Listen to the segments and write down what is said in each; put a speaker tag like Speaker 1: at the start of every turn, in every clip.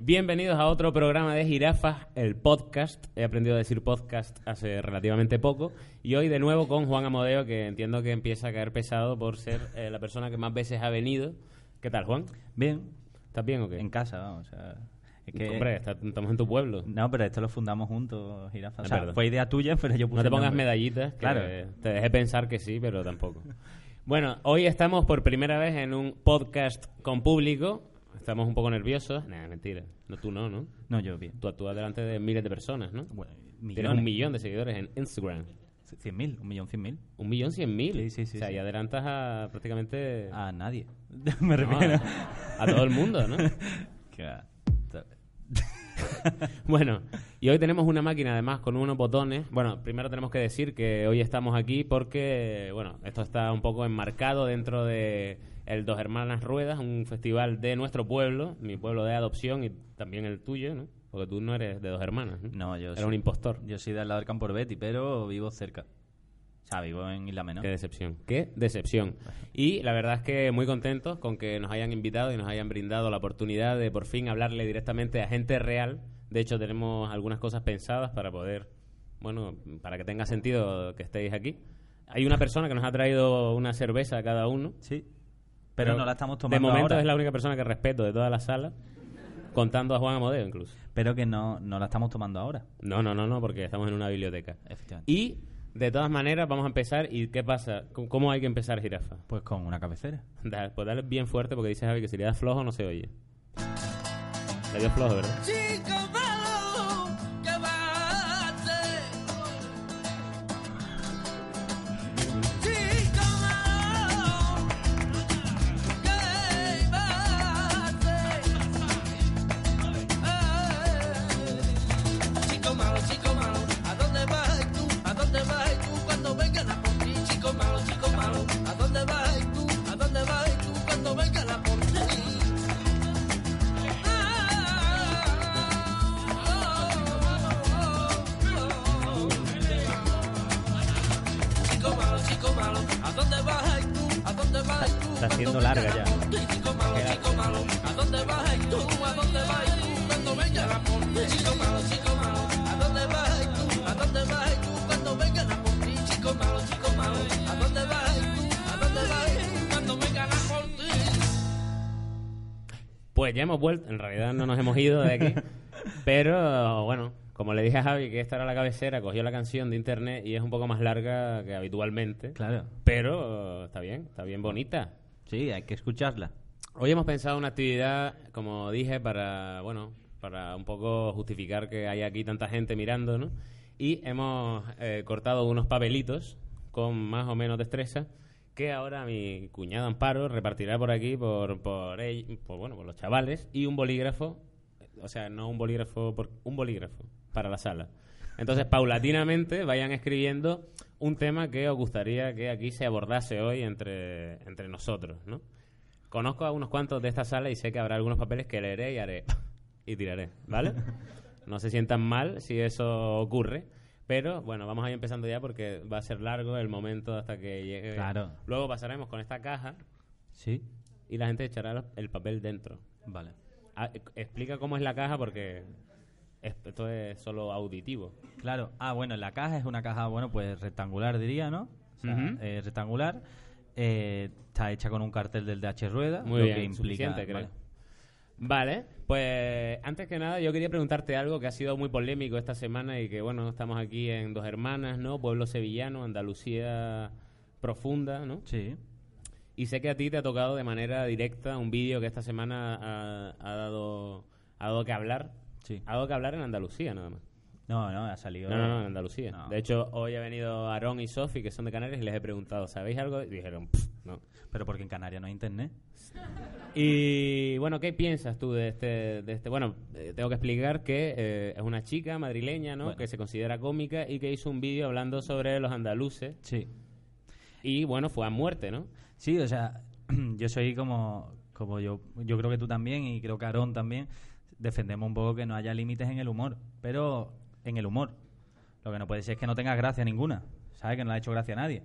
Speaker 1: Bienvenidos a otro programa de Jirafas, el podcast. He aprendido a decir podcast hace relativamente poco. Y hoy de nuevo con Juan Amodeo, que entiendo que empieza a caer pesado por ser eh, la persona que más veces ha venido. ¿Qué tal, Juan?
Speaker 2: Bien,
Speaker 1: ¿Estás bien o qué?
Speaker 2: en casa, vamos. O sea, es que-
Speaker 1: Hombre, está- estamos en tu pueblo.
Speaker 2: No, pero esto lo fundamos juntos, Jirafa. O
Speaker 1: Es
Speaker 2: sea,
Speaker 1: verdad.
Speaker 2: fue idea tuya, pero yo puse
Speaker 1: No te
Speaker 2: el
Speaker 1: pongas
Speaker 2: nombre.
Speaker 1: medallitas, que
Speaker 2: Claro.
Speaker 1: te dejé pensar que sí, pero tampoco. Bueno, hoy estamos por primera vez en un podcast con público. Estamos un poco nerviosos. Nada, mentira. No, tú no, ¿no?
Speaker 2: No, yo bien.
Speaker 1: Tú actúas delante de miles de personas, ¿no?
Speaker 2: Bueno,
Speaker 1: Tienes un millón de seguidores en Instagram.
Speaker 2: Cien mil, un millón cien mil.
Speaker 1: Un millón cien mil.
Speaker 2: Sí, sí, sí,
Speaker 1: O sea,
Speaker 2: sí. Ah.
Speaker 1: y adelantas a prácticamente
Speaker 2: A nadie.
Speaker 1: no,
Speaker 2: Me refiero.
Speaker 1: a, a todo el mundo, ¿no?
Speaker 2: Que-
Speaker 1: Bueno, y hoy tenemos una máquina además con unos botones. Bueno, primero tenemos que decir que hoy estamos aquí porque, bueno, esto está un poco enmarcado dentro de el Dos Hermanas Ruedas, un festival de nuestro pueblo, mi pueblo de adopción y también el tuyo, ¿no? Porque tú no eres de Dos Hermanas, ¿no?
Speaker 2: No, yo
Speaker 1: Eres
Speaker 2: soy,
Speaker 1: un impostor.
Speaker 2: yo soy de al lado del campo Orbetti, pero vivo cerca. O sea, vivo en Isla Menor.
Speaker 1: Qué decepción, qué decepción. Y la verdad es que muy contentos con que nos hayan invitado y nos hayan brindado la oportunidad de por fin hablarle directamente a gente real. De hecho, tenemos algunas cosas pensadas para poder, bueno, para que tenga sentido que estéis aquí. Hay una persona que nos ha traído una cerveza a cada uno.
Speaker 2: Sí. Pero, no la estamos tomando
Speaker 1: De momento
Speaker 2: ahora.
Speaker 1: es la única persona que respeto de toda la sala, contando a Juan Amodeo incluso.
Speaker 2: Pero que no, no la estamos tomando ahora.
Speaker 1: No, no, no, no, porque estamos en una biblioteca.
Speaker 2: Efectivamente.
Speaker 1: Y, de todas maneras, vamos a empezar. ¿Y qué pasa? ¿Cómo- ¿Cómo hay que empezar, jirafa?
Speaker 2: Pues con una cabecera.
Speaker 1: Da- pues dale bien fuerte porque dice Javi que si le das flojo no se oye. Le dio flojo, ¿verdad?
Speaker 3: Chico malo, que bate. Chico malo, que bate. Chico malo, chico malo, ¿a dónde vas tú? ¿A dónde vas tú cuando vengan a por ti? Chico malo, chico malo, ¿a dónde vas tú? ¿A dónde vas tú cuando vengan a por ti? Chico malo, chico malo, ¿a dónde vas tú? ¿A dónde vas tú?
Speaker 2: Está siendo larga ya.
Speaker 3: Chico malo, chico malo, ¿a dónde vas tú? ¿A dónde vas tú? Cuando venga la policía. Chico malo, chico malo, ¿a dónde vas tú? ¿A dónde vas tú? Cuando venga la policía. Chico malo, chico malo, ¿a dónde vas tú? ¿A dónde vas tú? Cuando venga la policía.
Speaker 1: Pues ya hemos vuelto, en realidad no nos hemos ido de aquí. pero bueno, como le dije a Javi que esta era la cabecera, cogió la canción de internet y es un poco más larga que habitualmente.
Speaker 2: Claro.
Speaker 1: Pero eh, está bien, está bien bonita.
Speaker 2: Sí, hay que escucharla.
Speaker 1: Hoy hemos pensado una actividad, como dije, para, bueno, para un poco justificar que hay aquí tanta gente mirando, ¿no? Y hemos eh, cortado unos papelitos con más o menos destreza que ahora mi cuñada Amparo repartirá por aquí, por, por, ell- por, bueno, por los chavales, y un bolígrafo, o sea, no un bolígrafo, por, un bolígrafo para la sala. Entonces, paulatinamente vayan escribiendo un tema que os gustaría que aquí se abordase hoy entre, entre nosotros, ¿no? Conozco a unos cuantos de esta sala y sé que habrá algunos papeles que leeré y haré y tiraré, ¿vale? No se sientan mal si eso ocurre, pero bueno, vamos a ir empezando ya porque va a ser largo el momento hasta que llegue.
Speaker 2: Claro.
Speaker 1: Luego pasaremos con esta caja
Speaker 2: Sí.
Speaker 1: y la gente echará los- el papel dentro.
Speaker 2: Vale.
Speaker 1: Ah, e- explica cómo es la caja porque es- esto es solo auditivo.
Speaker 2: Claro. Ah, bueno, la caja es una caja, bueno, pues rectangular diría, ¿no? O sea,
Speaker 1: Ujú.
Speaker 2: eh, rectangular. Eh, está hecha con un cartel del DH Rueda,
Speaker 1: Muy
Speaker 2: lo
Speaker 1: bien,
Speaker 2: que implica...
Speaker 1: suficiente, creo.
Speaker 2: vale.
Speaker 1: Vale, pues antes que nada yo quería preguntarte algo que ha sido muy polémico esta semana y que bueno, estamos aquí en Dos Hermanas, ¿no? Pueblo sevillano, Andalucía profunda, ¿no?
Speaker 2: Sí.
Speaker 1: Y sé que a ti te ha tocado de manera directa un vídeo que esta semana ha, ha dado ha dado que hablar.
Speaker 2: Sí.
Speaker 1: Ha dado que hablar en Andalucía nada más.
Speaker 2: No, no, ha salido...
Speaker 1: Ah. No, no, no, en Andalucía.
Speaker 2: No.
Speaker 1: De hecho, hoy ha venido Aarón y Sofi, que son de Canarias, y les he preguntado, ¿sabéis algo? Y dijeron, "Pff, no.
Speaker 2: Pero porque en Canarias no hay internet.
Speaker 1: Y bueno, ¿qué piensas tú de este? De este? Bueno, eh, tengo que explicar que eh, es una chica madrileña, ¿no?
Speaker 2: Bueno.
Speaker 1: Que se considera cómica y que hizo un vídeo hablando sobre los andaluces.
Speaker 2: Sí.
Speaker 1: Y bueno, fue a muerte, ¿no?
Speaker 2: Sí, o sea, yo soy como, como yo, yo creo que tú también y creo que Aarón también, defendemos un poco que no haya límites en el humor, pero en el humor. Lo que no puede ser es que no tengas gracia ninguna, ¿sabes? Que no le ha hecho gracia a nadie.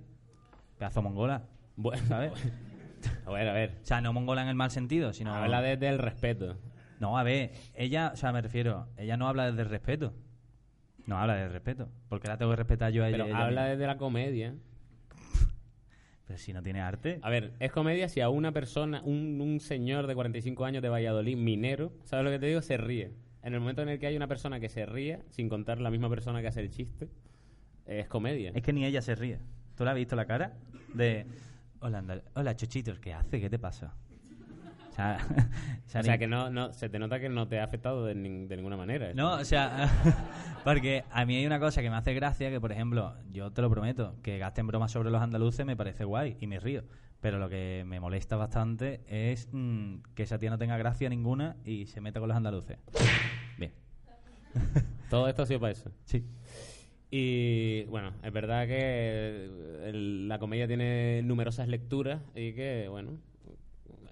Speaker 2: Pedazo mongola,
Speaker 1: Bueno,
Speaker 2: ¿sabes?
Speaker 1: a ver, a ver. Ah,
Speaker 2: o sea, no mongola en el mal sentido, sino...
Speaker 1: Habla desde el respeto.
Speaker 2: No, a ver, ella, o sea, me refiero, ella no habla desde el respeto. No habla desde el respeto. Porque la tengo que respetar yo a ella.
Speaker 1: Pero
Speaker 2: y ella
Speaker 1: habla
Speaker 2: a mí?
Speaker 1: desde la comedia.
Speaker 2: Pero si no tiene arte.
Speaker 1: A ver, es comedia si a una persona, un, un señor de 45 años de Valladolid, minero, ¿sabes lo que te digo? Se ríe. En el momento en el que hay una persona que se ríe, sin contar la misma persona que hace el chiste, es comedia.
Speaker 2: Es que ni ella se ríe. ¿Tú la has visto la cara? De. Hola, Andal- Hola, chochitos, ¿qué hace? ¿Qué te pasa? O sea, o sea,
Speaker 1: o sea
Speaker 2: ni-
Speaker 1: que no, no, se te nota que no te ha afectado de, nin- de ninguna manera.
Speaker 2: No, o sea, porque a mí hay una cosa que me hace gracia, que por ejemplo, yo te lo prometo, que gasten bromas sobre los andaluces me parece guay y me río. Pero lo que me molesta bastante es mm, que esa tía no tenga gracia ninguna y se meta con los andaluces. Bien.
Speaker 1: Todo esto ha sido para eso.
Speaker 2: Sí.
Speaker 1: Y bueno, es verdad que eh, el- la comedia tiene numerosas lecturas y que, bueno.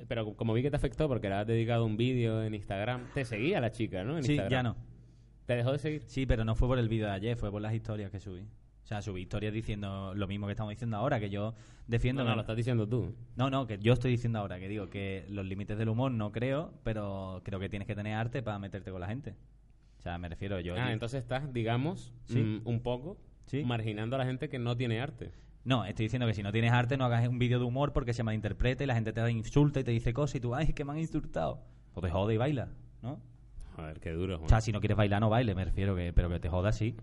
Speaker 1: Pero como vi que te afectó porque le has dedicado un vídeo en Instagram, te seguía la chica, ¿no? En
Speaker 2: Sí,
Speaker 1: Instagram.
Speaker 2: ya no.
Speaker 1: ¿Te dejó de seguir?
Speaker 2: Sí, pero no fue por el vídeo de ayer, fue por las historias que subí. O sea, subí historias diciendo lo mismo que estamos diciendo ahora, que yo defiendo...
Speaker 1: No,
Speaker 2: que-
Speaker 1: no, lo estás diciendo tú.
Speaker 2: No, no, que yo estoy diciendo ahora, que digo que los límites del humor no creo, pero creo que tienes que tener arte para meterte con la gente. O sea, me refiero yo.
Speaker 1: Ah, entonces estás, digamos,
Speaker 2: Sí.
Speaker 1: mm, un poco
Speaker 2: Sí.
Speaker 1: marginando a la gente que no tiene arte.
Speaker 2: No, estoy diciendo que si no tienes arte no hagas un vídeo de humor porque se malinterpreta y la gente te insulta y te dice cosas y tú, ay, que me han insultado. O te jode y baila, ¿no?
Speaker 1: A ver, qué duro. Juan.
Speaker 2: O sea, si no quieres bailar, no baile, me refiero, que, pero que te joda, sí.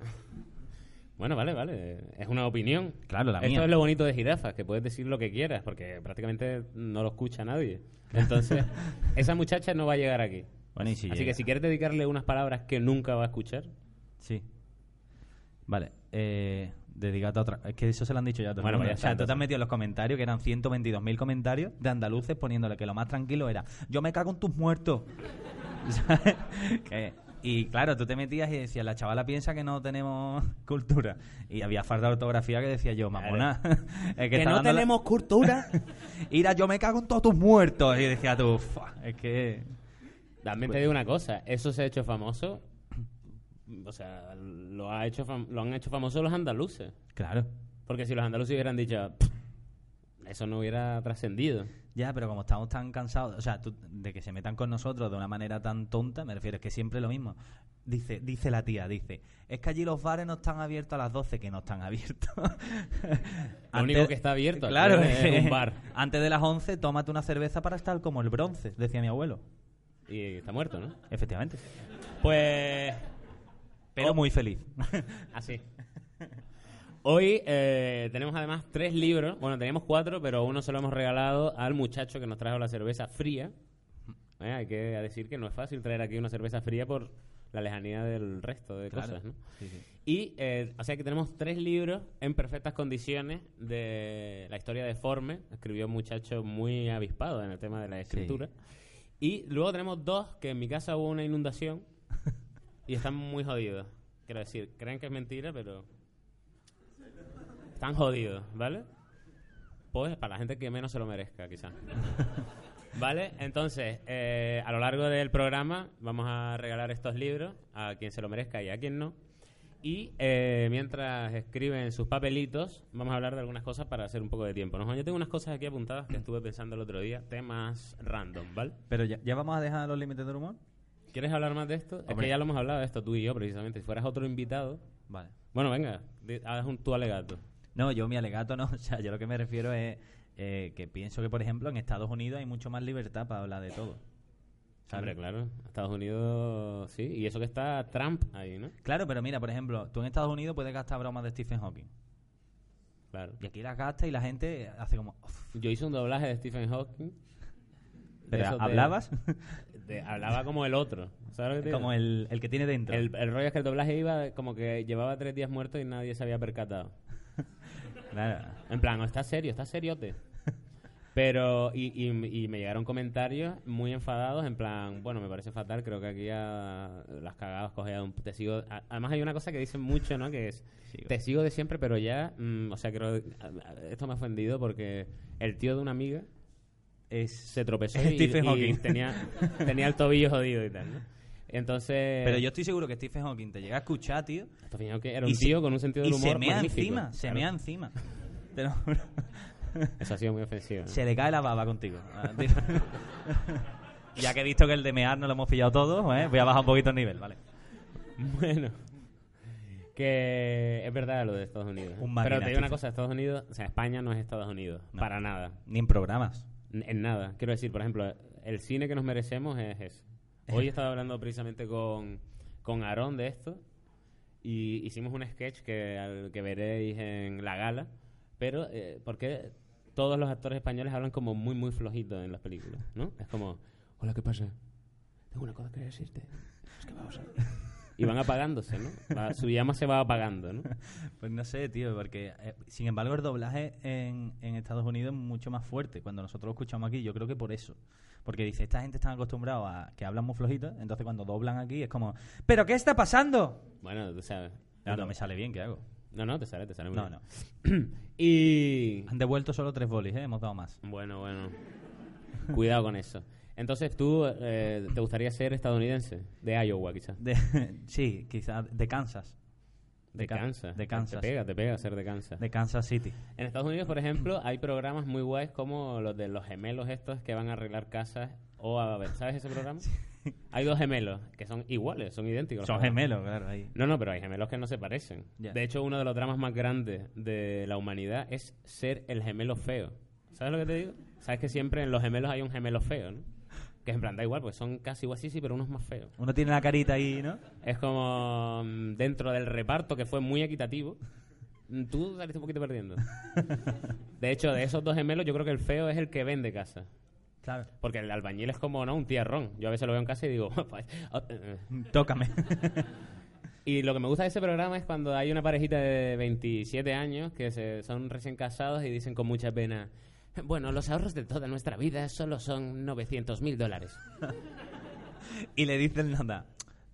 Speaker 1: Bueno, vale, vale. Es una opinión.
Speaker 2: Claro, la
Speaker 1: Esto
Speaker 2: mía.
Speaker 1: es lo bonito de jirafas, que puedes decir lo que quieras, porque prácticamente no lo escucha nadie. Entonces, esa muchacha no va a llegar aquí.
Speaker 2: Bueno, y si
Speaker 1: Así que
Speaker 2: llega-
Speaker 1: si quieres dedicarle unas palabras que nunca va a escuchar,
Speaker 2: Sí. Vale, eh, dedicado a otra. Es que eso se lo han dicho ya a todo el
Speaker 1: Bueno,
Speaker 2: mundo.
Speaker 1: pues ya
Speaker 2: O sea,
Speaker 1: está,
Speaker 2: tú te has
Speaker 1: entonces.
Speaker 2: metido en los comentarios, que eran 122.000 comentarios de andaluces poniéndole que lo más tranquilo era: Yo me cago en tus muertos. ¿Sabes? Que- y claro, tú te metías y decías: La chavala piensa que no tenemos cultura. Y había falta de ortografía que decía yo: Mamona, es que, está dando la-
Speaker 4: cultura.
Speaker 2: Ira, yo me cago en todos tus muertos. Y decía tú: "Fua, Es que.
Speaker 1: también te digo una cosa. Eso se ha hecho famoso. O sea, lo, ha hecho fam- lo han hecho famoso los andaluces.
Speaker 2: Claro.
Speaker 1: Porque si los andaluces hubieran dicho, "Pff", eso no hubiera trascendido.
Speaker 2: Ya, pero como estamos tan cansados, o sea, tú- de que se metan con nosotros de una manera tan tonta, me refiero, es que siempre es lo mismo. Dice, dice la tía, dice, es que allí los bares no están abiertos a las 12, que no están abiertos.
Speaker 1: Lo único que está abierto aquí
Speaker 2: claro,
Speaker 1: es un bar.
Speaker 2: Antes de las 11, tómate una cerveza para estar como el bronce, decía mi abuelo.
Speaker 1: Y está muerto, ¿no?
Speaker 2: Efectivamente.
Speaker 1: Pues Oh.
Speaker 2: Pero muy feliz.
Speaker 1: así. Hoy eh, tenemos además tres libros. Bueno, teníamos cuatro, pero uno se lo hemos regalado al muchacho que nos trajo la cerveza fría. Eh, hay que decir que no es fácil traer aquí una cerveza fría por la lejanía del resto de
Speaker 2: Claro.
Speaker 1: cosas, ¿no?
Speaker 2: Sí, sí.
Speaker 1: Y, eh, o sea que tenemos tres libros en perfectas condiciones de la historia de Forme. Escribió un muchacho muy avispado en el tema de la escritura. Y luego tenemos dos que en mi casa hubo una inundación y están muy jodidos. Quiero decir, creen que es mentira, pero están jodidos, ¿vale? Pues para la gente que menos se lo merezca, quizás. Vale, entonces, eh, a lo largo del programa vamos a regalar estos libros a quien se lo merezca y a quien no. Y eh, mientras escriben sus papelitos, vamos a hablar de algunas cosas para hacer un poco de tiempo. ¿no, Juan? Yo tengo unas cosas aquí apuntadas que estuve pensando el otro día, temas random, ¿vale?
Speaker 2: Pero ya, ya vamos a dejar los límites del humor.
Speaker 1: ¿Quieres hablar más de esto? Es
Speaker 2: Hombre.
Speaker 1: que ya lo hemos hablado de esto tú y yo, precisamente. Si fueras otro invitado...
Speaker 2: Vale.
Speaker 1: Bueno, venga, di- haz un tu alegato.
Speaker 2: No, yo mi alegato no. O sea, yo lo que me refiero es eh, que pienso que, por ejemplo, en Estados Unidos hay mucho más libertad para hablar de todo. ¿Sabes?
Speaker 1: Hombre, claro. Estados Unidos, sí. Y eso que está Trump ahí, ¿no?
Speaker 2: Claro, pero mira, por ejemplo, tú en Estados Unidos puedes gastar bromas de Stephen Hawking.
Speaker 1: Claro.
Speaker 2: Y aquí las gastas y la gente hace como... "Uf".
Speaker 1: Yo hice un doblaje de Stephen Hawking.
Speaker 2: Pero,
Speaker 1: Eso de-
Speaker 2: ¿Hablabas?
Speaker 1: de- hablaba como el otro. ¿Sabes lo que te digo?
Speaker 2: como el, el que tiene dentro.
Speaker 1: El, el rollo es que el doblaje iba como que llevaba tres días muerto y nadie se había percatado.
Speaker 2: Claro.
Speaker 1: En plan, "Oh, está serio, está seriote. Pero, y, y- y me llegaron comentarios muy enfadados, en plan, bueno, me parece fatal, creo que aquí a- las cagadas cogía un te sigo. a- además, hay una cosa que dicen mucho, ¿no? Que es,
Speaker 2: Sigo.
Speaker 1: te sigo de siempre, pero ya, mm, o sea, creo, esto me ha ofendido porque el tío de una amiga
Speaker 2: Es-
Speaker 1: se tropezó
Speaker 2: Es
Speaker 1: y,
Speaker 2: Stephen
Speaker 1: y
Speaker 2: Hawking.
Speaker 1: tenía, tenía el tobillo jodido y tal, ¿no? Entonces,
Speaker 2: Pero yo estoy seguro que Stephen Hawking te llega a escuchar, tío.
Speaker 1: Stephen Hawking era
Speaker 2: y
Speaker 1: un
Speaker 2: se-
Speaker 1: tío con un sentido
Speaker 2: Y
Speaker 1: del humor
Speaker 2: se mea
Speaker 1: magnífico.
Speaker 2: encima, se
Speaker 1: Claro.
Speaker 2: mea encima. Te lo juro.
Speaker 1: Eso ha sido muy ofensivo. ¿eh? ¿no?
Speaker 2: Se le cae la baba contigo. Ah, tío. ya que he visto que el de mear no lo hemos pillado todos, ¿eh? voy a bajar un poquito el nivel, ¿vale?
Speaker 1: Bueno. Que es verdad lo de Estados Unidos. ¿eh?
Speaker 2: Un
Speaker 1: Pero te digo una
Speaker 2: magnate.
Speaker 1: cosa, Estados Unidos, o sea, España no es Estados Unidos,
Speaker 2: No.
Speaker 1: para nada.
Speaker 2: Ni en programas.
Speaker 1: N- En nada. Quiero decir, por ejemplo, el cine que nos merecemos es ese.
Speaker 2: este.
Speaker 1: Hoy estaba hablando precisamente con, con Aarón de esto y hicimos un sketch que, al que veréis en la gala, pero eh, porque todos los actores españoles hablan como muy, muy flojitos en las películas, ¿no? Es como, hola, ¿qué pasa? Tengo una cosa que decirte. Es que vamos a... Y van apagándose, ¿no? Va- su llama se va apagando, ¿no?
Speaker 2: Pues no sé, tío, porque eh, sin embargo el doblaje en, en Estados Unidos es mucho más fuerte. Cuando nosotros lo escuchamos aquí, yo creo que por eso. Porque dice, esta gente está acostumbrada a que hablan muy flojita, entonces cuando doblan aquí es como, ¿pero qué está pasando?
Speaker 1: Bueno, tú sabes.
Speaker 2: No, no me sale bien, ¿qué hago?
Speaker 1: No, no, te sale, te sale muy
Speaker 2: No,
Speaker 1: bien.
Speaker 2: no.
Speaker 1: Y...
Speaker 2: Han devuelto solo tres bolis, ¿eh? Hemos dado más.
Speaker 1: Bueno, bueno. Cuidado con eso. Entonces, ¿tú eh, te gustaría ser estadounidense? De Iowa, quizás.
Speaker 2: De, sí, quizás de Kansas.
Speaker 1: De
Speaker 2: Ca-
Speaker 1: Kansas.
Speaker 2: De Kansas.
Speaker 1: Te pega, te pega ser de Kansas.
Speaker 2: De Kansas City.
Speaker 1: En Estados Unidos, por ejemplo, hay programas muy guays como los de los gemelos estos que van a arreglar casas o a... ver, ¿Sabes ese programa? Hay dos gemelos que son iguales, son idénticos.
Speaker 2: Son gemelos, claro. Ahí.
Speaker 1: No, no, pero hay gemelos que no se parecen.
Speaker 2: Ya.
Speaker 1: De hecho, uno de los dramas más grandes de la humanidad es ser el gemelo feo. ¿Sabes lo que te digo? Sabes que siempre en los gemelos hay un gemelo feo, ¿no? Que en plan da igual, pues son casi igual, sí, sí, pero uno es más feo.
Speaker 2: Uno tiene la carita ahí, ¿no?
Speaker 1: Es como mm, dentro del reparto que fue muy equitativo. mm, Tú saliste un poquito perdiendo. De hecho, de esos dos gemelos, yo creo que el feo es el que vende casa.
Speaker 2: Claro.
Speaker 1: Porque el albañil es como, ¿no? Un tierrón. Yo a veces lo veo en casa y digo, pues, oh, eh,
Speaker 2: Tócame.
Speaker 1: Y lo que me gusta de ese programa es cuando hay una parejita de 27 años que se, son recién casados y dicen con mucha pena, bueno, los ahorros de toda nuestra vida solo son 900 mil dólares.
Speaker 2: y le dicen nada.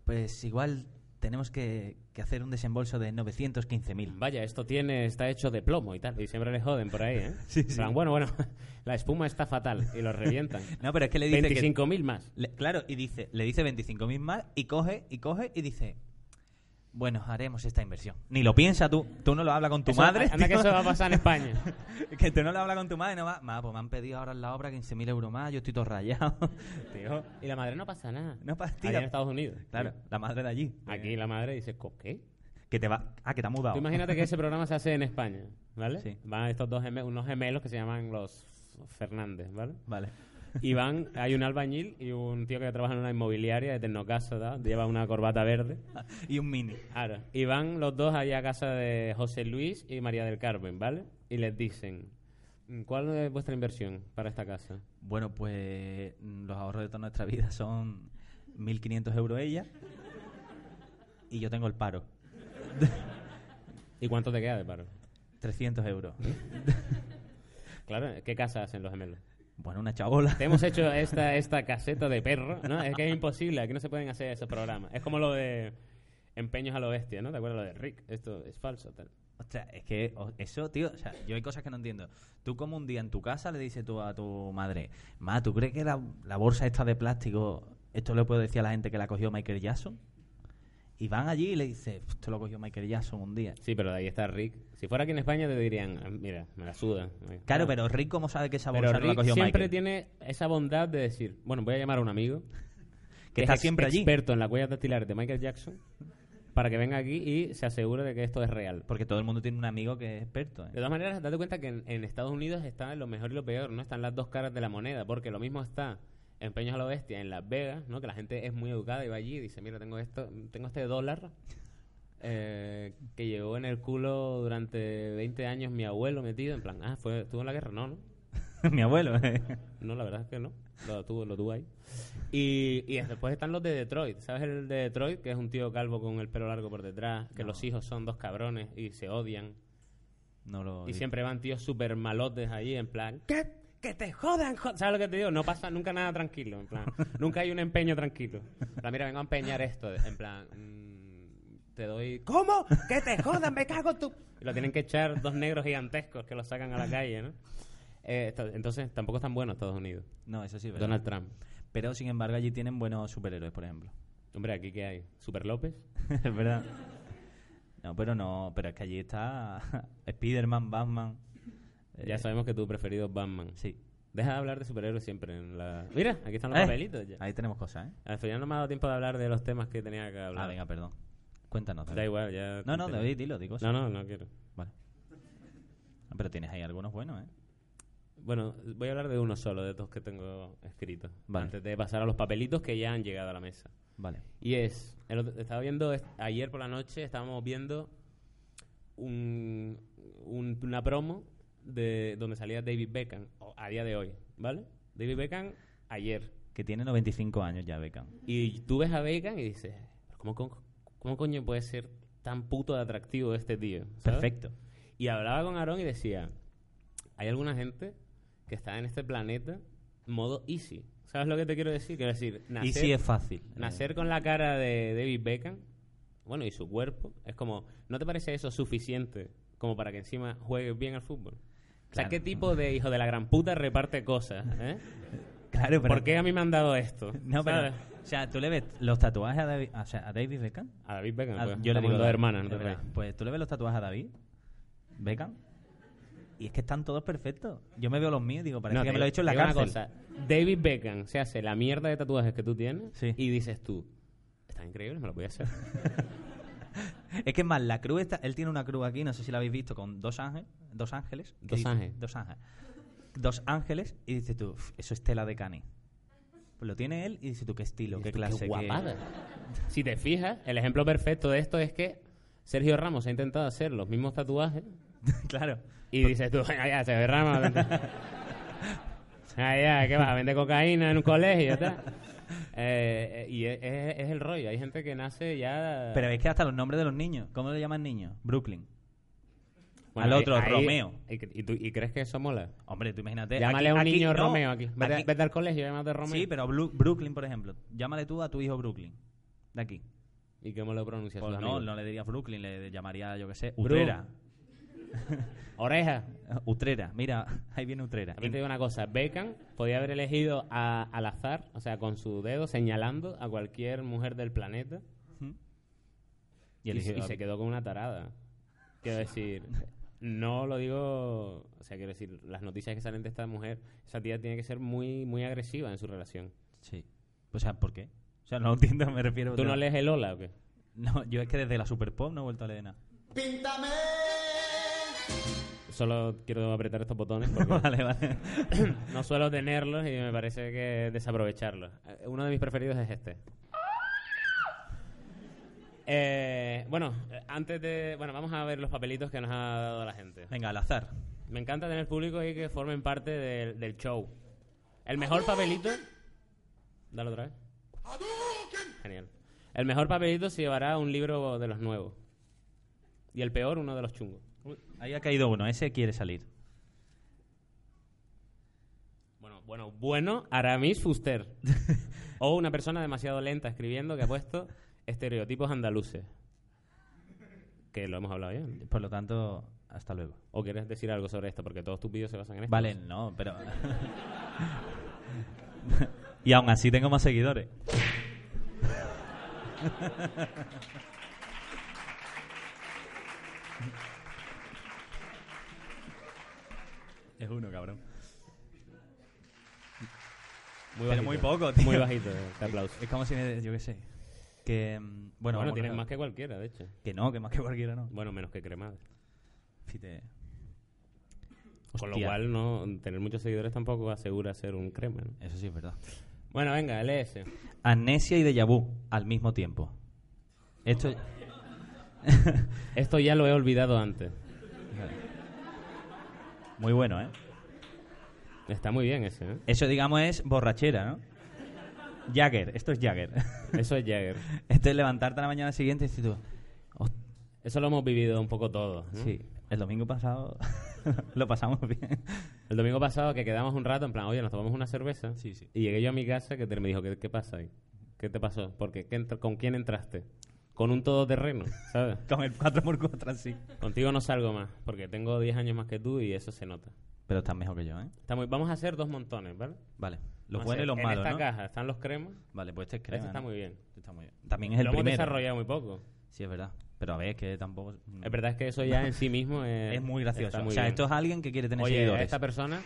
Speaker 2: Pues igual tenemos que, que hacer un desembolso de 915.000.
Speaker 1: Vaya, esto tiene está hecho de plomo y tal. Y siempre le joden por ahí, ¿eh?
Speaker 2: Sí,
Speaker 1: En
Speaker 2: sí.
Speaker 1: plan, bueno, bueno, la espuma está fatal y lo revientan.
Speaker 2: No, pero es que le dice que-
Speaker 1: 25 mil más.
Speaker 2: Le- claro, y dice, le dice 25.000 más y coge y coge y dice, bueno, haremos esta inversión. Ni lo piensa tú, tú no lo hablas con tu
Speaker 1: Eso-
Speaker 2: madre.
Speaker 1: Anda que
Speaker 2: tío.
Speaker 1: eso va a pasar en España.
Speaker 2: que tú no lo hablas con tu madre, no va. Ma, pues me han pedido ahora en la obra 15.000 euros más, yo estoy todo rayado. Tío,
Speaker 1: Y la madre no pasa nada.
Speaker 2: No pasa-
Speaker 1: Allá
Speaker 2: tira.
Speaker 1: en Estados Unidos.
Speaker 2: claro, la madre de allí.
Speaker 1: Aquí la madre dice, "¿Co- ¿qué?
Speaker 2: Que te va, ah, que te ha mudado.
Speaker 1: Tú imagínate que ese programa se hace en España, ¿vale?
Speaker 2: Sí.
Speaker 1: Van estos dos gemelos, unos gemelos que se llaman los Fernández, ¿vale?
Speaker 2: Vale.
Speaker 1: Y van, hay un albañil y un tío que trabaja en una inmobiliaria de Tecnocasa, ¿da? lleva una corbata verde.
Speaker 2: y un mini.
Speaker 1: Ahora, y van los dos allá a casa de José Luis y María del Carmen, ¿vale? Y les dicen, ¿cuál es vuestra inversión para esta casa?
Speaker 2: Bueno, pues mm, los ahorros de toda nuestra vida son 1.500 euros ella y yo tengo el paro,
Speaker 1: ¿Y cuánto te queda de paro?
Speaker 2: 300 euros.
Speaker 1: Claro, ¿qué casa hacen los gemelos?
Speaker 2: Bueno, una chabola.
Speaker 1: Te hemos hecho esta, esta caseta de perro, ¿no? Es que es imposible, aquí no se pueden hacer esos programas. Es como lo de empeños a lo bestia, ¿no? ¿Te acuerdas lo de Rick? Esto es falso, tal.
Speaker 2: Ostras, es que o- eso, tío, o sea, yo hay cosas que no entiendo. Tú como un día en tu casa le dices tú a tu madre, ma, ¿tú crees que la, la bolsa esta de plástico, esto lo puedo decir a la gente que la cogió Michael Jackson? Y van allí y le dices, esto lo cogió Michael Jackson un día.
Speaker 1: Sí, pero ahí está Rick. Si fuera aquí en España te dirían, "Ah, mira, me la suda.
Speaker 2: Claro, pero Rick, ¿cómo sabe que esa
Speaker 1: Pero
Speaker 2: bolsa no la
Speaker 1: Rick
Speaker 2: cogió
Speaker 1: siempre
Speaker 2: Michael?
Speaker 1: tiene esa bondad de decir, bueno, voy a llamar a un amigo
Speaker 2: que está
Speaker 1: es ex-
Speaker 2: siempre allí.
Speaker 1: experto en las huellas dactilares de Michael Jackson para que venga aquí y se asegure de que esto es real.
Speaker 2: Porque todo el mundo tiene un amigo que es experto. ¿eh?
Speaker 1: De todas maneras, date cuenta que en, en Estados Unidos está lo mejor y lo peor, ¿no? Están las dos caras de la moneda, porque lo mismo está Empeños a lo Bestia en Las Vegas, ¿no? Que la gente es muy educada y va allí y dice, mira, tengo esto, tengo este dólar eh, que llevó en el culo durante 20 años mi abuelo metido, en plan, ah, fue, estuvo en la guerra, no, no.
Speaker 2: Mi abuelo. ¿eh?
Speaker 1: No, la verdad es que no. Lo tuvo, lo tuvo ahí. Y, y después están los de Detroit. ¿Sabes el de Detroit? Que es un tío calvo con el pelo largo por detrás, que
Speaker 2: No.
Speaker 1: los hijos son dos cabrones y se odian.
Speaker 2: No lo
Speaker 1: Y
Speaker 2: vi.
Speaker 1: siempre van tíos súper malotes allí, en plan, ¿qué? ¡Que te jodan! jo-". ¿Sabes lo que te digo? No pasa nunca nada tranquilo, en plan. nunca hay un empeño tranquilo. En plan, mira, vengo a empeñar esto. En plan, mm, te doy... ¿Cómo? ¡Que te jodan! ¡Me cago en tu...! Y lo tienen que echar dos negros gigantescos que lo sacan a la calle, ¿no? Eh, esto- entonces, tampoco es tan bueno Estados Unidos.
Speaker 2: No, eso sí, es verdad.
Speaker 1: Donald Trump.
Speaker 2: Pero sin embargo, allí tienen buenos superhéroes, por ejemplo.
Speaker 1: Hombre, aquí que hay Super López.
Speaker 2: es verdad. No, pero no, pero es que allí está Spider-Man, Batman. eh,
Speaker 1: Ya sabemos que tu preferido es Batman.
Speaker 2: Sí.
Speaker 1: Deja de hablar de superhéroes siempre en la... Mira, aquí están los
Speaker 2: Eh,
Speaker 1: papelitos ya.
Speaker 2: Ahí tenemos cosas, ¿eh?
Speaker 1: Al final no me ha dado tiempo de hablar de los temas que tenía que hablar.
Speaker 2: Ah, venga, perdón. Cuéntanos.
Speaker 1: Da
Speaker 2: David.
Speaker 1: igual, ya...
Speaker 2: No, no, David, dilo, digo.
Speaker 1: No, no, no quiero.
Speaker 2: Vale. Ah, Pero tienes ahí algunos buenos, ¿eh?
Speaker 1: Bueno, voy a hablar de uno solo, de estos que tengo escritos.
Speaker 2: Vale.
Speaker 1: Antes de pasar a los papelitos que ya han llegado a la mesa.
Speaker 2: Vale.
Speaker 1: Y es, el otro- estaba viendo, es- ayer por la noche estábamos viendo un, un- una promo de donde salía David Beckham, o- a día de hoy, ¿vale? David Beckham ayer.
Speaker 2: Que tiene 95 años ya, Beckham.
Speaker 1: Y tú ves a Beckham y dices, "¿Pero ¿cómo, co- cómo coño puede ser tan puto de atractivo este tío? ¿sabes?
Speaker 2: Perfecto.
Speaker 1: Y hablaba con Aarón y decía, hay alguna gente que está en este planeta modo easy. ¿Sabes lo que te quiero decir? Quiero decir, nacer,
Speaker 2: Y sí es fácil.
Speaker 1: nacer con la cara de David Beckham, bueno, y su cuerpo, es como, ¿no te parece eso suficiente como para que encima juegues bien al fútbol? O sea,
Speaker 2: Claro.
Speaker 1: ¿qué tipo de hijo de la gran puta reparte cosas? ¿eh?
Speaker 2: Eh, Claro, pero...
Speaker 1: ¿Por qué a mí me han dado esto?
Speaker 2: No, pero...
Speaker 1: ¿Sabes?
Speaker 2: O sea, tú le ves los tatuajes a David, o sea, a David Beckham.
Speaker 1: A David Beckham,
Speaker 2: Ah,
Speaker 1: pues,
Speaker 2: yo le
Speaker 1: estamos
Speaker 2: digo
Speaker 1: dos
Speaker 2: David,
Speaker 1: hermanas.
Speaker 2: es
Speaker 1: no te
Speaker 2: verdad.
Speaker 1: rayes.
Speaker 2: Pues tú le ves los tatuajes a David Beckham. Y es que están todos perfectos. Yo me veo los míos y digo, parece
Speaker 1: No,
Speaker 2: que
Speaker 1: te-
Speaker 2: me lo he hecho en la
Speaker 1: te digo una
Speaker 2: cárcel.
Speaker 1: cosa. David Beckham se hace la mierda de tatuajes que tú tienes
Speaker 2: Sí.
Speaker 1: y dices tú, están increíbles, me lo voy a hacer.
Speaker 2: Es que es más, la cruz está, él tiene una cruz aquí, no sé si la habéis visto, con dos ángeles, dos ángeles, que
Speaker 1: Dos
Speaker 2: dice-
Speaker 1: ángeles.
Speaker 2: dos ángeles, dos ángeles, y dices tú, "Uf, eso es tela de cani. Pues lo tiene él y dices tú qué estilo, qué
Speaker 1: Qué
Speaker 2: clase, qué-
Speaker 1: guapada. Si te fijas, el ejemplo perfecto de esto es que Sergio Ramos ha intentado hacer los mismos tatuajes
Speaker 2: claro,
Speaker 1: y dices tú, "Venga, ya, Sergio Ramos. vente". Ah, ya, ¿qué vas? a ¿Vender cocaína en un colegio? tal? Eh, eh, y es, es- es el rollo. Hay gente que nace ya...
Speaker 2: pero es que hasta los nombres de los niños, ¿cómo le llaman niños? Brooklyn.
Speaker 1: Bueno,
Speaker 2: al
Speaker 1: ahí-
Speaker 2: otro,
Speaker 1: ahí-
Speaker 2: Romeo.
Speaker 1: ¿Y, y tú- y crees que eso mola?
Speaker 2: Hombre, tú imagínate.
Speaker 1: Llámale a
Speaker 2: aquí-
Speaker 1: un
Speaker 2: aquí-
Speaker 1: niño
Speaker 2: no,
Speaker 1: Romeo aquí. Vete,
Speaker 2: aquí-
Speaker 1: vete al colegio, llámate Romeo.
Speaker 2: Sí, pero Blu- Brooklyn, por ejemplo. Llámale tú a tu hijo Brooklyn, de aquí.
Speaker 1: ¿Y cómo lo pronuncias?
Speaker 2: Pues
Speaker 1: tus
Speaker 2: no,
Speaker 1: amigos?
Speaker 2: no le dirías Brooklyn, le llamaría, yo qué sé,
Speaker 1: Bru-
Speaker 2: Utrera.
Speaker 1: Oreja.
Speaker 2: Utrera, mira, ahí viene Utrera.
Speaker 1: También te digo una cosa. Beckham podía haber elegido a- al azar, o sea, con su dedo señalando a cualquier mujer del planeta y,
Speaker 2: eligió
Speaker 1: y
Speaker 2: a-
Speaker 1: se quedó con una tarada. Quiero decir, no lo digo... O sea, quiero decir, las noticias que salen de esta mujer, esa tía tiene que ser muy, muy agresiva en su relación.
Speaker 2: Sí. O sea, ¿por qué? O sea, no entiendo, me refiero.
Speaker 1: ¿Tú no lees el hola o qué?
Speaker 2: No, yo es que desde la Super Pop no he vuelto a leer nada.
Speaker 1: Solo quiero apretar estos botones porque
Speaker 2: vale, vale.
Speaker 1: no suelo tenerlos y me parece que desaprovecharlos. Eh, Uno de mis preferidos es este. Eh, bueno, eh, antes de. Bueno, vamos a ver los papelitos que nos ha dado la gente.
Speaker 2: Venga, al azar.
Speaker 1: Me encanta tener público y que formen parte del, del show. El mejor papelito. Dale otra vez. Genial. El mejor papelito se llevará un libro de los nuevos. Y el peor, uno de los chungos.
Speaker 2: Ahí ha caído uno, ese quiere salir.
Speaker 1: Bueno, bueno, bueno, Aramis Fuster. o una persona demasiado lenta escribiendo que ha puesto estereotipos andaluces. Que lo hemos hablado ya.
Speaker 2: Por lo tanto, hasta luego.
Speaker 1: ¿O quieres decir algo sobre esto? Porque todos tus vídeos se basan en esto.
Speaker 2: Vale, no, pero. y aún así tengo más seguidores. es uno, cabrón.
Speaker 1: Muy
Speaker 2: pero
Speaker 1: bajito.
Speaker 2: muy poco, tío.
Speaker 1: Muy bajito, eh, te aplauso.
Speaker 2: Es como si me. Yo qué sé. Que. mm,
Speaker 1: Bueno,
Speaker 2: Bueno, vamos,
Speaker 1: tienes
Speaker 2: no,
Speaker 1: más que cualquiera, de hecho.
Speaker 2: Que no, que más que cualquiera no.
Speaker 1: Bueno, menos que cremades.
Speaker 2: Fíjate.
Speaker 1: Con lo
Speaker 2: Hostia.
Speaker 1: cual, no tener muchos seguidores tampoco asegura ser un crema. ¿no?
Speaker 2: Eso sí es verdad.
Speaker 1: Bueno, venga, lee ese.
Speaker 2: Amnesia y déjà vu al mismo tiempo. Esto.
Speaker 1: Esto ya lo he olvidado antes.
Speaker 2: Muy bueno, ¿eh?
Speaker 1: Está muy bien ese, ¿eh?
Speaker 2: Eso, digamos, es borrachera, ¿no? Jagger, esto es Jagger.
Speaker 1: Eso es Jagger.
Speaker 2: esto es levantarte a la mañana siguiente y decir tú, "Host-
Speaker 1: Eso lo hemos vivido un poco todos. ¿no?
Speaker 2: sí, el domingo pasado lo pasamos bien.
Speaker 1: El domingo pasado que quedamos un rato, en plan, oye, nos tomamos una cerveza.
Speaker 2: Sí, sí.
Speaker 1: Y llegué yo a mi casa que te- me dijo, ¿qué, qué pasa ahí? ¿Qué te pasó? Porque ¿con quién entraste? Con un todoterreno, ¿sabes?
Speaker 2: Con el 4x4 así.
Speaker 1: Contigo no salgo más, porque tengo 10 años más que tú y eso se nota.
Speaker 2: Pero estás mejor que yo, ¿eh?
Speaker 1: Está muy- Vamos a hacer dos montones, ¿vale?
Speaker 2: Vale. Los
Speaker 1: Vamos a
Speaker 2: buenos y
Speaker 1: hacer-
Speaker 2: los
Speaker 1: En
Speaker 2: malos,
Speaker 1: esta
Speaker 2: ¿no?
Speaker 1: caja están los cremas.
Speaker 2: Vale, pues este es
Speaker 1: Este
Speaker 2: crema,
Speaker 1: está
Speaker 2: ¿no?
Speaker 1: muy bien.
Speaker 2: Este está muy bien. También es el
Speaker 1: lo hemos
Speaker 2: primero.
Speaker 1: desarrollado muy poco.
Speaker 2: Sí, es verdad. Pero a ver, que tampoco...
Speaker 1: Es verdad es que eso ya en sí mismo es...
Speaker 2: Es muy gracioso.
Speaker 1: está muy
Speaker 2: o sea,
Speaker 1: bien.
Speaker 2: esto es alguien que quiere tener
Speaker 1: Oye, a
Speaker 2: seguidores.
Speaker 1: esta persona...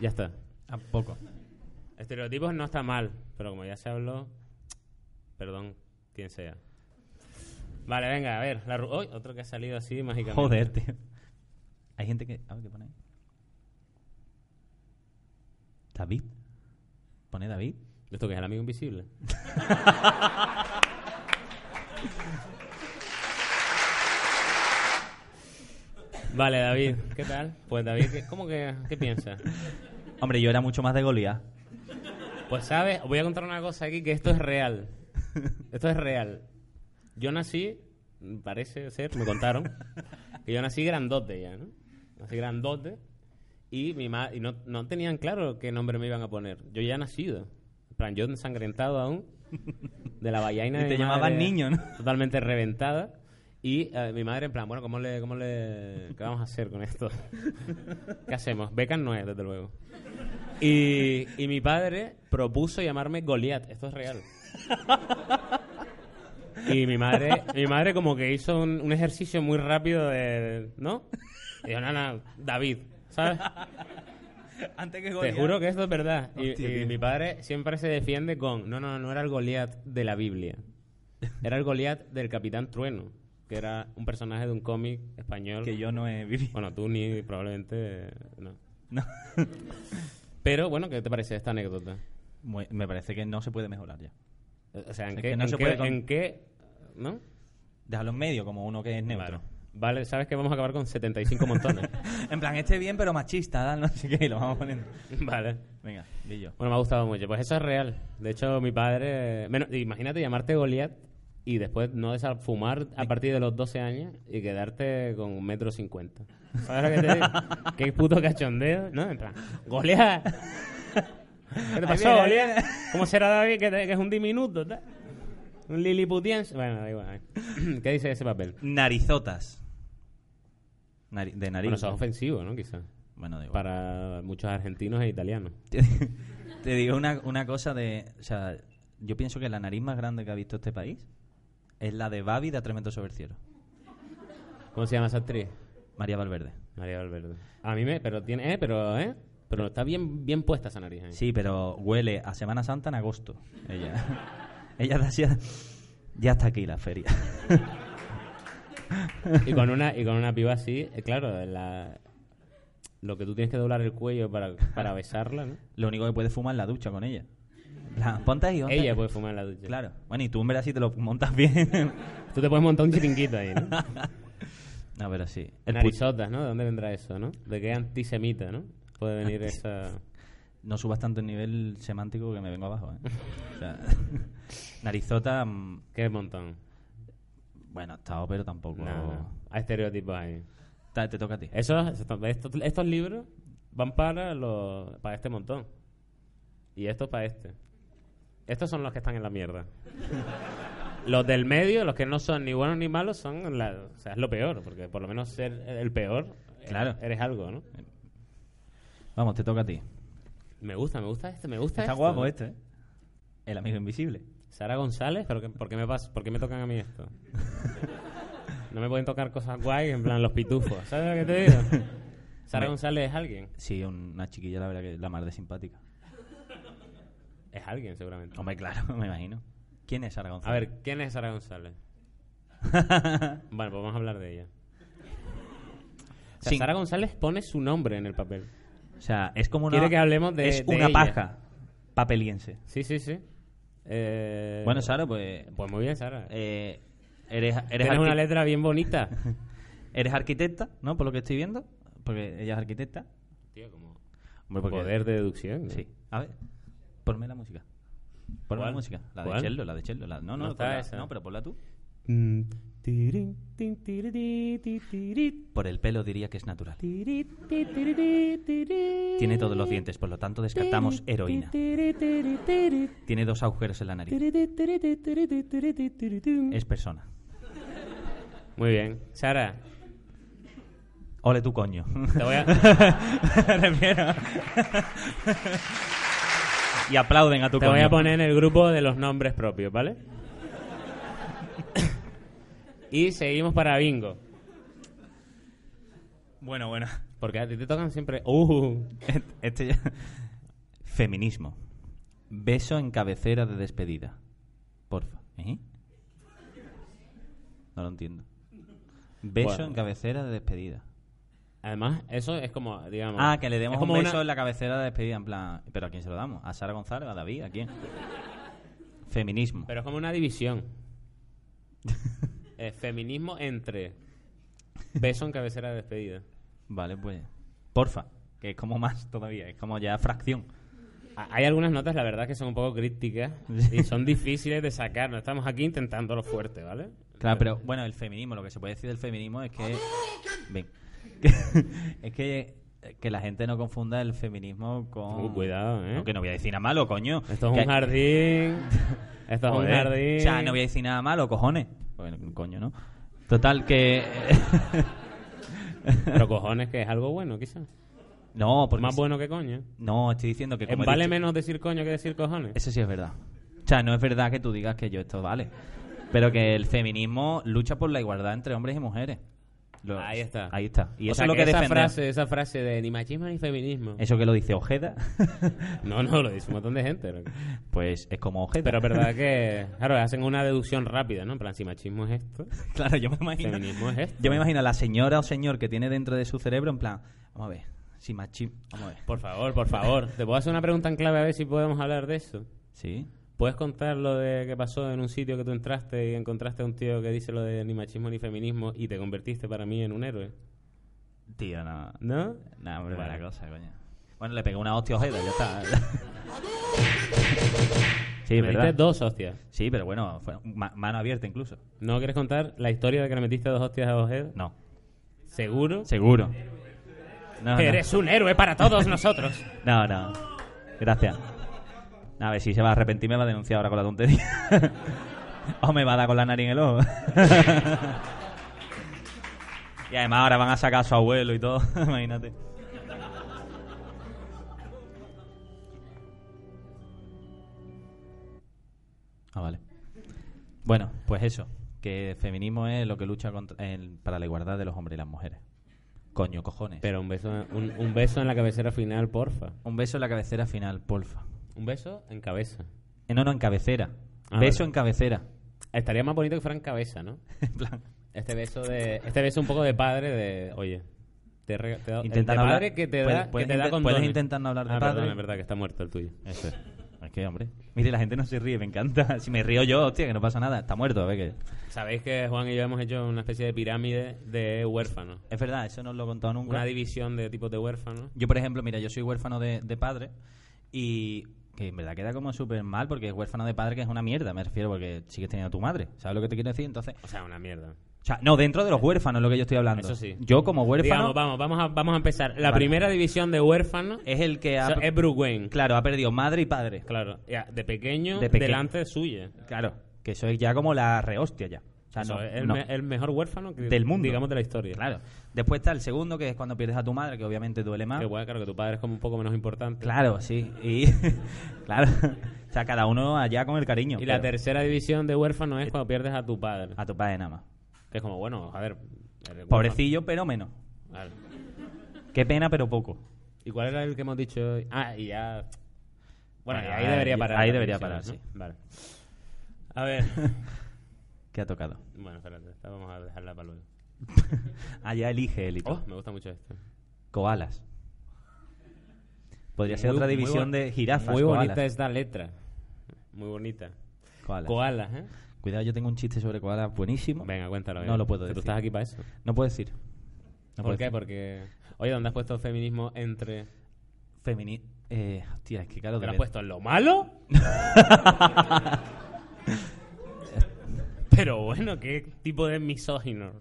Speaker 1: Ya está.
Speaker 2: Tampoco.
Speaker 1: Estereotipos no está mal, pero como ya se habló, perdón, quien sea. Vale, venga, a ver. La ru- ¡Uy! otro que ha salido así mágicamente.
Speaker 2: Joder, tío. Hay gente que. A ver, ¿qué pone ahí? David. ¿Pone David?
Speaker 1: ¿Esto que es el amigo invisible? vale, David, ¿qué tal? Pues David, ¿qué- ¿cómo que qué piensas?
Speaker 2: Hombre, yo era mucho más de Goliat.
Speaker 1: Pues sabes, os voy a contar una cosa aquí que esto es real. Esto es real. Yo nací, parece ser, me contaron, que yo nací grandote ya, ¿no? Nací grandote y mi ma- y no, no tenían claro qué nombre me iban a poner. Yo ya nacido. En plan, yo ensangrentado aún, de la vallaina
Speaker 2: Y
Speaker 1: de
Speaker 2: te
Speaker 1: mi
Speaker 2: llamaban
Speaker 1: madre,
Speaker 2: niño, ¿no?
Speaker 1: Totalmente reventada. Y eh, mi madre en plan, bueno, ¿cómo le, cómo le... ¿Qué vamos a hacer con esto? ¿Qué hacemos? Becan no es, desde luego. Y, y mi padre propuso llamarme Goliat. Esto es real. Y mi madre, mi madre como que hizo un, un ejercicio muy rápido de... ¿No? Y yo, nana, David, ¿sabes?
Speaker 2: Antes que
Speaker 1: Te
Speaker 2: Goliat.
Speaker 1: juro que esto es verdad. Y,
Speaker 2: Hostia,
Speaker 1: y
Speaker 2: tío.
Speaker 1: mi padre siempre se defiende con... No, no, no era el Goliat de la Biblia. Era el Goliat del Capitán Trueno, que era un personaje de un cómic español.
Speaker 2: Que yo no he vivido.
Speaker 1: Bueno, tú ni probablemente... eh, No.
Speaker 2: No.
Speaker 1: Pero bueno, ¿qué te parece esta anécdota?
Speaker 2: Muy- Me parece que no se puede mejorar ya.
Speaker 1: O sea, ¿en
Speaker 2: Es
Speaker 1: qué?
Speaker 2: que no
Speaker 1: en
Speaker 2: se
Speaker 1: qué-
Speaker 2: puede con-
Speaker 1: en qué- ¿No?
Speaker 2: Déjalo en medio, como uno que es neutro.
Speaker 1: Vale. Vale, sabes que vamos a acabar con 75 montones.
Speaker 2: En plan, este bien, pero machista, tal, no sé qué, y lo vamos poniendo.
Speaker 1: vale.
Speaker 2: Venga, di yo.
Speaker 1: Bueno, me ha gustado mucho. Pues eso es real. De hecho, mi padre... menos- imagínate llamarte Goliat y después no dejar fumar a partir de los 12 años y quedarte con un metro cincuenta. ¿Sabes lo que te digo? Qué puto cachondeo, ¿no? En plan, Goliat. ¿Qué te
Speaker 2: Ahí
Speaker 1: pasó,
Speaker 2: viene, ahí
Speaker 1: Goliat?
Speaker 2: viene.
Speaker 1: ¿Cómo será David que, te- que es un diminuto? tal? Un liliputiense. Bueno, da igual. ¿Qué dice ese papel?
Speaker 2: Narizotas. Nari- de nariz.
Speaker 1: Bueno, eso es ofensivo, ¿no? Quizás.
Speaker 2: Bueno, da igual.
Speaker 1: Para muchos argentinos e italianos.
Speaker 2: Te, te digo una, una cosa de... O sea, yo pienso que la nariz más grande que ha visto este país es la de Babi de A Tres Metros Sobre el Cielo.
Speaker 1: ¿Cómo se llama esa actriz?
Speaker 2: María Valverde.
Speaker 1: María Valverde. A mí me... Pero tiene... Eh, pero... Eh, pero está bien, bien puesta esa nariz. eh. ahí.
Speaker 2: Sí, pero huele a Semana Santa en agosto. Ella. Ella da así a- Ya está aquí la feria.
Speaker 1: Y con una, y con una piba así, eh, claro, la... Lo que tú tienes que doblar el cuello para, para besarla, ¿no?
Speaker 2: Lo único que puedes fumar es la ducha con ella. La, ponte ahí, ponte
Speaker 1: Ella pues,
Speaker 2: ahí.
Speaker 1: puede fumar en la ducha.
Speaker 2: Claro. Bueno, y tú en verás si te lo montas bien.
Speaker 1: Tú te puedes montar un chiringuito ahí, ¿no?
Speaker 2: no, pero sí.
Speaker 1: El
Speaker 2: El pu-
Speaker 1: Narizotas, ¿no? ¿De dónde vendrá eso, no? De qué antisemita, ¿no? Puede venir esa...
Speaker 2: No subas tanto el nivel semántico que me vengo abajo. ¿eh? O sea, narizota, mm,
Speaker 1: Qué montón.
Speaker 2: bueno, estado, pero tampoco.
Speaker 1: Nada, nada. Hay estereotipos ahí.
Speaker 2: Ta- te toca a ti.
Speaker 1: Esos, estos, estos libros van para los, para este montón. Y estos para este. Estos son los que están en la mierda. los del medio, los que no son ni buenos ni malos, son la- o sea, es lo peor, porque por lo menos ser el peor eh,
Speaker 2: Claro.
Speaker 1: eres algo, ¿no?
Speaker 2: Vamos, te toca a ti.
Speaker 1: Me gusta, me gusta este, me gusta
Speaker 2: Está
Speaker 1: esto.
Speaker 2: guapo este, ¿eh? El amigo invisible.
Speaker 1: Sara González, ¿pero qué- ¿por qué me pas- por qué me tocan a mí esto? no me pueden tocar cosas guay, en plan los pitufos. ¿Sabes lo que te digo? Sara
Speaker 2: Hombre.
Speaker 1: González es alguien.
Speaker 2: Sí, una chiquilla, la verdad, que es la más de simpática.
Speaker 1: Es alguien, seguramente.
Speaker 2: Hombre, claro, me imagino. ¿Quién es Sara González?
Speaker 1: A ver, ¿quién es Sara González? Bueno, pues vamos a hablar de ella. O sea,
Speaker 2: Sí.
Speaker 1: Sara González pone su nombre en el papel.
Speaker 2: o sea, es como una.
Speaker 1: Quiere que hablemos de-
Speaker 2: Es
Speaker 1: de
Speaker 2: una
Speaker 1: ella.
Speaker 2: paja papeliense.
Speaker 1: Sí, sí, sí. Eh,
Speaker 2: Bueno, Sara, pues.
Speaker 1: Pues muy bien, Sara.
Speaker 2: eh, eres eres,
Speaker 1: Tienes
Speaker 2: arqui-
Speaker 1: una letra bien bonita.
Speaker 2: eres arquitecta, ¿no? Por lo que estoy viendo. Porque ella es arquitecta.
Speaker 1: Tío, como
Speaker 2: Hombre, porque-
Speaker 1: poder de deducción. ¿no?
Speaker 2: Sí. A ver, ponme la música. Ponme
Speaker 1: ¿Cuál?
Speaker 2: la música. La de
Speaker 1: ¿Cuál?
Speaker 2: Chelo, la de Chelo. la- No, no,
Speaker 1: No está
Speaker 2: ponla-
Speaker 1: esa.
Speaker 2: no, pero ponla tú.
Speaker 1: Mm, tirin, tin, tiriri, ti, tiri,
Speaker 2: Por el pelo diría que es natural.
Speaker 1: tiri, ti, tiriri, tiri.
Speaker 2: Tiene todos los dientes, por lo tanto descartamos
Speaker 1: Tiri,
Speaker 2: heroína.
Speaker 1: tiri, tiri, tiri,
Speaker 2: Tiene dos agujeros en la nariz.
Speaker 1: tiri, tiri, tiri, tiri, tiri, tiri, tiri, tiri.
Speaker 2: Es persona.
Speaker 1: Muy bien. Sara,
Speaker 2: Ole tu coño.
Speaker 1: te voy a...
Speaker 2: Me refiero. y aplauden a tu
Speaker 1: Te
Speaker 2: coño.
Speaker 1: voy a poner en el grupo de los nombres propios, ¿vale? y seguimos para bingo.
Speaker 2: Bueno, bueno.
Speaker 1: Porque a ti te tocan siempre. ¡Uh!
Speaker 2: Este ya- Feminismo. Beso en cabecera de despedida. Porfa. ¿Eh? No lo entiendo. Beso
Speaker 1: Bueno.
Speaker 2: en cabecera de despedida.
Speaker 1: Además, eso es como, digamos.
Speaker 2: Ah, que le demos
Speaker 1: es
Speaker 2: un
Speaker 1: como
Speaker 2: beso
Speaker 1: una-
Speaker 2: en la cabecera de despedida, en plan... ¿Pero a quién se lo damos? ¿A Sara González? ¿A David? ¿A quién? Feminismo.
Speaker 1: Pero es como una división. Eh, feminismo entre beso en cabecera de despedida.
Speaker 2: Vale, pues... Porfa. Que es como más todavía. Es como ya fracción.
Speaker 1: A- Hay algunas notas, la verdad, que son un poco críticas y son difíciles de sacar. No estamos aquí intentándolo fuerte, ¿vale?
Speaker 2: Claro, pero bueno, el feminismo, lo que se puede decir del feminismo es que. Ven. es que, eh, que la gente no confunda el feminismo con.
Speaker 1: Uh, cuidado, ¿eh?
Speaker 2: No, que no voy a decir nada malo, coño.
Speaker 1: Esto
Speaker 2: Que-
Speaker 1: es un jardín. Esto es un
Speaker 2: Joder.
Speaker 1: jardín.
Speaker 2: O sea, no voy a decir nada malo, cojones. Bueno, coño, ¿no? Total, que.
Speaker 1: Pero cojones, que es algo bueno, quizás.
Speaker 2: no, porque.
Speaker 1: Más bueno que coño. Eh,
Speaker 2: No, estoy diciendo que. Como he
Speaker 1: Vale
Speaker 2: dicho-
Speaker 1: menos decir coño que decir cojones.
Speaker 2: Eso sí es verdad. O sea, no es verdad que tú digas que yo esto vale. Pero que el feminismo lucha por la igualdad entre hombres y mujeres. Lo-
Speaker 1: Ahí está.
Speaker 2: Ahí está. Y
Speaker 1: O
Speaker 2: eso
Speaker 1: sea,
Speaker 2: es lo que,
Speaker 1: esa
Speaker 2: defendemos.
Speaker 1: frase, esa frase de ni machismo ni feminismo.
Speaker 2: Eso que lo dice Ojeda,
Speaker 1: No, no, lo dice un montón de gente. ¿no?
Speaker 2: pues es como Ojeda.
Speaker 1: Pero es verdad que, claro, hacen una deducción rápida, ¿no? En plan, si machismo es esto,
Speaker 2: claro, yo me imagino.
Speaker 1: feminismo es esto.
Speaker 2: Yo me imagino a la señora o señor que tiene dentro de su cerebro, en plan, vamos a ver, si machismo. Vamos a ver.
Speaker 1: Por favor, por favor. Te puedo hacer una pregunta en clave a ver si podemos hablar de eso.
Speaker 2: Sí.
Speaker 1: ¿Puedes contar lo de que pasó en un sitio que tú entraste y encontraste a un tío que dice lo de ni machismo ni feminismo y te convertiste para mí en un héroe?
Speaker 2: Tío, no.
Speaker 1: ¿No?
Speaker 2: No, hombre,
Speaker 1: Vale.
Speaker 2: buena cosa, coño. Bueno, le pegué una hostia a Ojeda, ya está. sí,
Speaker 1: Me diste
Speaker 2: verdad.
Speaker 1: dos hostias.
Speaker 2: Sí, pero bueno, fue ma- mano abierta incluso.
Speaker 1: ¿No quieres contar la historia de que le metiste dos hostias a Ojeda?
Speaker 2: No,
Speaker 1: ¿Seguro?
Speaker 2: seguro. No, no.
Speaker 1: Eres un héroe para todos nosotros.
Speaker 2: No, no. Gracias. A ver, si se va a arrepentir, me va a denunciar ahora con la tontería. o me va a dar con la nariz en el ojo. y además ahora van a sacar a su abuelo y todo. Imagínate. Ah, vale. Bueno, pues eso. Que feminismo es lo que lucha contra- en- para la igualdad de los hombres y las mujeres. Coño, cojones.
Speaker 1: Pero un beso, un, un beso en la cabecera final, porfa.
Speaker 2: Un beso en la cabecera final, porfa.
Speaker 1: Un beso en cabeza.
Speaker 2: Eh, no, no, en cabecera.
Speaker 1: Ah,
Speaker 2: beso
Speaker 1: vale.
Speaker 2: en cabecera.
Speaker 1: Estaría más bonito que fuera en cabeza, ¿no?
Speaker 2: en plan,
Speaker 1: Este beso de, este beso un poco de padre de, oye, te, re- te da-
Speaker 2: Intentan
Speaker 1: el de
Speaker 2: hablar-
Speaker 1: padre que te
Speaker 2: puedes-
Speaker 1: da,
Speaker 2: puedes
Speaker 1: que te da
Speaker 2: inte-
Speaker 1: condones.
Speaker 2: puedes intentar no hablar de
Speaker 1: Ah,
Speaker 2: padre.
Speaker 1: perdón, es verdad que está muerto el tuyo.
Speaker 2: eso es. Es que, hombre. Mire, la gente no se ríe, me encanta. Si me río yo, hostia, que no pasa nada. Está muerto, a ver que.
Speaker 1: Sabéis que Juan y yo hemos hecho una especie de pirámide de huérfanos,
Speaker 2: Es verdad, eso no os lo he contado nunca.
Speaker 1: una división de tipos de huérfanos.
Speaker 2: Yo, por ejemplo, mira, yo soy huérfano de, de padre y que en verdad queda como súper mal porque es huérfano de padre que es una mierda, me refiero, porque sigues teniendo a tu madre. ¿Sabes lo que te quiero decir? Entonces,
Speaker 1: O sea, una mierda.
Speaker 2: o sea, no, dentro de los huérfanos es lo que yo estoy hablando.
Speaker 1: Eso sí.
Speaker 2: Yo como huérfano
Speaker 1: Digamos, vamos, vamos a, vamos a empezar. La
Speaker 2: Vale. Eh, ah,
Speaker 1: primera división de huérfanos es,
Speaker 2: es el que ha,
Speaker 1: es Bruce Wayne.
Speaker 2: claro, ha perdido madre y padre.
Speaker 1: Claro, ya, de, pequeño,
Speaker 2: De pequeño.
Speaker 1: delante de suya.
Speaker 2: Claro, que eso es ya como la rehostia ya. O sea,
Speaker 1: Eso
Speaker 2: Ah, no,
Speaker 1: es el,
Speaker 2: no.
Speaker 1: me- el mejor huérfano que-
Speaker 2: Del mundo.
Speaker 1: digamos, de la historia.
Speaker 2: Claro. Después está el segundo, que es cuando pierdes a tu madre, que obviamente duele más.
Speaker 1: Que bueno, claro, que tu padre es como un poco menos importante.
Speaker 2: Claro, sí. Y claro. O sea, cada uno allá con el cariño.
Speaker 1: Y la
Speaker 2: pero Eh,
Speaker 1: tercera división de huérfano es cuando pierdes a tu padre.
Speaker 2: A tu padre nada más.
Speaker 1: Que es como, bueno, a ver. eres
Speaker 2: Pobrecillo, pero menos.
Speaker 1: huérfano. Claro.
Speaker 2: Qué pena, pero poco.
Speaker 1: ¿Y cuál era el que hemos dicho hoy? Ah, y ya. Bueno,
Speaker 2: Bueno,
Speaker 1: ahí
Speaker 2: ahí-
Speaker 1: debería parar.
Speaker 2: Ah, ahí
Speaker 1: la
Speaker 2: debería
Speaker 1: división,
Speaker 2: parar,
Speaker 1: Vale.
Speaker 2: sí.
Speaker 1: A ver.
Speaker 2: Que ha tocado.
Speaker 1: bueno, espérate, esta vamos a dejarla para luego.
Speaker 2: Allá elige él y todo.
Speaker 1: Oh, me gusta mucho esto.
Speaker 2: Koalas. Podría ser
Speaker 1: Muy-
Speaker 2: otra
Speaker 1: muy
Speaker 2: división
Speaker 1: bon-
Speaker 2: de jirafas.
Speaker 1: Muy
Speaker 2: koalas.
Speaker 1: bonita esta letra. Muy bonita.
Speaker 2: Koalas.
Speaker 1: Koalas, ¿eh?
Speaker 2: Cuidado, yo tengo un chiste sobre koalas buenísimo.
Speaker 1: Venga, cuéntalo.
Speaker 2: No
Speaker 1: venga.
Speaker 2: lo puedo
Speaker 1: Que Tú
Speaker 2: decir.
Speaker 1: estás aquí para eso.
Speaker 2: No puedo decir. No
Speaker 1: ¿Por
Speaker 2: puedo
Speaker 1: qué?
Speaker 2: decir.
Speaker 1: Porque. Oye, ¿dónde has puesto feminismo entre.
Speaker 2: Femini... Eh, hostia, es que claro...
Speaker 1: ¿Te lo has
Speaker 2: debe-
Speaker 1: puesto en lo malo? Pero bueno, ¿qué tipo de misógino?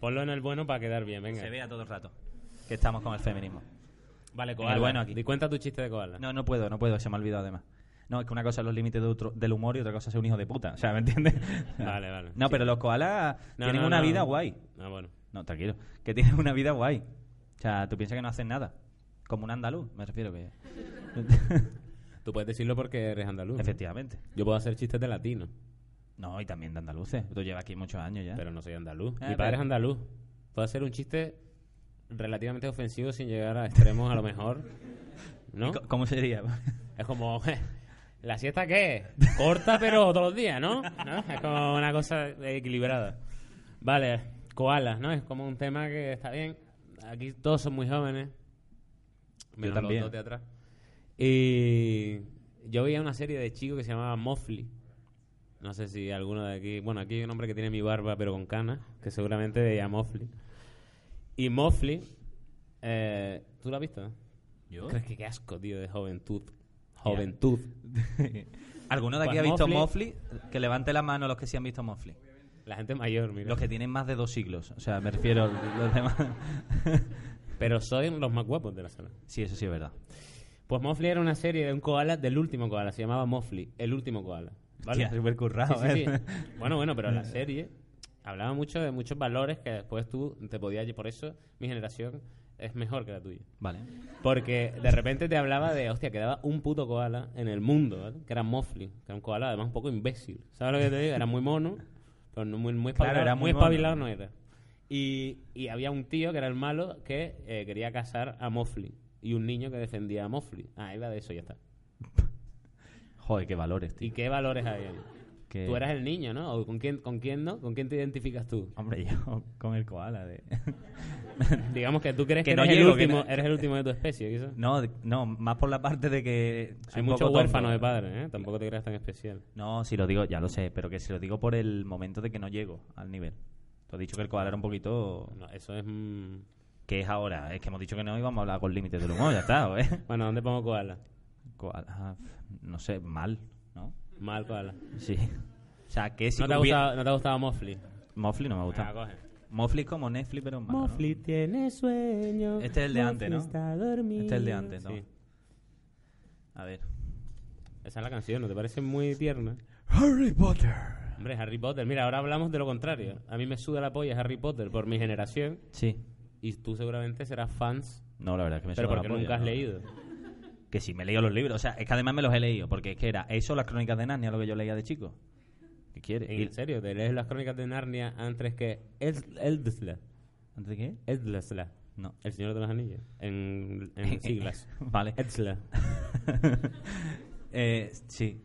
Speaker 1: Ponlo en el bueno para quedar bien, venga.
Speaker 2: Se vea todo el rato que estamos con el feminismo.
Speaker 1: Vale,
Speaker 2: en el
Speaker 1: koala.
Speaker 2: bueno aquí.
Speaker 1: Di cuenta tu chiste de koala.
Speaker 2: No, no puedo, no puedo, se me ha olvidado además. No, es que una cosa es los límites de otro- del humor y otra cosa es ser un hijo de puta, o sea, ¿me entiendes?
Speaker 1: Vale, vale.
Speaker 2: No, pero los koalas
Speaker 1: No,
Speaker 2: tienen
Speaker 1: no,
Speaker 2: una
Speaker 1: no.
Speaker 2: vida guay.
Speaker 1: Ah, bueno.
Speaker 2: No, tranquilo, que tienen una vida guay. O sea, tú piensas que no hacen nada. Como un andaluz, me refiero que...
Speaker 1: Tú puedes decirlo porque eres andaluz. ¿no?
Speaker 2: Efectivamente.
Speaker 1: Yo puedo hacer chistes de latino,
Speaker 2: No, y también de andaluces. Tú llevas aquí muchos años ya.
Speaker 1: pero no soy andaluz.
Speaker 2: Ah,
Speaker 1: Mi
Speaker 2: pero-
Speaker 1: padre es andaluz. Puedo hacer un chiste relativamente ofensivo sin llegar a extremos, a lo mejor. ¿No?
Speaker 2: C- ¿Cómo sería?
Speaker 1: Es como, ¿la siesta qué? Corta, pero todos los días, ¿no? ¿No? Es como una cosa equilibrada. Vale, koalas, ¿no? Es como un tema que está bien. Aquí todos son muy jóvenes. Menos
Speaker 2: también.
Speaker 1: los dos de atrás. Y yo veía una serie de chicos que se llamaba Mofli. No sé si alguno de aquí... Bueno, aquí hay un hombre que tiene mi barba, pero con canas, que seguramente veía Mofli. Y Mofli... eh, ¿Tú la has visto?
Speaker 2: ¿Yo?
Speaker 1: Crees que qué asco, tío, de juventud. Juventud.
Speaker 2: ¿Alguno de aquí
Speaker 1: Pues
Speaker 2: ha visto
Speaker 1: Mofli-
Speaker 2: Mofli? Que levante la mano los que sí han visto Mofli.
Speaker 1: La gente mayor, mira.
Speaker 2: Los que tienen más de dos siglos. O sea, me refiero a los demás.
Speaker 1: Pero son los más guapos de la sala.
Speaker 2: sí, eso sí es verdad.
Speaker 1: Pues Mofli era una serie de un koala, del último koala. Se llamaba Mofli, el último koala. ¿Vale?
Speaker 2: Hostia, súper currado,
Speaker 1: Sí, sí,
Speaker 2: ¿eh?
Speaker 1: sí. Bueno, bueno, pero la serie hablaba mucho de muchos valores que después tú te podías... Por eso mi generación es mejor que la tuya.
Speaker 2: Vale.
Speaker 1: Porque de repente te hablaba de, hostia, quedaba un puto koala en el mundo, ¿vale? que era Mofli, que era un koala además un poco imbécil. ¿Sabes lo que te digo? Era muy mono, pero no muy, muy espabilado,
Speaker 2: Claro, era
Speaker 1: muy
Speaker 2: muy mono.
Speaker 1: espabilado no era. Y, y había un tío que era el malo que eh, quería casar a Mofli y un niño que defendía a Mofli. Ah, iba de eso, ya está.
Speaker 2: Joder, qué valores, tío.
Speaker 1: ¿Y qué valores hay ahí?
Speaker 2: Que-
Speaker 1: Tú eras el niño, ¿no? ¿O con quién, con quién no? ¿Con quién te identificas tú?
Speaker 2: Hombre, yo con el koala de...
Speaker 1: Digamos que tú crees que,
Speaker 2: Que no
Speaker 1: eres, el
Speaker 2: llego, que
Speaker 1: último,
Speaker 2: no-
Speaker 1: eres el último de tu especie, quizás.
Speaker 2: no, de- no, más por la parte de que... soy
Speaker 1: Hay
Speaker 2: un
Speaker 1: muchos
Speaker 2: poco tonto.
Speaker 1: huérfanos de padres, ¿eh? Tampoco te creas tan especial.
Speaker 2: No, si lo digo, ya lo sé, pero que si lo digo por el momento de que no llego al nivel. Tú has dicho que el koala era un poquito...
Speaker 1: No, eso es... mm,
Speaker 2: ¿Qué es ahora? Es que hemos dicho que no íbamos a hablar con límites del humor, ya está, ¿eh?
Speaker 1: Bueno, ¿dónde pongo koala?
Speaker 2: Koala, ah, no sé, mal, ¿no?
Speaker 1: Mal koala.
Speaker 2: Sí. O sea, que si
Speaker 1: ¿No, te ha
Speaker 2: hubiera-
Speaker 1: gustado, ¿No te ha gustado Mofli?
Speaker 2: Mofli no me gusta.
Speaker 1: Ah, coge.
Speaker 2: Mofli es como Netflix, pero en malo, ¿no?
Speaker 1: tiene sueño.
Speaker 2: Este es el de Mofli antes, ¿no? está Este es el de antes, ¿no?
Speaker 1: Sí.
Speaker 2: A ver.
Speaker 1: Esa es la canción, ¿no te parece muy tierna?
Speaker 2: Harry Potter.
Speaker 1: Hombre, Harry Potter. Mira, ahora hablamos de lo contrario. A mí me suda la polla Harry Potter por mi generación
Speaker 2: Sí.
Speaker 1: y tú seguramente serás fans,
Speaker 2: No, la verdad es que me
Speaker 1: pero
Speaker 2: suena
Speaker 1: porque
Speaker 2: la polla,
Speaker 1: nunca has
Speaker 2: ¿no?
Speaker 1: leído.
Speaker 2: Que sí, me he leído los libros. O sea, es que además me los he leído. Porque es que era eso, las crónicas de Narnia, lo que yo leía de chico. ¿Qué quiere?
Speaker 1: En serio, te lees las crónicas de Narnia antes que Eld- Eldesla.
Speaker 2: ¿Antes de qué?
Speaker 1: Eldesla.
Speaker 2: No.
Speaker 1: El Señor de los Anillos. En, en siglas.
Speaker 2: vale.
Speaker 1: Edsla.
Speaker 2: Eh, sí.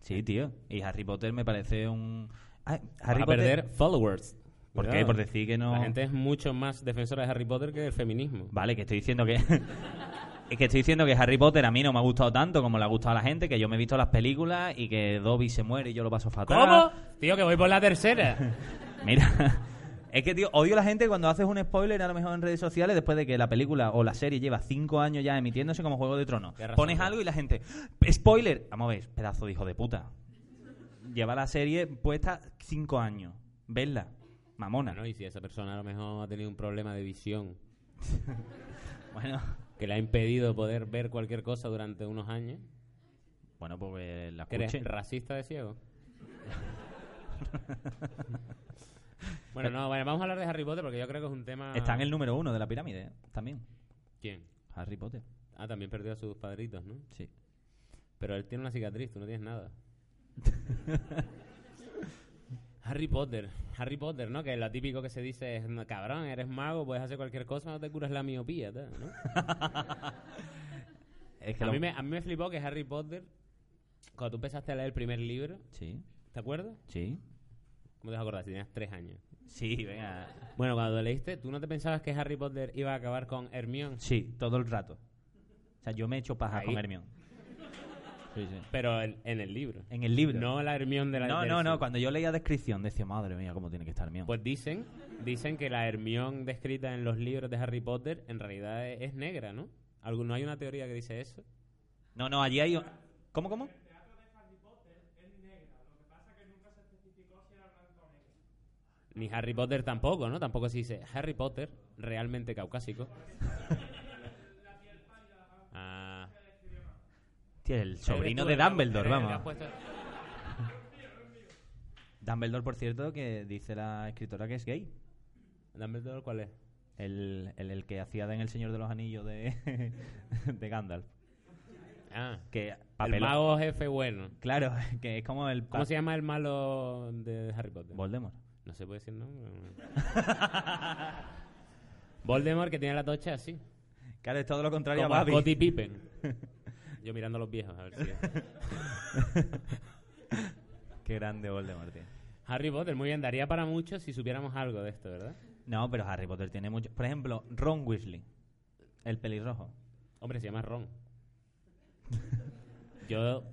Speaker 2: Sí, tío. Y Harry Potter me parece un... Ah,
Speaker 1: Vas
Speaker 2: Harry
Speaker 1: a
Speaker 2: Potter...
Speaker 1: perder followers.
Speaker 2: ¿Por
Speaker 1: Cuidado.
Speaker 2: qué? Por decir que no...
Speaker 1: La gente es mucho más defensora de Harry Potter que del feminismo.
Speaker 2: Vale, que estoy diciendo que. es que estoy diciendo que Harry Potter a mí no me ha gustado tanto como le ha gustado a la gente, que yo me he visto las películas y que Dobby se muere y yo lo paso fatal.
Speaker 1: ¿Cómo? Tío, que voy por la tercera.
Speaker 2: Mira. Es que, tío, odio a la gente cuando haces un spoiler, a lo mejor en redes sociales, después de que la película o la serie lleva cinco años ya emitiéndose como Juego de Tronos.
Speaker 1: Tienes razón,
Speaker 2: Pones
Speaker 1: tío.
Speaker 2: algo y la gente, ¡Ah! ¡spoiler! Vamos a ver, pedazo de hijo de puta. Lleva la serie puesta cinco años. Verla. Mamona.
Speaker 1: Bueno, y si esa persona a lo mejor ha tenido un problema de visión
Speaker 2: Bueno,
Speaker 1: que le ha impedido poder ver cualquier cosa durante unos años,
Speaker 2: bueno pues eh, la
Speaker 1: ¿que eres
Speaker 2: escuché.
Speaker 1: racista de ciego? bueno, no, bueno, vamos a hablar de Harry Potter porque yo creo que es un tema...
Speaker 2: Está en el número uno de la pirámide, ¿eh? también.
Speaker 1: ¿Quién?
Speaker 2: Harry Potter,
Speaker 1: Ah, también perdió a sus padritos, ¿no?
Speaker 2: sí.
Speaker 1: Pero él tiene una cicatriz, tú no tienes nada. Harry Potter, Harry Potter, ¿no? Que lo típico que se dice es, "No, cabrón, eres mago, puedes hacer cualquier cosa, no te curas la miopía, tal", ¿no?
Speaker 2: Es
Speaker 1: A
Speaker 2: lo-
Speaker 1: mí, me, a mí me flipó que Harry Potter, cuando tú empezaste a leer el primer libro,
Speaker 2: Sí,
Speaker 1: ¿te acuerdas?
Speaker 2: sí.
Speaker 1: ¿Cómo te vas a acordar? Si tenías tres años.
Speaker 2: Sí, venga.
Speaker 1: Bueno, cuando lo leíste, ¿tú no te pensabas que Harry Potter iba a acabar con Hermione?
Speaker 2: Sí, todo el rato. O sea, yo me he hecho paja
Speaker 1: Ahí.
Speaker 2: con Hermione. Sí, sí.
Speaker 1: Pero en, en el libro.
Speaker 2: En el libro.
Speaker 1: No la Hermione de la
Speaker 2: no,
Speaker 1: del
Speaker 2: no, no,
Speaker 1: cine.
Speaker 2: Cuando yo leía descripción decía, madre mía, cómo tiene que estar Hermione.
Speaker 1: Pues dicen, dicen que la Hermión descrita en los libros de Harry Potter en realidad es, es negra, ¿no? ¿Algún- ¿No hay una teoría que dice eso?
Speaker 2: no, no, allí hay... un- ¿Cómo, cómo?
Speaker 1: Ni Harry Potter tampoco, ¿no? Tampoco se dice Harry Potter, realmente caucásico. Ah,
Speaker 2: Tío, el
Speaker 1: eres
Speaker 2: sobrino
Speaker 1: tú,
Speaker 2: de eh,
Speaker 1: ¿no?
Speaker 2: Dumbledore,
Speaker 1: Eres el que has
Speaker 2: vamos.
Speaker 1: puesto-
Speaker 2: Dumbledore, por cierto, que dice la escritora que es gay.
Speaker 1: ¿Dumbledore cuál es?
Speaker 2: El, el, el que hacía de en El Señor de los Anillos de, de Gandalf.
Speaker 1: Ah,
Speaker 2: Que
Speaker 1: el
Speaker 2: papelón. Ah.
Speaker 1: mago jefe bueno.
Speaker 2: Claro, que es como el...
Speaker 1: ¿Cómo
Speaker 2: pa-
Speaker 1: se llama el malo de Harry Potter?
Speaker 2: Voldemort.
Speaker 1: No se puede decir nombre. Voldemort que tiene la tocha así.
Speaker 2: Claro, es todo lo contrario
Speaker 1: Como
Speaker 2: a
Speaker 1: a
Speaker 2: Babi.
Speaker 1: Scottie Pippen. Yo mirando a los viejos, a ver si.
Speaker 2: Qué grande Voldemort, tío.
Speaker 1: Harry Potter, muy bien, daría para mucho si supiéramos algo de esto, ¿verdad?
Speaker 2: No, pero Harry Potter tiene mucho... Por ejemplo, Ron Weasley, el pelirrojo.
Speaker 1: Hombre, se llama Ron. Yo,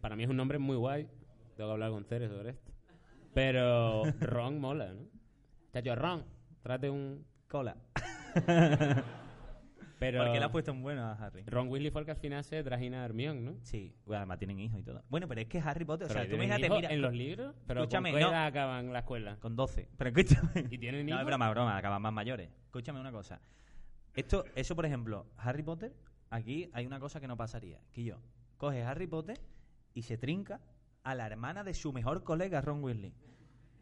Speaker 1: para mí es un nombre muy guay. Tengo que hablar con Ceres sobre esto. Pero Ron mola, ¿no? Chacho, Ron, trate un...
Speaker 2: Cola.
Speaker 1: Pero
Speaker 2: Porque le has puesto un bueno a Harry.
Speaker 1: Ron Weasley fue el que al final se trajina a Hermione, ¿no?
Speaker 2: Sí, bueno, además tienen hijos y todo. Bueno, pero es que Harry Potter, o sea, tú
Speaker 1: tienen
Speaker 2: imagínate,
Speaker 1: hijos
Speaker 2: mira,
Speaker 1: en los libros, pero
Speaker 2: Escúchame,
Speaker 1: ¿con qué
Speaker 2: no.
Speaker 1: edad acaban la escuela?
Speaker 2: con 12. Pero escúchame.
Speaker 1: ¿Y tienen
Speaker 2: No,
Speaker 1: hijos?
Speaker 2: es broma, es broma, acaban más mayores. Escúchame una cosa. Esto, eso, por ejemplo, Harry Potter, aquí hay una cosa que no pasaría. Que yo, coge Harry Potter y se trinca a la hermana de su mejor colega, Ron Weasley.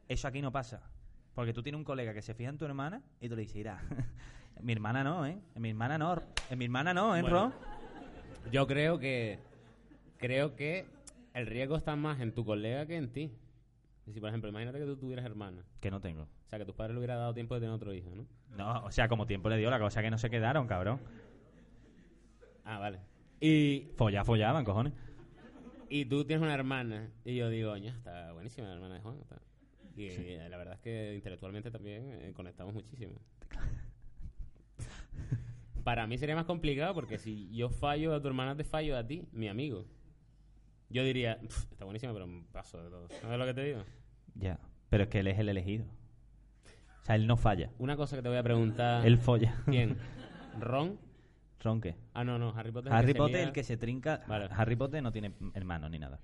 Speaker 2: Eso aquí no pasa. Porque tú tienes un colega que se fija en tu hermana y tú le dices, irá, mi hermana no, ¿eh? En mi hermana no, en mi hermana no, ¿eh,
Speaker 1: Bueno.
Speaker 2: Ron?
Speaker 1: Yo creo que creo que el riesgo está más en tu colega que en ti. Si, por ejemplo, imagínate que tú tuvieras hermana.
Speaker 2: Que no tengo.
Speaker 1: O sea, que tus padres le hubiera dado tiempo de tener otro hijo, ¿no?
Speaker 2: No, o sea, como tiempo le dio la cosa que no se quedaron, cabrón.
Speaker 1: Ah, vale. Y,
Speaker 2: Follá, follaban, cojones.
Speaker 1: y tú tienes una hermana. Y yo digo, oña, está buenísima la hermana de Juan. está". Y eh, la verdad es que intelectualmente también eh, conectamos muchísimo. Para mí sería más complicado porque si yo fallo a tu hermana, te fallo a ti, mi amigo. Yo diría, "Pf, está buenísima, pero un paso de todo. ¿Sabes lo que te digo?
Speaker 2: Ya, pero es que él es el elegido. O sea, él no falla.
Speaker 1: Una cosa que te voy a preguntar.
Speaker 2: Él folla.
Speaker 1: ¿Quién? ¿Ron?
Speaker 2: Ronque.
Speaker 1: Ah, no, no, Harry Potter. es
Speaker 2: Harry
Speaker 1: se
Speaker 2: Potter,
Speaker 1: lía-
Speaker 2: el que se trinca.
Speaker 1: Vale.
Speaker 2: Harry Potter no tiene hermanos ni nada.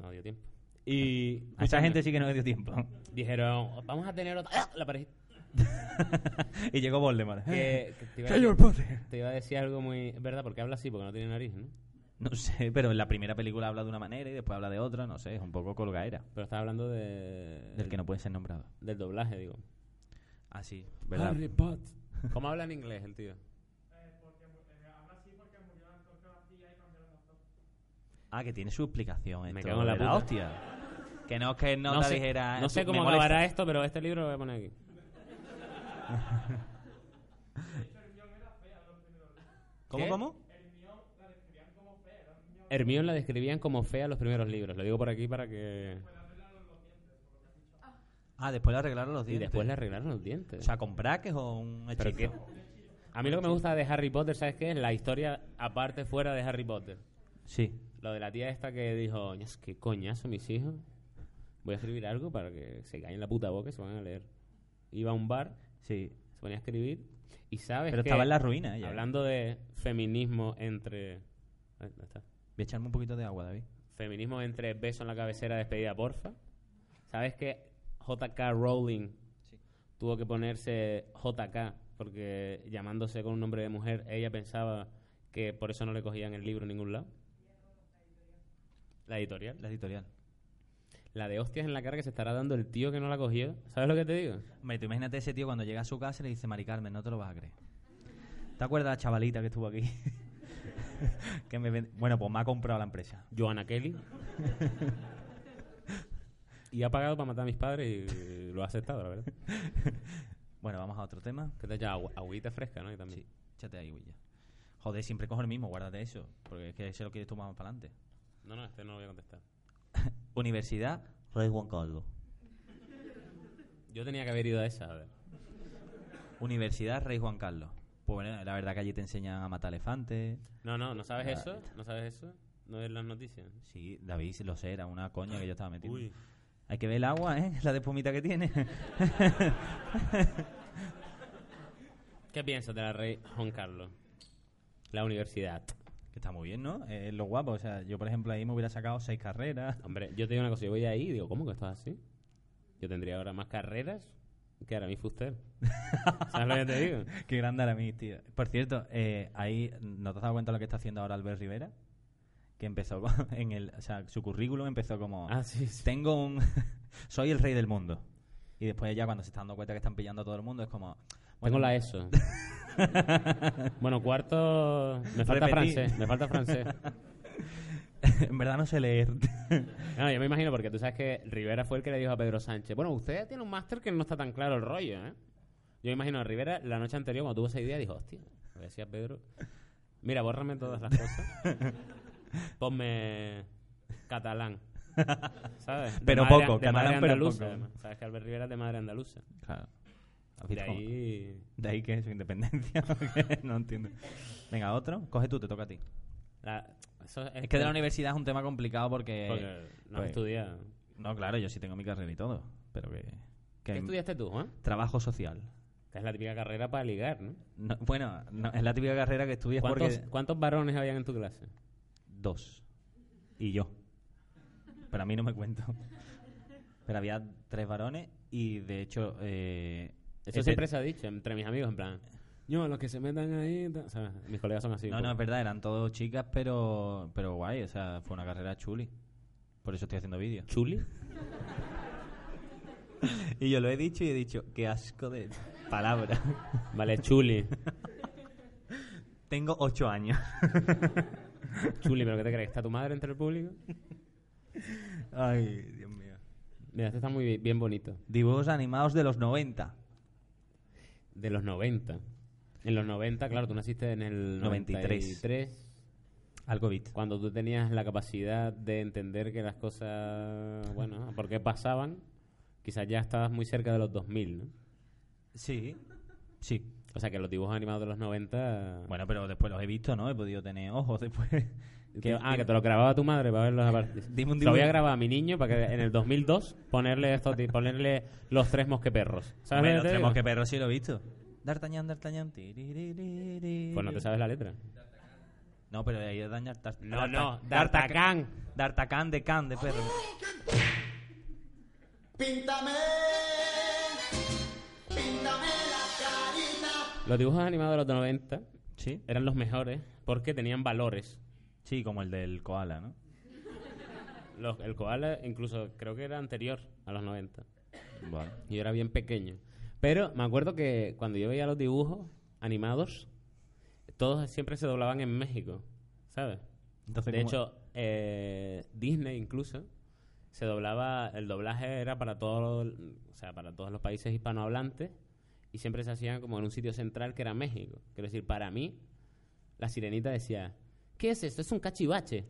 Speaker 1: No dio tiempo. Y.
Speaker 2: A esa
Speaker 1: escúchame,
Speaker 2: gente sí que no le dio tiempo.
Speaker 1: Dijeron, vamos a tener otra. ¡Ah! La pareja.
Speaker 2: y llegó Voldemort.
Speaker 1: Que, que te, iba a
Speaker 2: Eh, Señor
Speaker 1: decir-
Speaker 2: Potter.
Speaker 1: te iba a decir algo muy. Es verdad, porque habla así, porque no tiene nariz, ¿no?
Speaker 2: No sé, pero en la primera película habla de una manera y después habla de otra. No sé, es un poco colgaera.
Speaker 1: Pero estaba hablando de.
Speaker 2: Del que no puede ser nombrado.
Speaker 1: Del doblaje, digo.
Speaker 2: Ah, sí, ¿verdad?
Speaker 1: Potter. ¿Cómo habla en inglés el tío?
Speaker 2: Ah, que tiene su explicación.
Speaker 1: Me
Speaker 2: esto
Speaker 1: cago en la
Speaker 2: de
Speaker 1: puta.
Speaker 2: hostia. Que no, que no, la
Speaker 1: sé,
Speaker 2: dijera.
Speaker 1: no sé
Speaker 2: me
Speaker 1: cómo
Speaker 2: molesta.
Speaker 1: acabará esto, pero este libro lo voy a poner aquí.
Speaker 2: ¿Cómo,
Speaker 1: ¿Qué?
Speaker 2: cómo?
Speaker 1: Hermión la describían como fea en los primeros libros. Lo digo por aquí para que.
Speaker 2: Ah, después le arreglaron los
Speaker 1: Y
Speaker 2: dientes.
Speaker 1: después le arreglaron los dientes.
Speaker 2: O sea, con braques o un
Speaker 1: Pero
Speaker 2: hechizo.
Speaker 1: que- a mí lo que me gusta de Harry Potter, ¿sabes qué? Es la historia aparte fuera de Harry Potter.
Speaker 2: Sí.
Speaker 1: Lo de la tía esta que dijo, "Ñas, qué coñazo mis hijos. Voy a escribir algo para que se caigan la puta boca y se van a leer. Iba a un bar,
Speaker 2: Sí.
Speaker 1: se ponía a escribir y sabes
Speaker 2: Pero
Speaker 1: que,
Speaker 2: estaba en la ¿eh? ruina ella.
Speaker 1: hablando de feminismo entre Ay, ¿dónde está?
Speaker 2: Voy a echarme un poquito de agua, David.
Speaker 1: Feminismo entre beso en la cabecera, despedida, porfa. ¿Sabes que JK Rowling tuvo que ponerse JK porque llamándose con un nombre de mujer, ella pensaba que por eso no le cogían el libro en ningún lado? La editorial.
Speaker 2: La editorial.
Speaker 1: La de hostias en la cara que se estará dando el tío que no la cogió. ¿Sabes lo que te digo?
Speaker 2: Hombre, tú imagínate ese tío cuando llega a su casa y le dice, Mari Carmen, no te lo vas a creer. ¿Te acuerdas de la chavalita que estuvo aquí? que me vend- Bueno, pues me ha comprado la empresa.
Speaker 1: Joanna Kelly. y ha pagado para matar a mis padres y lo ha aceptado, la verdad.
Speaker 2: Bueno, vamos a otro tema.
Speaker 1: Que te echa agua- agüita fresca, ¿no? Y también.
Speaker 2: Sí, échate ahí, Willa. Joder, siempre cojo el mismo, guárdate eso. Porque es que se lo quieres tomar más para adelante.
Speaker 1: No, no, este no lo voy a contestar.
Speaker 2: Universidad Rey Juan Carlos.
Speaker 1: Yo tenía que haber ido a esa, a ver.
Speaker 2: Universidad Rey Juan Carlos. Pues bueno, la verdad que allí te enseñan a matar elefantes.
Speaker 1: No, no, ¿no sabes
Speaker 2: Ah,
Speaker 1: eso? ¿No sabes eso? ¿No ves las noticias?
Speaker 2: Sí, David, lo sé, era una coña que yo estaba metiendo. Hay que ver el agua, ¿eh? La de espumita que tiene.
Speaker 1: ¿Qué piensas de la rey Juan Carlos? La universidad.
Speaker 2: Que está muy bien, ¿no? Eh, lo guapo. O sea, yo, por ejemplo, ahí me hubiera sacado seis carreras.
Speaker 1: Hombre, yo te digo una cosa. Yo voy ahí y digo, ¿cómo que esto es así? Yo tendría ahora más carreras que ahora mi Fuster. ¿Sabes lo que te digo?
Speaker 2: Qué grande era mí, tío. Por cierto, eh, ahí, ¿no te has dado cuenta de lo que está haciendo ahora Albert Rivera? Que empezó con- en el... O sea, su currículum empezó como...
Speaker 1: Ah, sí, sí.
Speaker 2: Tengo un... soy el rey del mundo. Y después ya cuando se están dando cuenta que están pillando a todo el mundo es como...
Speaker 1: Tengo
Speaker 2: bueno,
Speaker 1: la ESO. bueno, cuarto... Me falta
Speaker 2: Repetí.
Speaker 1: francés. Me falta francés.
Speaker 2: en verdad no sé leer.
Speaker 1: No, yo me imagino porque tú sabes que Rivera fue el que le dijo a Pedro Sánchez, bueno, usted tiene un máster que no está tan claro el rollo, ¿eh? Yo imagino a Rivera la noche anterior cuando tuvo esa idea dijo, hostia, le decía a Pedro, mira, bórrame todas las cosas. Ponme catalán. ¿Sabes? De
Speaker 2: Pero
Speaker 1: madre-
Speaker 2: poco,
Speaker 1: de madre
Speaker 2: catalán, pero
Speaker 1: andaluza,
Speaker 2: poco. Pues
Speaker 1: además. Sabes que Albert Rivera es de madre andaluza.
Speaker 2: Claro.
Speaker 1: Y de ahí...
Speaker 2: De ahí que es su independencia. porque no entiendo. Venga, otro. Coge tú, te toca a ti.
Speaker 1: la- eso
Speaker 2: Es que de la universidad es un tema complicado porque.
Speaker 1: Porque no has
Speaker 2: pues,
Speaker 1: estudiado.
Speaker 2: No, claro, yo sí tengo mi carrera y todo. Pero que. que
Speaker 1: ¿Qué estudiaste tú, Juan?
Speaker 2: Trabajo social.
Speaker 1: Que es la típica carrera para ligar, ¿no?
Speaker 2: No, bueno, no, es la típica carrera que estudias
Speaker 1: ¿Cuántos,
Speaker 2: porque.
Speaker 1: ¿Cuántos varones habían en tu clase?
Speaker 2: Dos. Y yo. Pero a mí no me cuento. Pero había tres varones y de hecho. eh,
Speaker 1: Eso
Speaker 2: ese-
Speaker 1: siempre se ha dicho entre mis amigos, en plan... Yo, los que se metan ahí... ta-". O sea, mis colegas son así.
Speaker 2: No,
Speaker 1: pues.
Speaker 2: no, es verdad, eran todos chicas, pero, pero guay, o sea, fue una carrera chuli. Por eso estoy haciendo vídeos.
Speaker 1: ¿Chuli?
Speaker 2: Y yo lo he dicho y he dicho, qué asco de palabra.
Speaker 1: Vale, chuli.
Speaker 2: Tengo ocho años.
Speaker 1: Chuli, ¿pero qué te crees? ¿Está tu madre entre el público?
Speaker 2: Ay, Dios mío.
Speaker 1: Mira, este está muy bi- bien bonito.
Speaker 2: Dibujos animados de los 90.
Speaker 1: De los 90. En los 90, claro, tú naciste en el
Speaker 2: 93.
Speaker 1: 93.
Speaker 2: Algo bit.
Speaker 1: Cuando tú tenías la capacidad de entender que las cosas, bueno, por qué pasaban, quizás ya estabas muy cerca de los 2000, ¿no?
Speaker 2: Sí. Sí.
Speaker 1: O sea, que los dibujos animados de los 90...
Speaker 2: Bueno, pero después los he visto, ¿no? He podido tener ojos después.
Speaker 1: que- ah, que te lo grababa tu madre para verlos a partir.
Speaker 2: Eh, Dime un
Speaker 1: Lo voy a
Speaker 2: dibujo.
Speaker 1: grabar a mi niño para que en el 2002 ponerle esto, ponerle los tres mosqueperros. ¿Sabes lo que
Speaker 2: Hombre, los
Speaker 1: te
Speaker 2: tres
Speaker 1: digo?
Speaker 2: mosqueperros sí lo he visto. D'Artagnan, D'Artagnan. tiriririririri.
Speaker 1: Pues no te sabes la letra.
Speaker 2: No, pero ahí es D'Artagnan. D'Art-
Speaker 1: No,
Speaker 2: D'Arta-
Speaker 1: no, D'Artagnan.
Speaker 2: D'Artagnan de Can, de perro.
Speaker 4: Píntame, píntame la carita.
Speaker 1: Los dibujos animados de los 90
Speaker 2: Sí.
Speaker 1: eran los mejores porque tenían valores.
Speaker 2: Sí, como el del koala, ¿no?
Speaker 1: Los- el koala incluso creo que era anterior a los 90.
Speaker 2: Vale.
Speaker 1: Y yo era bien pequeño. Pero me acuerdo que cuando yo veía los dibujos animados, todos siempre se doblaban en México, ¿sabes?
Speaker 2: Entonces,
Speaker 1: De
Speaker 2: ¿cómo-
Speaker 1: hecho, eh, Disney incluso se doblaba, el doblaje era para todos, o sea, para todos los países hispanohablantes y siempre se hacía como en un sitio central que era México. Quiero decir, para mí, la sirenita decía, ¿qué es esto? Es un cachivache.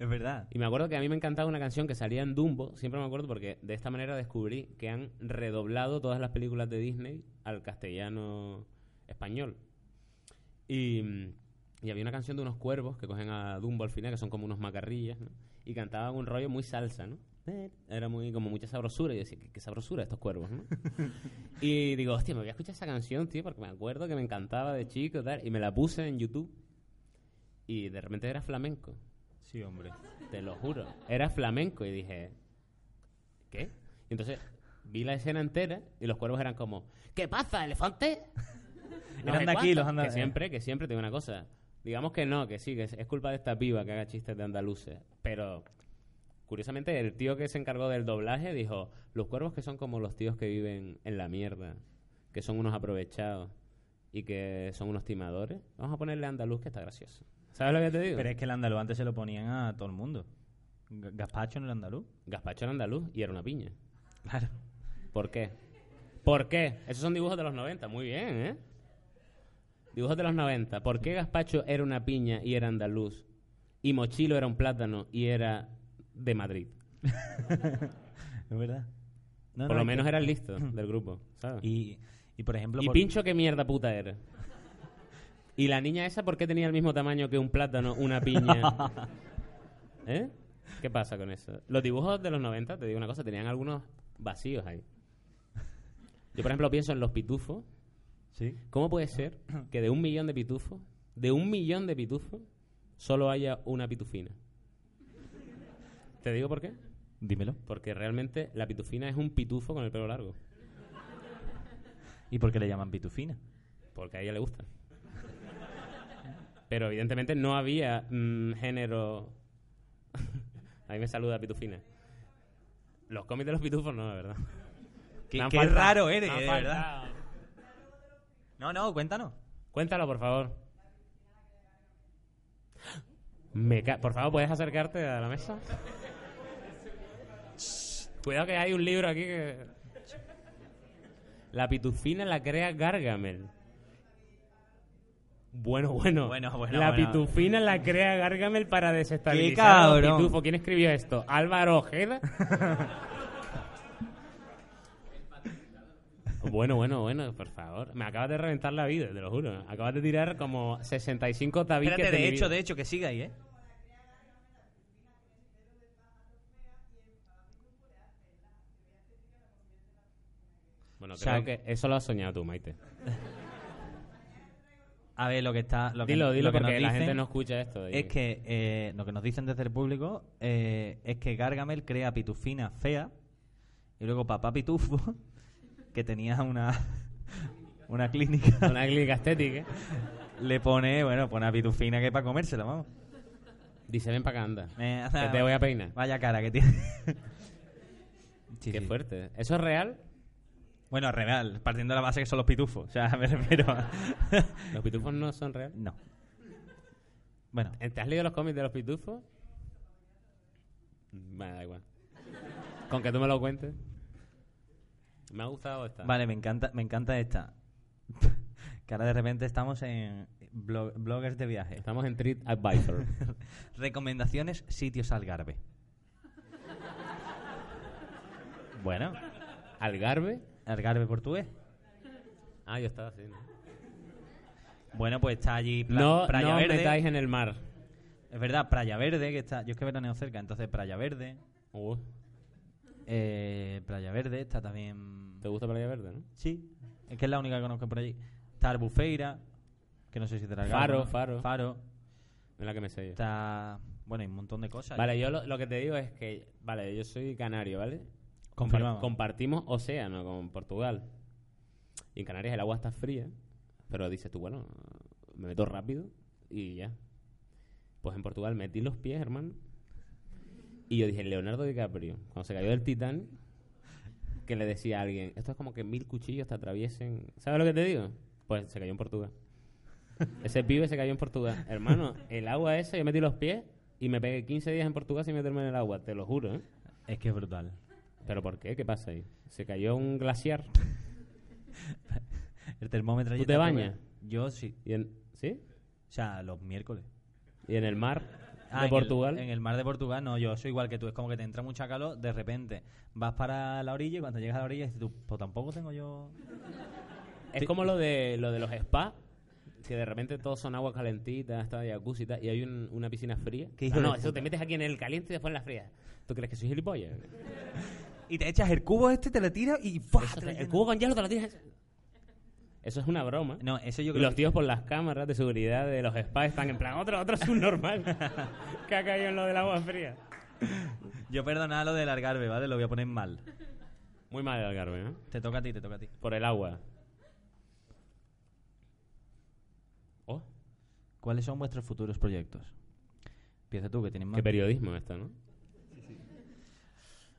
Speaker 2: es verdad.
Speaker 1: Y me acuerdo que a mí me encantaba una canción que salía en Dumbo, siempre me acuerdo porque de esta manera descubrí que han redoblado todas las películas de Disney al castellano español. Y, mm, y había una canción de unos cuervos que cogen a Dumbo al final, que son como unos macarrillas, ¿no? y cantaban un rollo muy salsa, ¿no? Era muy como mucha sabrosura. Y yo decía, qué, qué sabrosura estos cuervos, ¿no? y digo, hostia, me voy a escuchar esa canción, tío, porque me acuerdo que me encantaba de chico, tal. Y me la puse en YouTube. Y de repente era flamenco.
Speaker 2: Sí, hombre.
Speaker 1: Te lo juro. Era flamenco y dije, ¿qué? Y entonces vi la escena entera y los cuervos eran como, ¿qué pasa, elefante? No
Speaker 2: Eran
Speaker 1: sé
Speaker 2: de aquí,
Speaker 1: cuánto".
Speaker 2: los anda-
Speaker 1: Que siempre, que siempre tengo una cosa. Digamos que no, que sí, que es, es culpa de esta piba que haga chistes de andaluces. Pero, curiosamente, el tío que se encargó del doblaje dijo, los cuervos que son como los tíos que viven en la mierda, que son unos aprovechados y que son unos timadores, vamos a ponerle andaluz que está gracioso. ¿Sabes lo que te digo?
Speaker 2: Pero es que el andaluz antes se lo ponían a todo el mundo. G- Gazpacho en el andaluz.
Speaker 1: Gazpacho era andaluz y era una piña.
Speaker 2: Claro.
Speaker 1: ¿Por qué? ¿Por qué? Esos son dibujos de los 90, muy bien, ¿eh? Dibujos de los 90. ¿Por qué Gaspacho era una piña y era andaluz? Y Mochilo era un plátano y era de Madrid.
Speaker 2: Es verdad. No,
Speaker 1: Por
Speaker 2: no,
Speaker 1: lo
Speaker 2: es
Speaker 1: menos
Speaker 2: que-
Speaker 1: era el listo del grupo, ¿sabes? Y,
Speaker 2: Y, y por ejemplo. por-
Speaker 1: Pincho, ¿qué mierda puta era? ¿Y la niña esa por qué tenía el mismo tamaño que un plátano, una piña? ¿Eh? ¿Qué pasa con eso? Los dibujos de los 90, te digo una cosa, tenían algunos vacíos ahí. Yo, por ejemplo, pienso en los pitufos.
Speaker 2: Sí.
Speaker 1: ¿Cómo puede ser que de un millón de pitufos, de un millón de pitufos, solo haya una pitufina? ¿Te digo por qué?
Speaker 2: Dímelo.
Speaker 1: Porque realmente la pitufina es un pitufo con el pelo largo.
Speaker 2: ¿Y por qué le llaman pitufina?
Speaker 1: Porque a ella le gusta. Pero evidentemente no había mm, género. Ahí me saluda Pitufina. Los cómics de los pitufos no, de verdad.
Speaker 2: Qué-
Speaker 1: Me han
Speaker 2: qué
Speaker 1: faltado,
Speaker 2: raro eres,
Speaker 1: me han
Speaker 2: de verdad.
Speaker 1: faltado.
Speaker 2: No, no, cuéntanos.
Speaker 1: Cuéntalo, por favor. Me ca- por favor, ¿puedes acercarte a la mesa? Cuidado que hay un libro aquí que... La pitufina la crea Gargamel. Bueno, bueno.
Speaker 2: Bueno, bueno,
Speaker 1: la
Speaker 2: bueno.
Speaker 1: pitufina la crea Gargamel para desestabilizar
Speaker 2: ¡Qué
Speaker 1: a los
Speaker 2: cabrón!
Speaker 1: pitufos. ¿Quién escribió esto? ¿Álvaro Ojeda? bueno, bueno, bueno, por favor. Me acabas de reventar la vida, te lo juro. Acabas de tirar como 65 tabiques
Speaker 2: Espérate,
Speaker 1: mi
Speaker 2: de hecho,
Speaker 1: vida.
Speaker 2: de hecho, que siga ahí, ¿eh?
Speaker 1: Bueno,
Speaker 2: O sea,
Speaker 1: creo que eso lo has soñado tú, Maite.
Speaker 2: A ver, lo que está... Lo que-
Speaker 1: Dilo, dilo,
Speaker 2: lo que nos
Speaker 1: porque la
Speaker 2: dicen
Speaker 1: gente no escucha esto.
Speaker 2: Es que eh, lo que nos dicen desde el público eh, es que Gargamel crea pitufina fea y luego papá pitufo, que tenía una, una clínica,
Speaker 1: Una clínica estética.
Speaker 2: le pone, bueno, pone a pitufina que para comérsela, vamos.
Speaker 1: Dice, ven para acá, anda.
Speaker 2: Eh,
Speaker 1: Que te voy a peinar.
Speaker 2: Vaya cara que tiene. Sí,
Speaker 1: Qué
Speaker 2: sí.
Speaker 1: fuerte. ¿Eso es real?
Speaker 2: Bueno, real, partiendo de la base que son los pitufos. O sea, me refiero a-
Speaker 1: ¿Los pitufos no son reales?
Speaker 2: No. Bueno,
Speaker 1: ¿Te has leído los cómics de los pitufos? Mm, Vale, da igual. Con que tú me lo cuentes. Me ha gustado esta.
Speaker 2: Vale, me encanta, me encanta esta. que ahora de repente estamos en blo- bloggers de viaje.
Speaker 1: Estamos en Treat Advisor.
Speaker 2: Recomendaciones, sitios Algarve. bueno,
Speaker 1: ¿Algarve?
Speaker 2: Algarve portugués.
Speaker 1: Ah, yo estaba así. ¿no?
Speaker 2: Bueno, pues está allí Pla-
Speaker 1: No,
Speaker 2: Playa
Speaker 1: no os
Speaker 2: Verde.
Speaker 1: metáis en el mar.
Speaker 2: Es verdad, Playa Verde, que está. Yo es que veraneo cerca, entonces Playa Verde.
Speaker 1: Uh,
Speaker 2: eh, Playa Verde está también.
Speaker 1: ¿Te gusta Playa Verde, no?
Speaker 2: Sí, es que es la única que conozco por allí. Está Albufeira, que no sé si te la
Speaker 1: Faro, Faro.
Speaker 2: Faro.
Speaker 1: Es la que me sé yo.
Speaker 2: Está. Bueno, hay un montón de cosas.
Speaker 1: Vale, yo lo, lo que te digo es que, vale, yo soy canario, ¿vale?
Speaker 2: Confirmamos.
Speaker 1: Compar- compartimos océano con Portugal. Y en Canarias el agua está fría, pero dices tú, bueno, me meto rápido y ya. Pues en Portugal metí los pies, hermano. Y yo dije, Leonardo DiCaprio, cuando se cayó del Titanic, que le decía a alguien, esto es como que mil cuchillos te atraviesen. ¿Sabes lo que te digo? Pues se cayó en Portugal. Ese pibe se cayó en Portugal. Hermano, el agua esa, yo metí los pies y me pegué 15 días en Portugal sin meterme en el agua, te lo juro, ¿eh?
Speaker 2: Es que es brutal.
Speaker 1: ¿Pero por qué? ¿Qué pasa ahí? ¿Se cayó un glaciar?
Speaker 2: El termómetro. allí
Speaker 1: ¿Tú te
Speaker 2: está
Speaker 1: bañas?
Speaker 2: súper- Yo sí.
Speaker 1: ¿Y en, ¿Sí?
Speaker 2: O sea, los miércoles.
Speaker 1: ¿Y en el mar
Speaker 2: Ah, en
Speaker 1: de
Speaker 2: el-
Speaker 1: Portugal?
Speaker 2: En el, mar de Portugal, no, yo soy igual que tú. Es como que te entra mucha calor, de repente vas para la orilla y cuando llegas a la orilla dices tú, pues tampoco tengo yo.
Speaker 1: Es como lo de, lo de los spas, que de repente todos son aguas calentitas, está de jacuzzi y tal, y hay un- una piscina fría. Ah,
Speaker 2: ¿Qué hijo
Speaker 1: no,
Speaker 2: de
Speaker 1: no,
Speaker 2: puta?
Speaker 1: eso te metes aquí en el caliente y después en la fría. ¿Tú crees que soy gilipollas? Ah,
Speaker 2: Y te echas el cubo este, te lo tiras y ¡fua!
Speaker 1: Eso
Speaker 2: te
Speaker 1: te-
Speaker 2: lo
Speaker 1: el
Speaker 2: llenas.
Speaker 1: cubo con hielo te lo tienes... Eso es una broma.
Speaker 2: No, eso
Speaker 1: Y
Speaker 2: yo creo
Speaker 1: los
Speaker 2: que-
Speaker 1: tíos por las cámaras de seguridad de los spas están en plan, otro, otro subnormal que ha caído en lo del agua fría.
Speaker 2: Yo perdonaba lo del Algarve, ¿vale? Lo voy a poner mal.
Speaker 1: Muy mal ¿eh? el Algarve, ¿no?
Speaker 2: Te toca a ti, te toca a ti.
Speaker 1: Por el agua. Oh,
Speaker 2: ¿Cuáles son vuestros futuros proyectos? Empieza tú, que tienes más.
Speaker 1: qué periodismo esto, ¿no?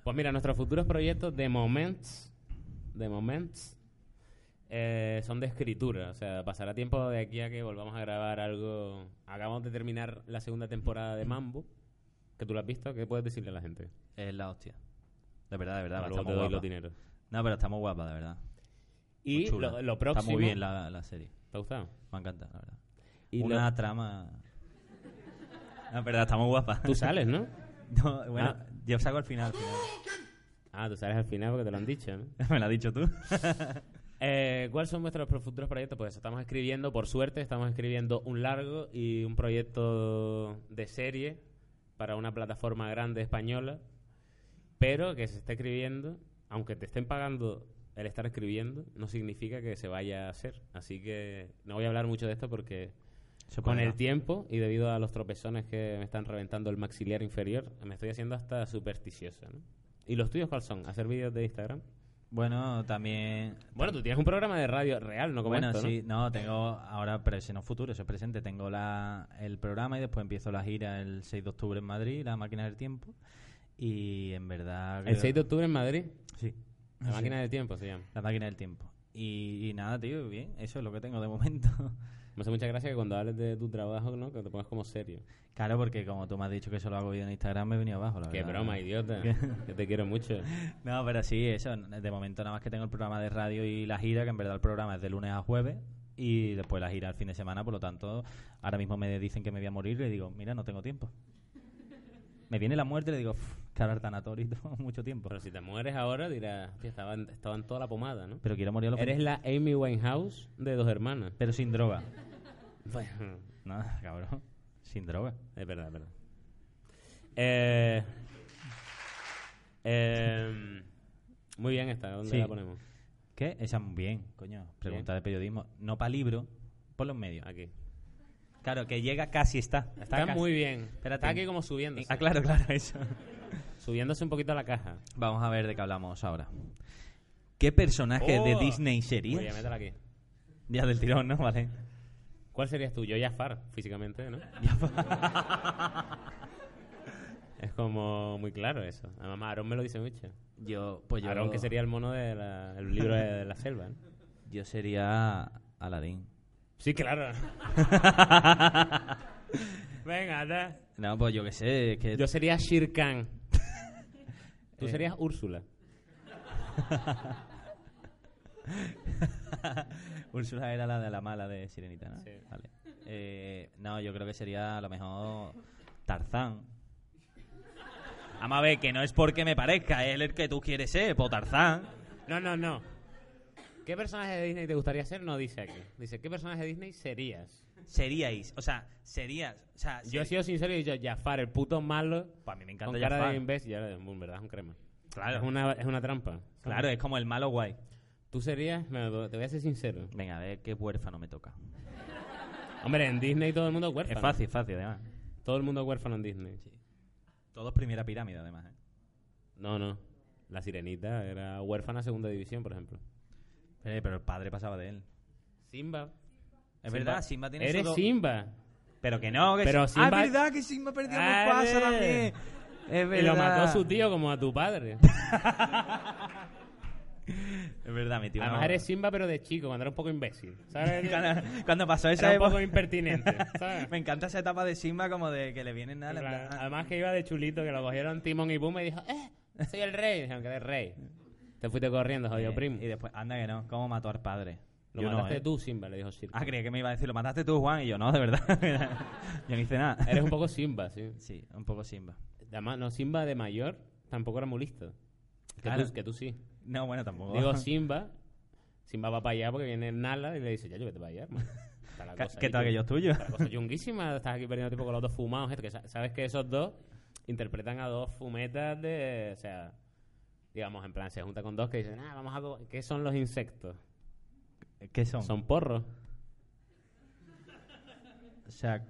Speaker 1: Pues mira, nuestros futuros proyectos de momentos, de momentos, eh, son de escritura. O sea, pasará tiempo de aquí a que volvamos a grabar algo. Acabamos de terminar la segunda temporada de Mambo, que tú lo has visto. ¿Qué puedes decirle a la gente?
Speaker 2: Es la hostia. De verdad, de verdad.
Speaker 1: Ahora
Speaker 2: está
Speaker 1: luego
Speaker 2: muy
Speaker 1: te doy
Speaker 2: guapa.
Speaker 1: los dineros.
Speaker 2: No, pero estamos guapas, de verdad. Muy
Speaker 1: Y
Speaker 2: chula.
Speaker 1: lo, lo próximo.
Speaker 2: Está muy bien la, la serie.
Speaker 1: ¿Te ha gustado?
Speaker 2: Me encanta, la verdad.
Speaker 1: Y lo-
Speaker 2: Una trama. No, verdad, estamos guapas.
Speaker 1: Tú sales, ¿no?
Speaker 2: No, bueno,
Speaker 1: Ah.
Speaker 2: yo salgo al final. al final.
Speaker 1: Ah, tú sales al final porque te lo han dicho, ¿no?
Speaker 2: Me lo has dicho tú.
Speaker 1: Eh, ¿Cuáles son nuestros pro- futuros proyectos? Pues estamos escribiendo, por suerte, estamos escribiendo un largo y un proyecto de serie para una plataforma grande española, pero que se esté escribiendo, aunque te estén pagando el estar escribiendo, no significa que se vaya a hacer. Así que no voy a hablar mucho de esto porque con el tiempo y debido a los tropezones que me están reventando el maxiliar inferior, me estoy haciendo hasta supersticiosa. ¿no? ¿Y los tuyos cuáles son? ¿Hacer vídeos de Instagram?
Speaker 2: Bueno, también.
Speaker 1: Bueno, tú tienes un programa de radio real, no como
Speaker 2: bueno,
Speaker 1: esto, ¿no?
Speaker 2: sí, no, tengo ahora, pero ese no es futuro, ese es presente. Tengo la, el programa y después empiezo la gira el 6 de octubre en Madrid, la máquina del tiempo. Y en verdad.
Speaker 1: El 6 de octubre en Madrid.
Speaker 2: Ah, Sí,
Speaker 1: La máquina del tiempo se llama.
Speaker 2: la máquina del tiempo. Y, y nada, tío, bien, eso es lo que tengo de momento.
Speaker 1: Me hace mucha gracia que cuando hables de tu trabajo, ¿no? Que te pongas como serio.
Speaker 2: Claro, porque como tú me has dicho que solo hago vídeo en Instagram, me he venido abajo, la
Speaker 1: Qué
Speaker 2: verdad.
Speaker 1: broma, idiota.
Speaker 2: ¿Qué?
Speaker 1: Yo te quiero mucho.
Speaker 2: No, pero sí, eso. De momento nada más que tengo el programa de radio y la gira, que en verdad el programa es de lunes a jueves y después la gira al fin de semana, por lo tanto, ahora mismo me dicen que me voy a morir y le digo, mira, no tengo tiempo. Me viene la muerte y le digo, "Uf, cara al tanatorio y todo, mucho tiempo.
Speaker 1: Pero si te mueres ahora, dirás, "Hostia, estaba, en- estaba en toda la pomada, ¿no?
Speaker 2: Pero quiero morir a los
Speaker 1: Eres la Amy Winehouse de dos hermanas.
Speaker 2: Pero sin droga.
Speaker 1: Bueno,
Speaker 2: No, cabrón. Sin droga.
Speaker 1: es verdad, es verdad. Eh, eh, muy bien esta, ¿dónde
Speaker 2: Sí.
Speaker 1: la ponemos?
Speaker 2: ¿Qué? Esa es bien, coño. Pregunta de periodismo. No para libro, por los medios.
Speaker 1: Aquí.
Speaker 2: Claro, que llega casi está.
Speaker 1: Está,
Speaker 2: casi.
Speaker 1: muy bien.
Speaker 2: Espérate.
Speaker 1: Está aquí como subiéndose.
Speaker 2: Ah, claro, claro, eso.
Speaker 1: Subiéndose un poquito a la caja.
Speaker 2: Vamos a ver de qué hablamos ahora. ¿Qué personaje de
Speaker 1: Oh.
Speaker 2: Disney
Speaker 1: Voy a
Speaker 2: serías?
Speaker 1: meterla aquí.
Speaker 2: Ya del tirón, ¿no? Vale.
Speaker 1: ¿Cuál serías tú? Yo Jafar, físicamente, ¿no? es como muy claro eso. Además, Aarón me lo dice mucho.
Speaker 2: Yo, pues yo,
Speaker 1: Aarón que sería el mono del libro de, de la selva, ¿no?
Speaker 2: yo sería Aladín.
Speaker 1: Sí, claro. Venga, anda.
Speaker 2: No, pues yo qué sé, es que
Speaker 1: Yo sería Shere Khan. Eh. Tú serías Úrsula.
Speaker 2: Úrsula era la de la mala de Sirenita, ¿no?
Speaker 1: Sí.
Speaker 2: Vale. Eh, no, yo creo que sería a lo mejor Tarzán. Vamos a ver, que no es porque me parezca, es el que tú quieres ser, po Tarzán.
Speaker 1: No, no, no. ¿Qué personaje de Disney te gustaría ser? No dice aquí. Dice, ¿qué personaje de Disney serías?
Speaker 2: Seríais, o sea, serías, o sea,
Speaker 1: Yo he sido sincero y he dicho Jafar, el puto malo,
Speaker 2: Pues a mí me encanta
Speaker 1: con cara
Speaker 2: Jafar.
Speaker 1: de imbécil. Ya, en verdad, es un crema.
Speaker 2: Claro.
Speaker 1: Es una, es una trampa.
Speaker 2: Claro, es como el malo guay.
Speaker 1: Tú serías... bueno, te voy a ser sincero.
Speaker 2: Venga, a ver qué huérfano me toca.
Speaker 1: Hombre, en Disney todo el mundo es huérfano.
Speaker 2: Es fácil, es fácil, además.
Speaker 1: Todo el mundo es huérfano en Disney.
Speaker 2: Todos primera pirámide, además. ¿eh?
Speaker 1: No, no. La sirenita era huérfana segunda división, por ejemplo.
Speaker 2: Eh, pero el padre pasaba de él.
Speaker 1: Simba.
Speaker 2: Es verdad, Simba tiene
Speaker 1: Eres
Speaker 2: solo-
Speaker 1: Simba.
Speaker 2: Pero que no, que
Speaker 1: Pero
Speaker 2: Simba...
Speaker 1: Simba-
Speaker 2: Ah, es verdad que Simba perdió
Speaker 1: Ah,
Speaker 2: a Mufasa
Speaker 1: eh.
Speaker 2: también. Es verdad.
Speaker 1: Y lo mató su tío como a tu padre.
Speaker 2: Es verdad, mi tío.
Speaker 1: Además
Speaker 2: no-
Speaker 1: eres Simba, pero de chico, cuando era un poco imbécil. ¿Sabes?
Speaker 2: Cuando- Cuando pasó esa
Speaker 1: Era un poco
Speaker 2: época-
Speaker 1: impertinente, ¿sabes?
Speaker 2: Me encanta esa etapa de Simba como de que le vienen nada. "Ah, le-
Speaker 1: Además que iba de chulito, que lo cogieron Timón y Pumba y dijo, ¡eh! Soy el rey. Dijeron que eres rey. Te fuiste corriendo, jodido
Speaker 2: Eh,
Speaker 1: primo.
Speaker 2: Y después, anda que no, ¿cómo mató al padre?
Speaker 1: Lo
Speaker 2: Yo no,
Speaker 1: mataste
Speaker 2: ¿eh?
Speaker 1: tú, Simba, le dijo Sir.
Speaker 2: Ah, creía que me iba a decir, lo mataste tú, Juan, y yo no, de verdad. yo no hice nada.
Speaker 1: Eres un poco Simba, sí.
Speaker 2: Sí, un poco Simba.
Speaker 1: Además, no, Simba de mayor tampoco era muy listo. Que,
Speaker 2: Claro. Oh.
Speaker 1: tú, que tú sí.
Speaker 2: No, bueno, tampoco.
Speaker 1: Digo Simba, Simba va para allá porque viene Nala y le dice, ya yo vete para allá, hermano. Está la
Speaker 2: Ca-
Speaker 1: cosa
Speaker 2: ¿Qué
Speaker 1: ahí,
Speaker 2: tal
Speaker 1: tío.
Speaker 2: aquellos tuyos?
Speaker 1: Está la cosa chunguísima, estás aquí perdiendo tiempo con los dos fumados, esto, que sa- sabes que esos dos interpretan a dos fumetas de, o sea, digamos, en plan, se junta con dos que dicen, ah, vamos a... co- ¿Qué son los insectos?
Speaker 2: ¿Qué son?
Speaker 1: Son porros,
Speaker 2: O sea,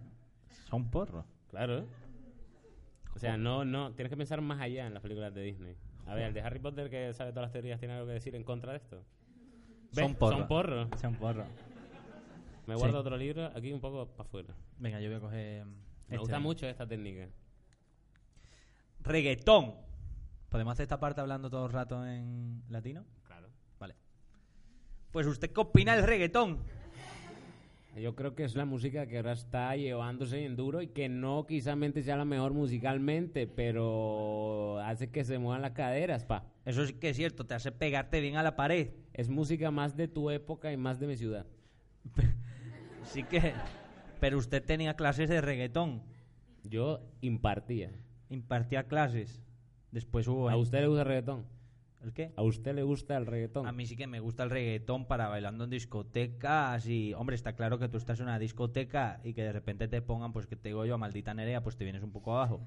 Speaker 2: son porros.
Speaker 1: claro. O sea, no, no, tienes que pensar más allá en las películas de Disney. A ver, el de Harry Potter que sabe todas las teorías tiene algo que decir en contra de esto. ¿Ves?
Speaker 2: Son porros.
Speaker 1: Son porros.
Speaker 2: Son porros.
Speaker 1: Me
Speaker 2: Sí.
Speaker 1: guardo otro libro aquí un poco para afuera.
Speaker 2: Venga, yo voy a coger.
Speaker 1: Me
Speaker 2: este.
Speaker 1: gusta mucho esta técnica.
Speaker 2: Reggaetón. ¿Podemos hacer esta parte hablando todo el rato en latino?
Speaker 1: Claro.
Speaker 2: Vale. Pues usted qué opina del reggaetón.
Speaker 1: Yo creo que es la música que ahora está llevándose en duro y que no quizamente sea la mejor musicalmente, pero hace que se muevan las caderas, pa.
Speaker 2: Eso sí que es cierto, te hace pegarte bien a la pared.
Speaker 1: Es música más de tu época y más de mi ciudad.
Speaker 2: Sí que. Pero usted tenía clases de reggaetón.
Speaker 1: Yo impartía.
Speaker 2: Impartía clases. Después hubo.
Speaker 1: ¿A usted le gusta el reggaetón?
Speaker 2: ¿El qué?
Speaker 1: ¿A usted le gusta el reggaetón?
Speaker 2: A mí sí que me gusta el reggaetón para bailando en discotecas y, hombre, está claro que tú estás en una discoteca y que de repente te pongan, pues que te digo yo, a maldita Nerea, pues te vienes un poco abajo.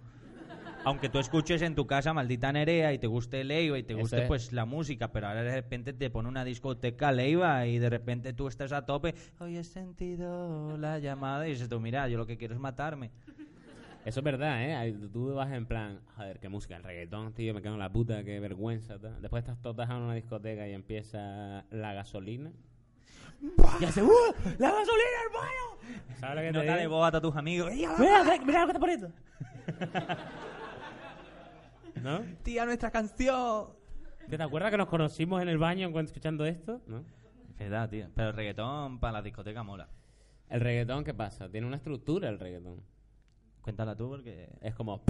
Speaker 2: Aunque tú escuches en tu casa maldita Nerea y te guste Leiva y te
Speaker 1: Eso
Speaker 2: guste
Speaker 1: es.
Speaker 2: pues la música, pero ahora de repente te pone una discoteca Leiva y de repente tú estás a tope, hoy he sentido la llamada y dices tú, mira, yo lo que quiero es matarme.
Speaker 1: Eso es verdad, ¿eh? Ahí Tú vas en plan, joder, qué música, el reggaetón, tío, me cago en la puta, qué vergüenza. tal. Después estás todas en una discoteca y empieza la gasolina.
Speaker 2: Y hace, "¡Uh! ¡La gasolina, hermano!
Speaker 1: ¿Sabes lo que
Speaker 2: No
Speaker 1: te
Speaker 2: dale
Speaker 1: digo?
Speaker 2: boba a tus amigos.
Speaker 1: Mira, mira lo que te pones. ¿No?
Speaker 2: Tía, nuestra canción.
Speaker 1: ¿Te te acuerdas que nos conocimos en el baño cuando escuchando esto? ¿No?
Speaker 2: Es verdad, tío. Pero el reggaetón para la discoteca mola.
Speaker 1: ¿El reggaetón qué pasa? Tiene una estructura el reggaetón.
Speaker 2: Cuéntala tú porque...
Speaker 1: Es como...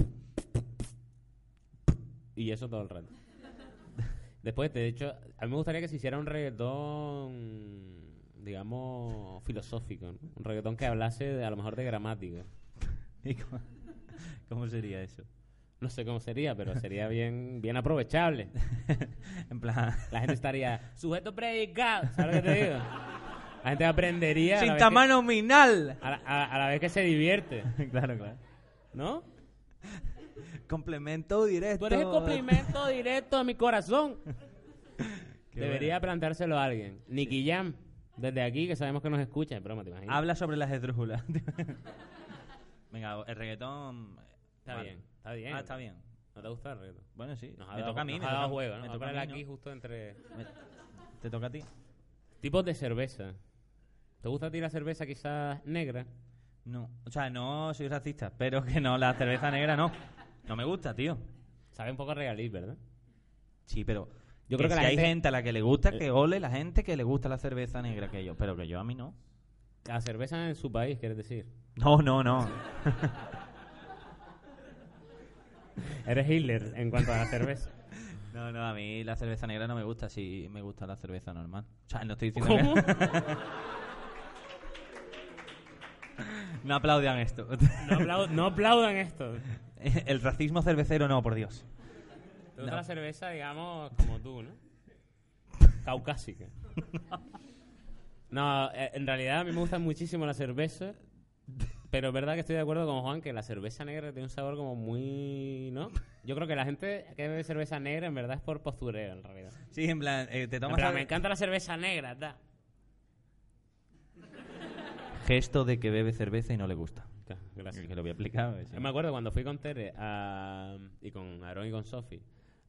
Speaker 1: Y eso todo el rato. Después, de hecho, a mí me gustaría que se hiciera un reggaetón, digamos, filosófico. ¿no? Un reggaetón que hablase de- a lo mejor de gramática.
Speaker 2: ¿Y cómo, cómo sería eso?
Speaker 1: No sé cómo sería, pero sería bien, bien aprovechable.
Speaker 2: en plan...
Speaker 1: La gente estaría sujeto predicado, ¿sabes lo que te digo? La gente aprendería a la,
Speaker 2: ¡Sin
Speaker 1: vez que-
Speaker 2: tamaño nominal!
Speaker 1: a la- a- a la vez que se divierte,
Speaker 2: claro, claro.
Speaker 1: ¿no?
Speaker 2: Complemento directo.
Speaker 1: Tú eres el complemento directo de mi corazón.
Speaker 2: Qué
Speaker 1: Debería
Speaker 2: bueno.
Speaker 1: plantárselo a alguien. Nicky Jam, desde aquí, que sabemos que nos escucha, es broma, te imaginas.
Speaker 2: Habla sobre las esdrújulas. Venga, el reggaetón...
Speaker 1: Está
Speaker 2: vale.
Speaker 1: bien, está bien.
Speaker 2: Ah, está bien.
Speaker 1: ¿No te gusta el reggaetón?
Speaker 2: Bueno, sí.
Speaker 1: Nos ha
Speaker 2: me
Speaker 1: dado,
Speaker 2: toca a mí.
Speaker 1: nos
Speaker 2: me
Speaker 1: ha
Speaker 2: toca-
Speaker 1: dado juego, ¿no?
Speaker 2: me
Speaker 1: Vamos a
Speaker 2: toca a
Speaker 1: ponerla
Speaker 2: mí,
Speaker 1: aquí
Speaker 2: ¿no?
Speaker 1: justo entre...
Speaker 2: Me- Te toca a ti.
Speaker 1: Tipos de cerveza. ¿Te gusta a ti la cerveza quizás negra?
Speaker 2: No, o sea, no soy racista, pero que no, la cerveza negra no. No me gusta, tío.
Speaker 1: Sabe un poco a regaliz, ¿verdad?
Speaker 2: Sí, pero
Speaker 1: Yo creo
Speaker 2: yo creo
Speaker 1: que
Speaker 2: si
Speaker 1: la
Speaker 2: hay Eh,
Speaker 1: gente-
Speaker 2: gente a la que le gusta, que ole la gente que le gusta la cerveza negra que yo, pero que yo a mí no.
Speaker 1: La cerveza en su país, quieres decir.
Speaker 2: No, no, no.
Speaker 1: Eres Hitler en cuanto a la cerveza.
Speaker 2: No, no, a mí la cerveza negra no me gusta, sí me gusta la cerveza normal. O sea, no estoy diciendo
Speaker 1: ¿Cómo?
Speaker 2: que- No aplaudan esto.
Speaker 1: No, aplau- no aplaudan esto.
Speaker 2: El racismo cervecero no, por Dios.
Speaker 1: Te gusta la cerveza, digamos, como tú, ¿no? Caucásica. No, eh, en realidad a mí me gusta muchísimo la cerveza. Pero es verdad que estoy de acuerdo con Juan que la cerveza negra tiene un sabor como muy. ¿No? Yo creo que la gente que bebe cerveza negra en verdad es por postureo, en realidad.
Speaker 2: Sí, en plan, eh, te
Speaker 1: En
Speaker 2: tomas
Speaker 1: plan,
Speaker 2: al-
Speaker 1: me encanta la cerveza negra, da.
Speaker 2: gesto de que bebe cerveza y no le gusta.
Speaker 1: Gracias.
Speaker 2: Que lo voy a aplicar. sí.
Speaker 1: Yo me acuerdo cuando fui con Tere a- y con Aaron y con Sophie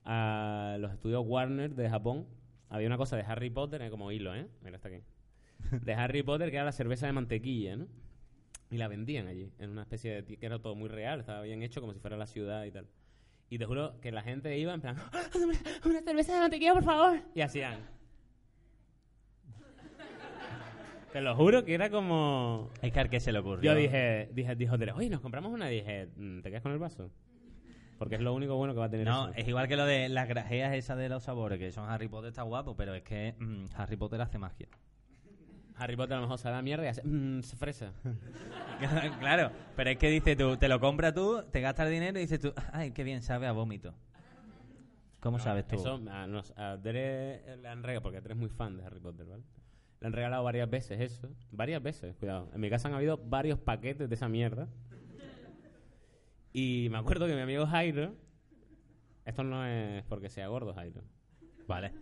Speaker 1: a los estudios Warner de Japón. Había una cosa de Harry Potter, eh, como hilo, ¿eh? Mira, está aquí. De Harry Potter, que era la cerveza de mantequilla, ¿no? Y la vendían allí, en una especie de... ti- que era todo muy real, estaba bien hecho, como si fuera la ciudad y tal. Y te juro que la gente iba en plan, "¡Ah, una, una cerveza de mantequilla, por favor. Y hacían... Te lo juro que era como...
Speaker 2: Es que al que se le ocurrió.
Speaker 1: Yo dije, dije, dijo Tere, oye, nos compramos una. Dije, mm, ¿te quedas con el vaso? Porque es lo único bueno que va a tener.
Speaker 2: No,
Speaker 1: eso.
Speaker 2: es igual que lo de las grajeas esas de los sabores, que son Harry Potter está guapo, pero es que mm, Harry Potter hace magia.
Speaker 1: Harry Potter a lo mejor sabe a mierda y hace, mm, se fresa.
Speaker 2: claro, pero es que dices tú, te lo compras tú, te gastas el dinero y dices tú, ay, qué bien sabe a vómito. ¿Cómo sabes tú?
Speaker 1: Eso a, nos, a Tere eh, le han regalado, porque Tere es muy fan de Harry Potter, ¿vale? Le han regalado varias veces eso. Varias veces, cuidado. En mi casa han habido varios paquetes de esa mierda. Y me acuerdo que mi amigo Jairo. Esto no es porque sea gordo, Jairo.
Speaker 2: Vale.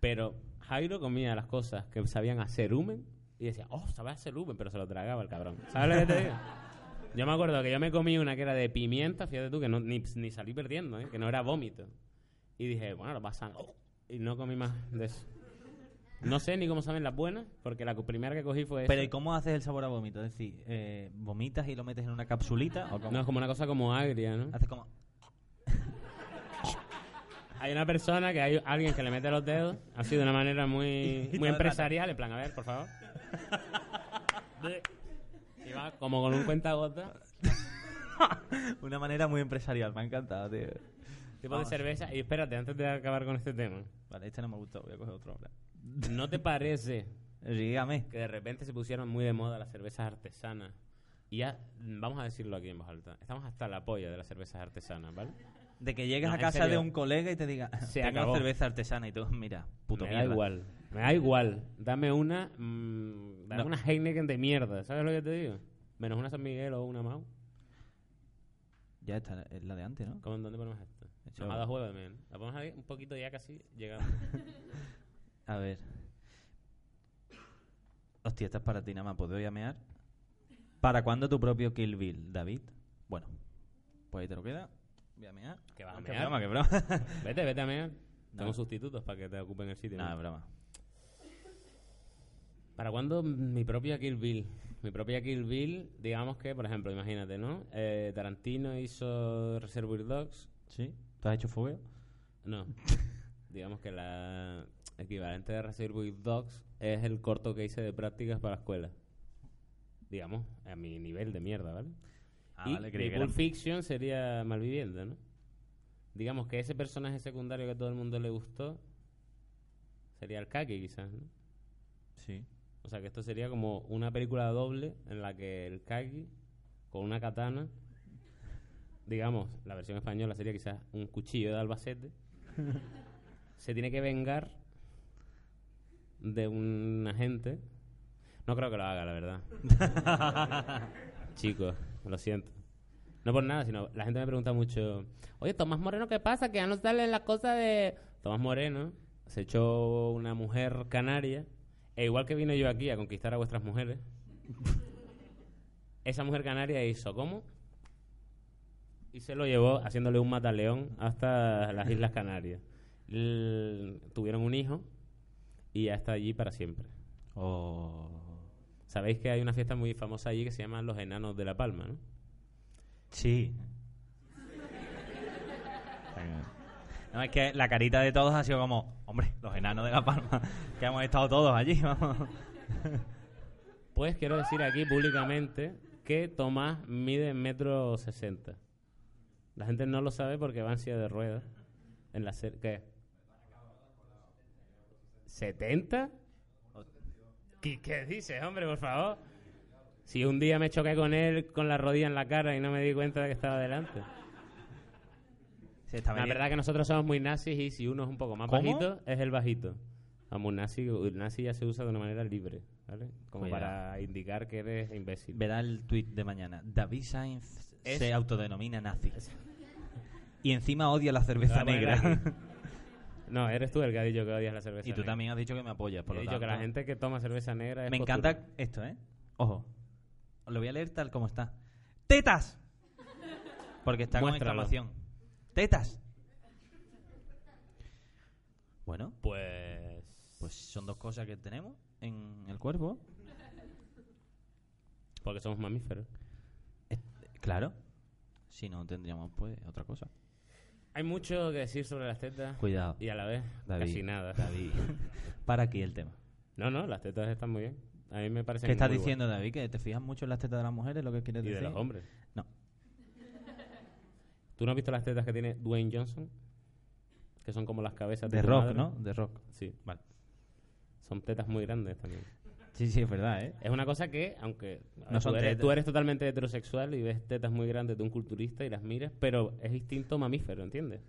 Speaker 1: Pero Jairo comía las cosas que sabían hacer humen y decía, oh, sabe hacer humen, pero se lo tragaba el cabrón. ¿Sabes lo que te digo? Yo me acuerdo que yo me comí una que era de pimienta, fíjate tú, que no, ni, ni salí perdiendo, ¿eh? que no era vómito. Y dije, bueno, lo pasan. oh, y no comí más de eso. No sé ni cómo saben las buenas, porque la co- primera que cogí fue esa.
Speaker 2: Pero ¿y cómo haces el sabor a vómito? Es decir, eh, ¿vomitas y lo metes en una capsulita? ¿O cómo?
Speaker 1: No, es como una cosa como agria, ¿no?
Speaker 2: Haces como...
Speaker 1: Hay una persona que hay alguien que le mete los dedos así de una manera muy,
Speaker 2: Y
Speaker 1: muy
Speaker 2: todo el rato.
Speaker 1: empresarial, en plan, a ver, por favor. Y va como con un cuentagota,
Speaker 2: una manera muy empresarial, me ha encantado, tío.
Speaker 1: tipo de
Speaker 2: Vamos.
Speaker 1: cerveza. Y espérate, antes de acabar con este tema,
Speaker 2: Vale, este no me gustó, voy a coger otro ahora.
Speaker 1: ¿no te parece
Speaker 2: Dígame.
Speaker 1: que de repente se pusieron muy de moda las cervezas artesanas? Y ya, vamos a decirlo aquí en voz alta, estamos hasta la polla de las cervezas artesanas, ¿vale?
Speaker 2: De que llegues
Speaker 1: No,
Speaker 2: a
Speaker 1: en
Speaker 2: casa
Speaker 1: serio.
Speaker 2: de un colega y te diga,
Speaker 1: Se
Speaker 2: tengo
Speaker 1: acabó.
Speaker 2: cerveza artesana y tú, mira, puto
Speaker 1: me da
Speaker 2: mierda".
Speaker 1: igual, me da igual. Dame una, mm, dame
Speaker 2: No.
Speaker 1: una Heineken de mierda, ¿sabes lo que te digo? Menos una San Miguel o una Mau.
Speaker 2: Ya está, es la de antes, ¿no?
Speaker 1: ¿Cómo, ¿Dónde ponemos esto?
Speaker 2: Eso.
Speaker 1: Nos ha dado juego también. La ponemos ahí un poquito ya casi llegando.
Speaker 2: A ver. Hostia, esta es para ti nada más, ¿puedo llamear? ¿Para cuándo tu propio Kill Bill, David? Bueno, pues ahí te lo queda. Voy a mear.
Speaker 1: ¿Que vas a
Speaker 2: No,
Speaker 1: mear?
Speaker 2: broma, qué broma.
Speaker 1: vete, vete a mear.
Speaker 2: No.
Speaker 1: Tengo sustitutos para que te ocupen el sitio.
Speaker 2: no,
Speaker 1: ¿no?
Speaker 2: es broma.
Speaker 1: ¿Para cuándo mi propia Kill Bill? Mi propia Kill Bill, digamos que, por ejemplo, imagínate, ¿no? Eh, Tarantino hizo Reservoir Dogs.
Speaker 2: ¿Sí? ¿Tú has hecho fuego?
Speaker 1: No. digamos que la equivalente de Reservoir Dogs es el corto que hice de prácticas para la escuela. digamos, a mi nivel de mierda, ¿vale?
Speaker 2: Ah,
Speaker 1: y
Speaker 2: vale, creí
Speaker 1: mi
Speaker 2: que era-
Speaker 1: Pulp Fiction sería Malviviendo, ¿no? Digamos que ese personaje secundario que a todo el mundo le gustó sería el Kaki, quizás, ¿no?
Speaker 2: Sí.
Speaker 1: O sea, que esto sería como una película doble en la que el Kaki, con una katana, digamos, la versión española sería quizás un cuchillo de Albacete, se tiene que vengar de un agente. No creo que lo haga, la verdad. Chicos, lo siento. No por nada, sino la gente me pregunta mucho, oye, Tomás Moreno, ¿qué pasa? Que ya no sale la cosa de... Tomás Moreno se echó una mujer canaria, e igual que vine yo aquí a conquistar a vuestras mujeres, esa mujer canaria hizo, ¿cómo? Y se lo llevó haciéndole un mataleón hasta las Islas Canarias. L- tuvieron un hijo y ya está allí para siempre.
Speaker 2: Oh.
Speaker 1: Sabéis que hay una fiesta muy famosa allí que se llama Los Enanos de La Palma, ¿no?
Speaker 2: Sí. No, es que la carita de todos ha sido como, hombre, los enanos de La Palma, que hemos estado todos allí, vamos.
Speaker 1: Pues quiero decir aquí públicamente que Tomás mide metro sesenta. La gente no lo sabe porque va en silla de ruedas. En la cer- ¿Qué? ¿70? ¿Qué, qué dices, hombre, por favor? Si un día me choqué con él con la rodilla en la cara y no me di cuenta de que estaba delante.
Speaker 2: Se está
Speaker 1: La
Speaker 2: veniendo-
Speaker 1: verdad que nosotros somos muy nazis y si uno es un poco más
Speaker 2: ¿Cómo?
Speaker 1: bajito, es el bajito. Vamos, nazi, el nazi ya se usa de una manera libre, ¿vale? Como
Speaker 2: Cuidado.
Speaker 1: para indicar que eres imbécil.
Speaker 2: Verá el tweet de mañana. David Sainz
Speaker 1: Es-
Speaker 2: se autodenomina nazi. Y encima odia la
Speaker 1: Lo
Speaker 2: cerveza
Speaker 1: voy a poner
Speaker 2: negra.
Speaker 1: aquí. No, eres tú el que ha dicho que odias la cerveza
Speaker 2: y tú
Speaker 1: negra.
Speaker 2: también has dicho que me apoyas, por
Speaker 1: He
Speaker 2: lo
Speaker 1: dicho que la
Speaker 2: tanto.
Speaker 1: gente que toma cerveza negra es
Speaker 2: Me
Speaker 1: postura.
Speaker 2: encanta esto, ¿eh? Ojo. Lo voy a leer tal como está. ¡Tetas! Porque está
Speaker 1: Muéstralo.
Speaker 2: con exclamación. ¡Tetas! Bueno,
Speaker 1: Pues...
Speaker 2: pues son dos cosas que tenemos en el cuerpo.
Speaker 1: Porque somos mamíferos.
Speaker 2: Eh, Claro. Si no, tendríamos pues otra cosa.
Speaker 1: Hay mucho que decir sobre las tetas.
Speaker 2: Cuidado.
Speaker 1: Y a la vez,
Speaker 2: David,
Speaker 1: casi nada.
Speaker 2: Para aquí el tema.
Speaker 1: No, no, las tetas están muy bien. A mí me parece
Speaker 2: ¿Qué estás diciendo, David? ¿Que te fijas mucho en las tetas de las mujeres? ¿Lo que quieres
Speaker 1: Y
Speaker 2: decir?
Speaker 1: de los hombres.
Speaker 2: No.
Speaker 1: ¿Tú no has visto las tetas que tiene Dwayne Johnson? Que son como las cabezas de
Speaker 2: De
Speaker 1: tu
Speaker 2: rock,
Speaker 1: madre.
Speaker 2: ¿no? De rock.
Speaker 1: Sí.
Speaker 2: Vale.
Speaker 1: Son tetas muy grandes también.
Speaker 2: Sí, sí, es verdad, ¿eh?
Speaker 1: Es una cosa que, aunque a ver,
Speaker 2: No son
Speaker 1: tú, eres,
Speaker 2: tetas.
Speaker 1: tú eres totalmente heterosexual y ves tetas muy grandes de un culturista y las miras, pero es instinto mamífero, ¿entiendes?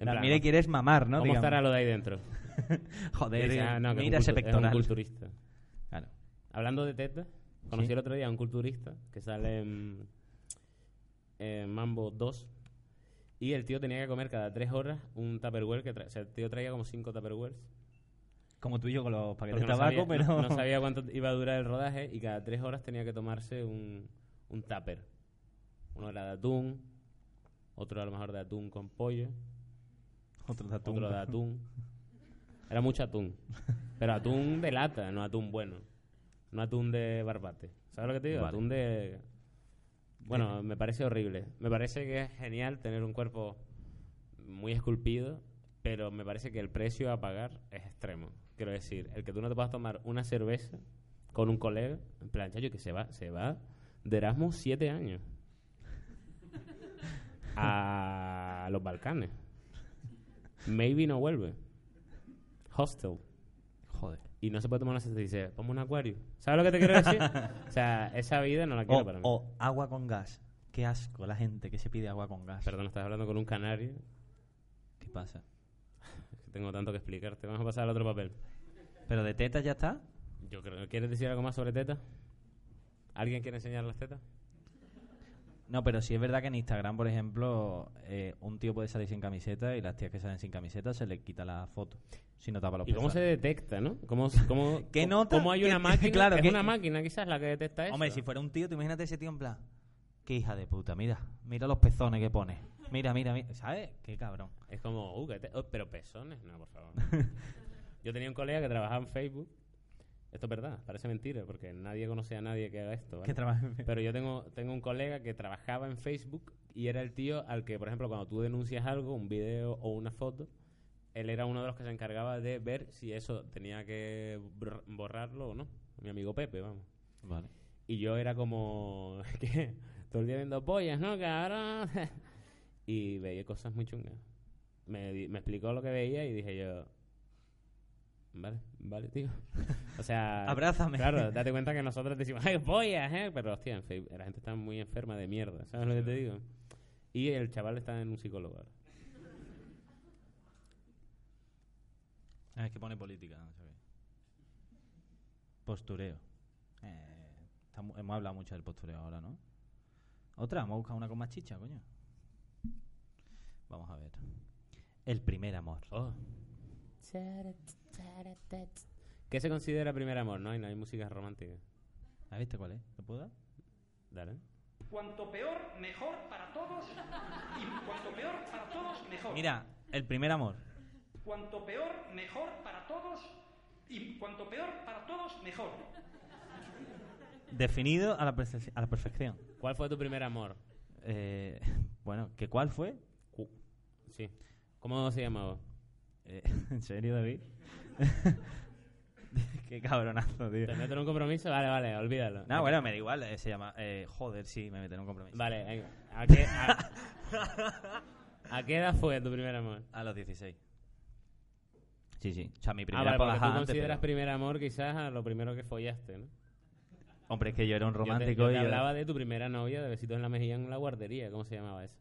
Speaker 1: En
Speaker 2: La
Speaker 1: plan,
Speaker 2: mira y quieres mamar, ¿no?
Speaker 1: ¿Cómo
Speaker 2: Digamos.
Speaker 1: estará lo de ahí dentro? Y
Speaker 2: Joder, eh,
Speaker 1: dices, ah, no, que es un
Speaker 2: mira ese
Speaker 1: cultu- es un
Speaker 2: pectoral.
Speaker 1: culturista.
Speaker 2: Claro.
Speaker 1: Hablando de tetas, conocí
Speaker 2: Sí.
Speaker 1: el otro día a un culturista que sale en, en Mambo 2 y el tío tenía que comer cada tres horas un Tupperware. Que tra- o sea, el tío traía como cinco Tupperwares.
Speaker 2: Como tú y yo con los paquetes
Speaker 1: porque no
Speaker 2: de tabaco,
Speaker 1: sabía, no-
Speaker 2: pero...
Speaker 1: no sabía cuánto iba a durar el rodaje y cada tres horas tenía que tomarse un, un Tupper. Uno era de atún, otro a lo mejor de atún con pollo,
Speaker 2: Otro de atún.
Speaker 1: otro de atún. Era mucho atún. Pero atún de lata, no atún bueno. No atún de barbate. ¿Sabes lo que te digo?
Speaker 2: Vale.
Speaker 1: Atún de... Bueno, me parece horrible. Me parece que es genial tener un cuerpo muy esculpido, pero me parece que el precio a pagar es extremo. Quiero decir, el que tú no te puedas tomar una cerveza con un colega, en plan, chayo, que se va, se va de Erasmus siete años a los Balcanes. Maybe no vuelve. Hostel.
Speaker 2: Joder.
Speaker 1: Y no se puede tomar una cerveza. y Dice, ponme un acuario. ¿Sabes lo que te quiero decir? o sea, esa vida no la quiero
Speaker 2: O,
Speaker 1: para mí.
Speaker 2: o agua con gas. Qué asco la gente que se pide agua con gas.
Speaker 1: Perdón, estás hablando con un canario.
Speaker 2: ¿Qué pasa?
Speaker 1: Es que tengo tanto que explicarte. Vamos a pasar al otro papel.
Speaker 2: ¿Pero de tetas ya está?
Speaker 1: Yo creo. ¿Quieres decir algo más sobre tetas? ¿Alguien quiere enseñar las tetas?
Speaker 2: No, pero sí es verdad que en Instagram, por ejemplo, eh, un tío puede salir sin camiseta y las tías que salen sin camiseta se le quita la foto. Si no tapa los
Speaker 1: ¿Y cómo se
Speaker 2: pezones.
Speaker 1: detecta, no? ¿Cómo, cómo,
Speaker 2: ¿Qué
Speaker 1: cómo-
Speaker 2: nota?
Speaker 1: cómo hay una
Speaker 2: ¿Qué-
Speaker 1: máquina?
Speaker 2: claro,
Speaker 1: es
Speaker 2: qué-
Speaker 1: una máquina quizás la que detecta eso.
Speaker 2: Hombre, si fuera un tío, te imagínate ese tío en plan. Qué hija de puta, mira. Mira los pezones que pone. Mira, mira, mira. ¿Sabes? Qué cabrón.
Speaker 1: Es como, uh, que te- oh, pero pezones, no, por favor. Yo tenía un colega que trabajaba en Facebook. Esto es verdad, parece mentira, porque nadie conoce a nadie que haga esto. ¿vale?
Speaker 2: Qué trabajo.
Speaker 1: Pero yo tengo, tengo un colega que trabajaba en Facebook y era el tío al que, por ejemplo, cuando tú denuncias algo, un video o una foto, él era uno de los que se encargaba de ver si eso tenía que br- borrarlo o no. Mi amigo Pepe, vamos.
Speaker 2: Vale.
Speaker 1: Y yo era como, ¿qué? Todo el día viendo pollas, ¿no, cabrón? y veía cosas muy chungas. Me, di- me explicó lo que veía y dije yo, vale, vale, tío. O sea...
Speaker 2: Abrázame.
Speaker 1: Claro, date cuenta que nosotros decimos, ¡ay, pollas, eh! Pero, hostia, en fin, la gente está muy enferma de mierda, ¿sabes lo que te digo? Y el chaval está en un psicólogo ahora.
Speaker 2: Ah, es que pone política. no sé qué. Postureo. Eh, estamos- hemos hablado mucho del postureo ahora, ¿no? Otra, vamos a buscar una con más chicha, coño. Vamos a ver. El primer amor.
Speaker 1: ¿Qué se considera primer amor? No hay, no hay música romántica.
Speaker 2: ¿Ah, viste cuál es? ¿Lo puedo dar?
Speaker 1: Dale.
Speaker 5: Cuanto peor, mejor para todos. Y cuanto peor para todos, mejor.
Speaker 2: Mira, el primer amor.
Speaker 5: Cuanto peor, mejor para todos. Y cuanto peor para todos, mejor.
Speaker 2: Definido a la, perfe- a la perfección.
Speaker 1: ¿Cuál fue tu primer amor?
Speaker 2: Eh, bueno, ¿que cuál fue?
Speaker 1: Cu- Sí. ¿Cómo se llamaba?
Speaker 2: Eh, ¿En serio, David? Qué cabronazo, tío.
Speaker 1: ¿Te meto en un compromiso? Vale, vale, olvídalo.
Speaker 2: No, bueno, me da igual, eh, se llama. eh, joder, sí, me meten en un compromiso.
Speaker 1: Vale, venga. ¿A qué, a, a qué edad fue tu primer amor? Ah,
Speaker 2: A los 16. Sí, sí. O sea, mi
Speaker 1: Ah,
Speaker 2: primera
Speaker 1: vale, porque
Speaker 2: paja
Speaker 1: tú
Speaker 2: antes,
Speaker 1: consideras
Speaker 2: pero-
Speaker 1: primer amor quizás a lo primero que follaste, ¿no?
Speaker 2: Hombre, es que yo era
Speaker 1: Yo
Speaker 2: un
Speaker 1: te-
Speaker 2: romántico
Speaker 1: yo te
Speaker 2: y yo-
Speaker 1: hablaba de tu primera novia de besitos en la mejilla en la guardería. ¿Cómo se llamaba eso?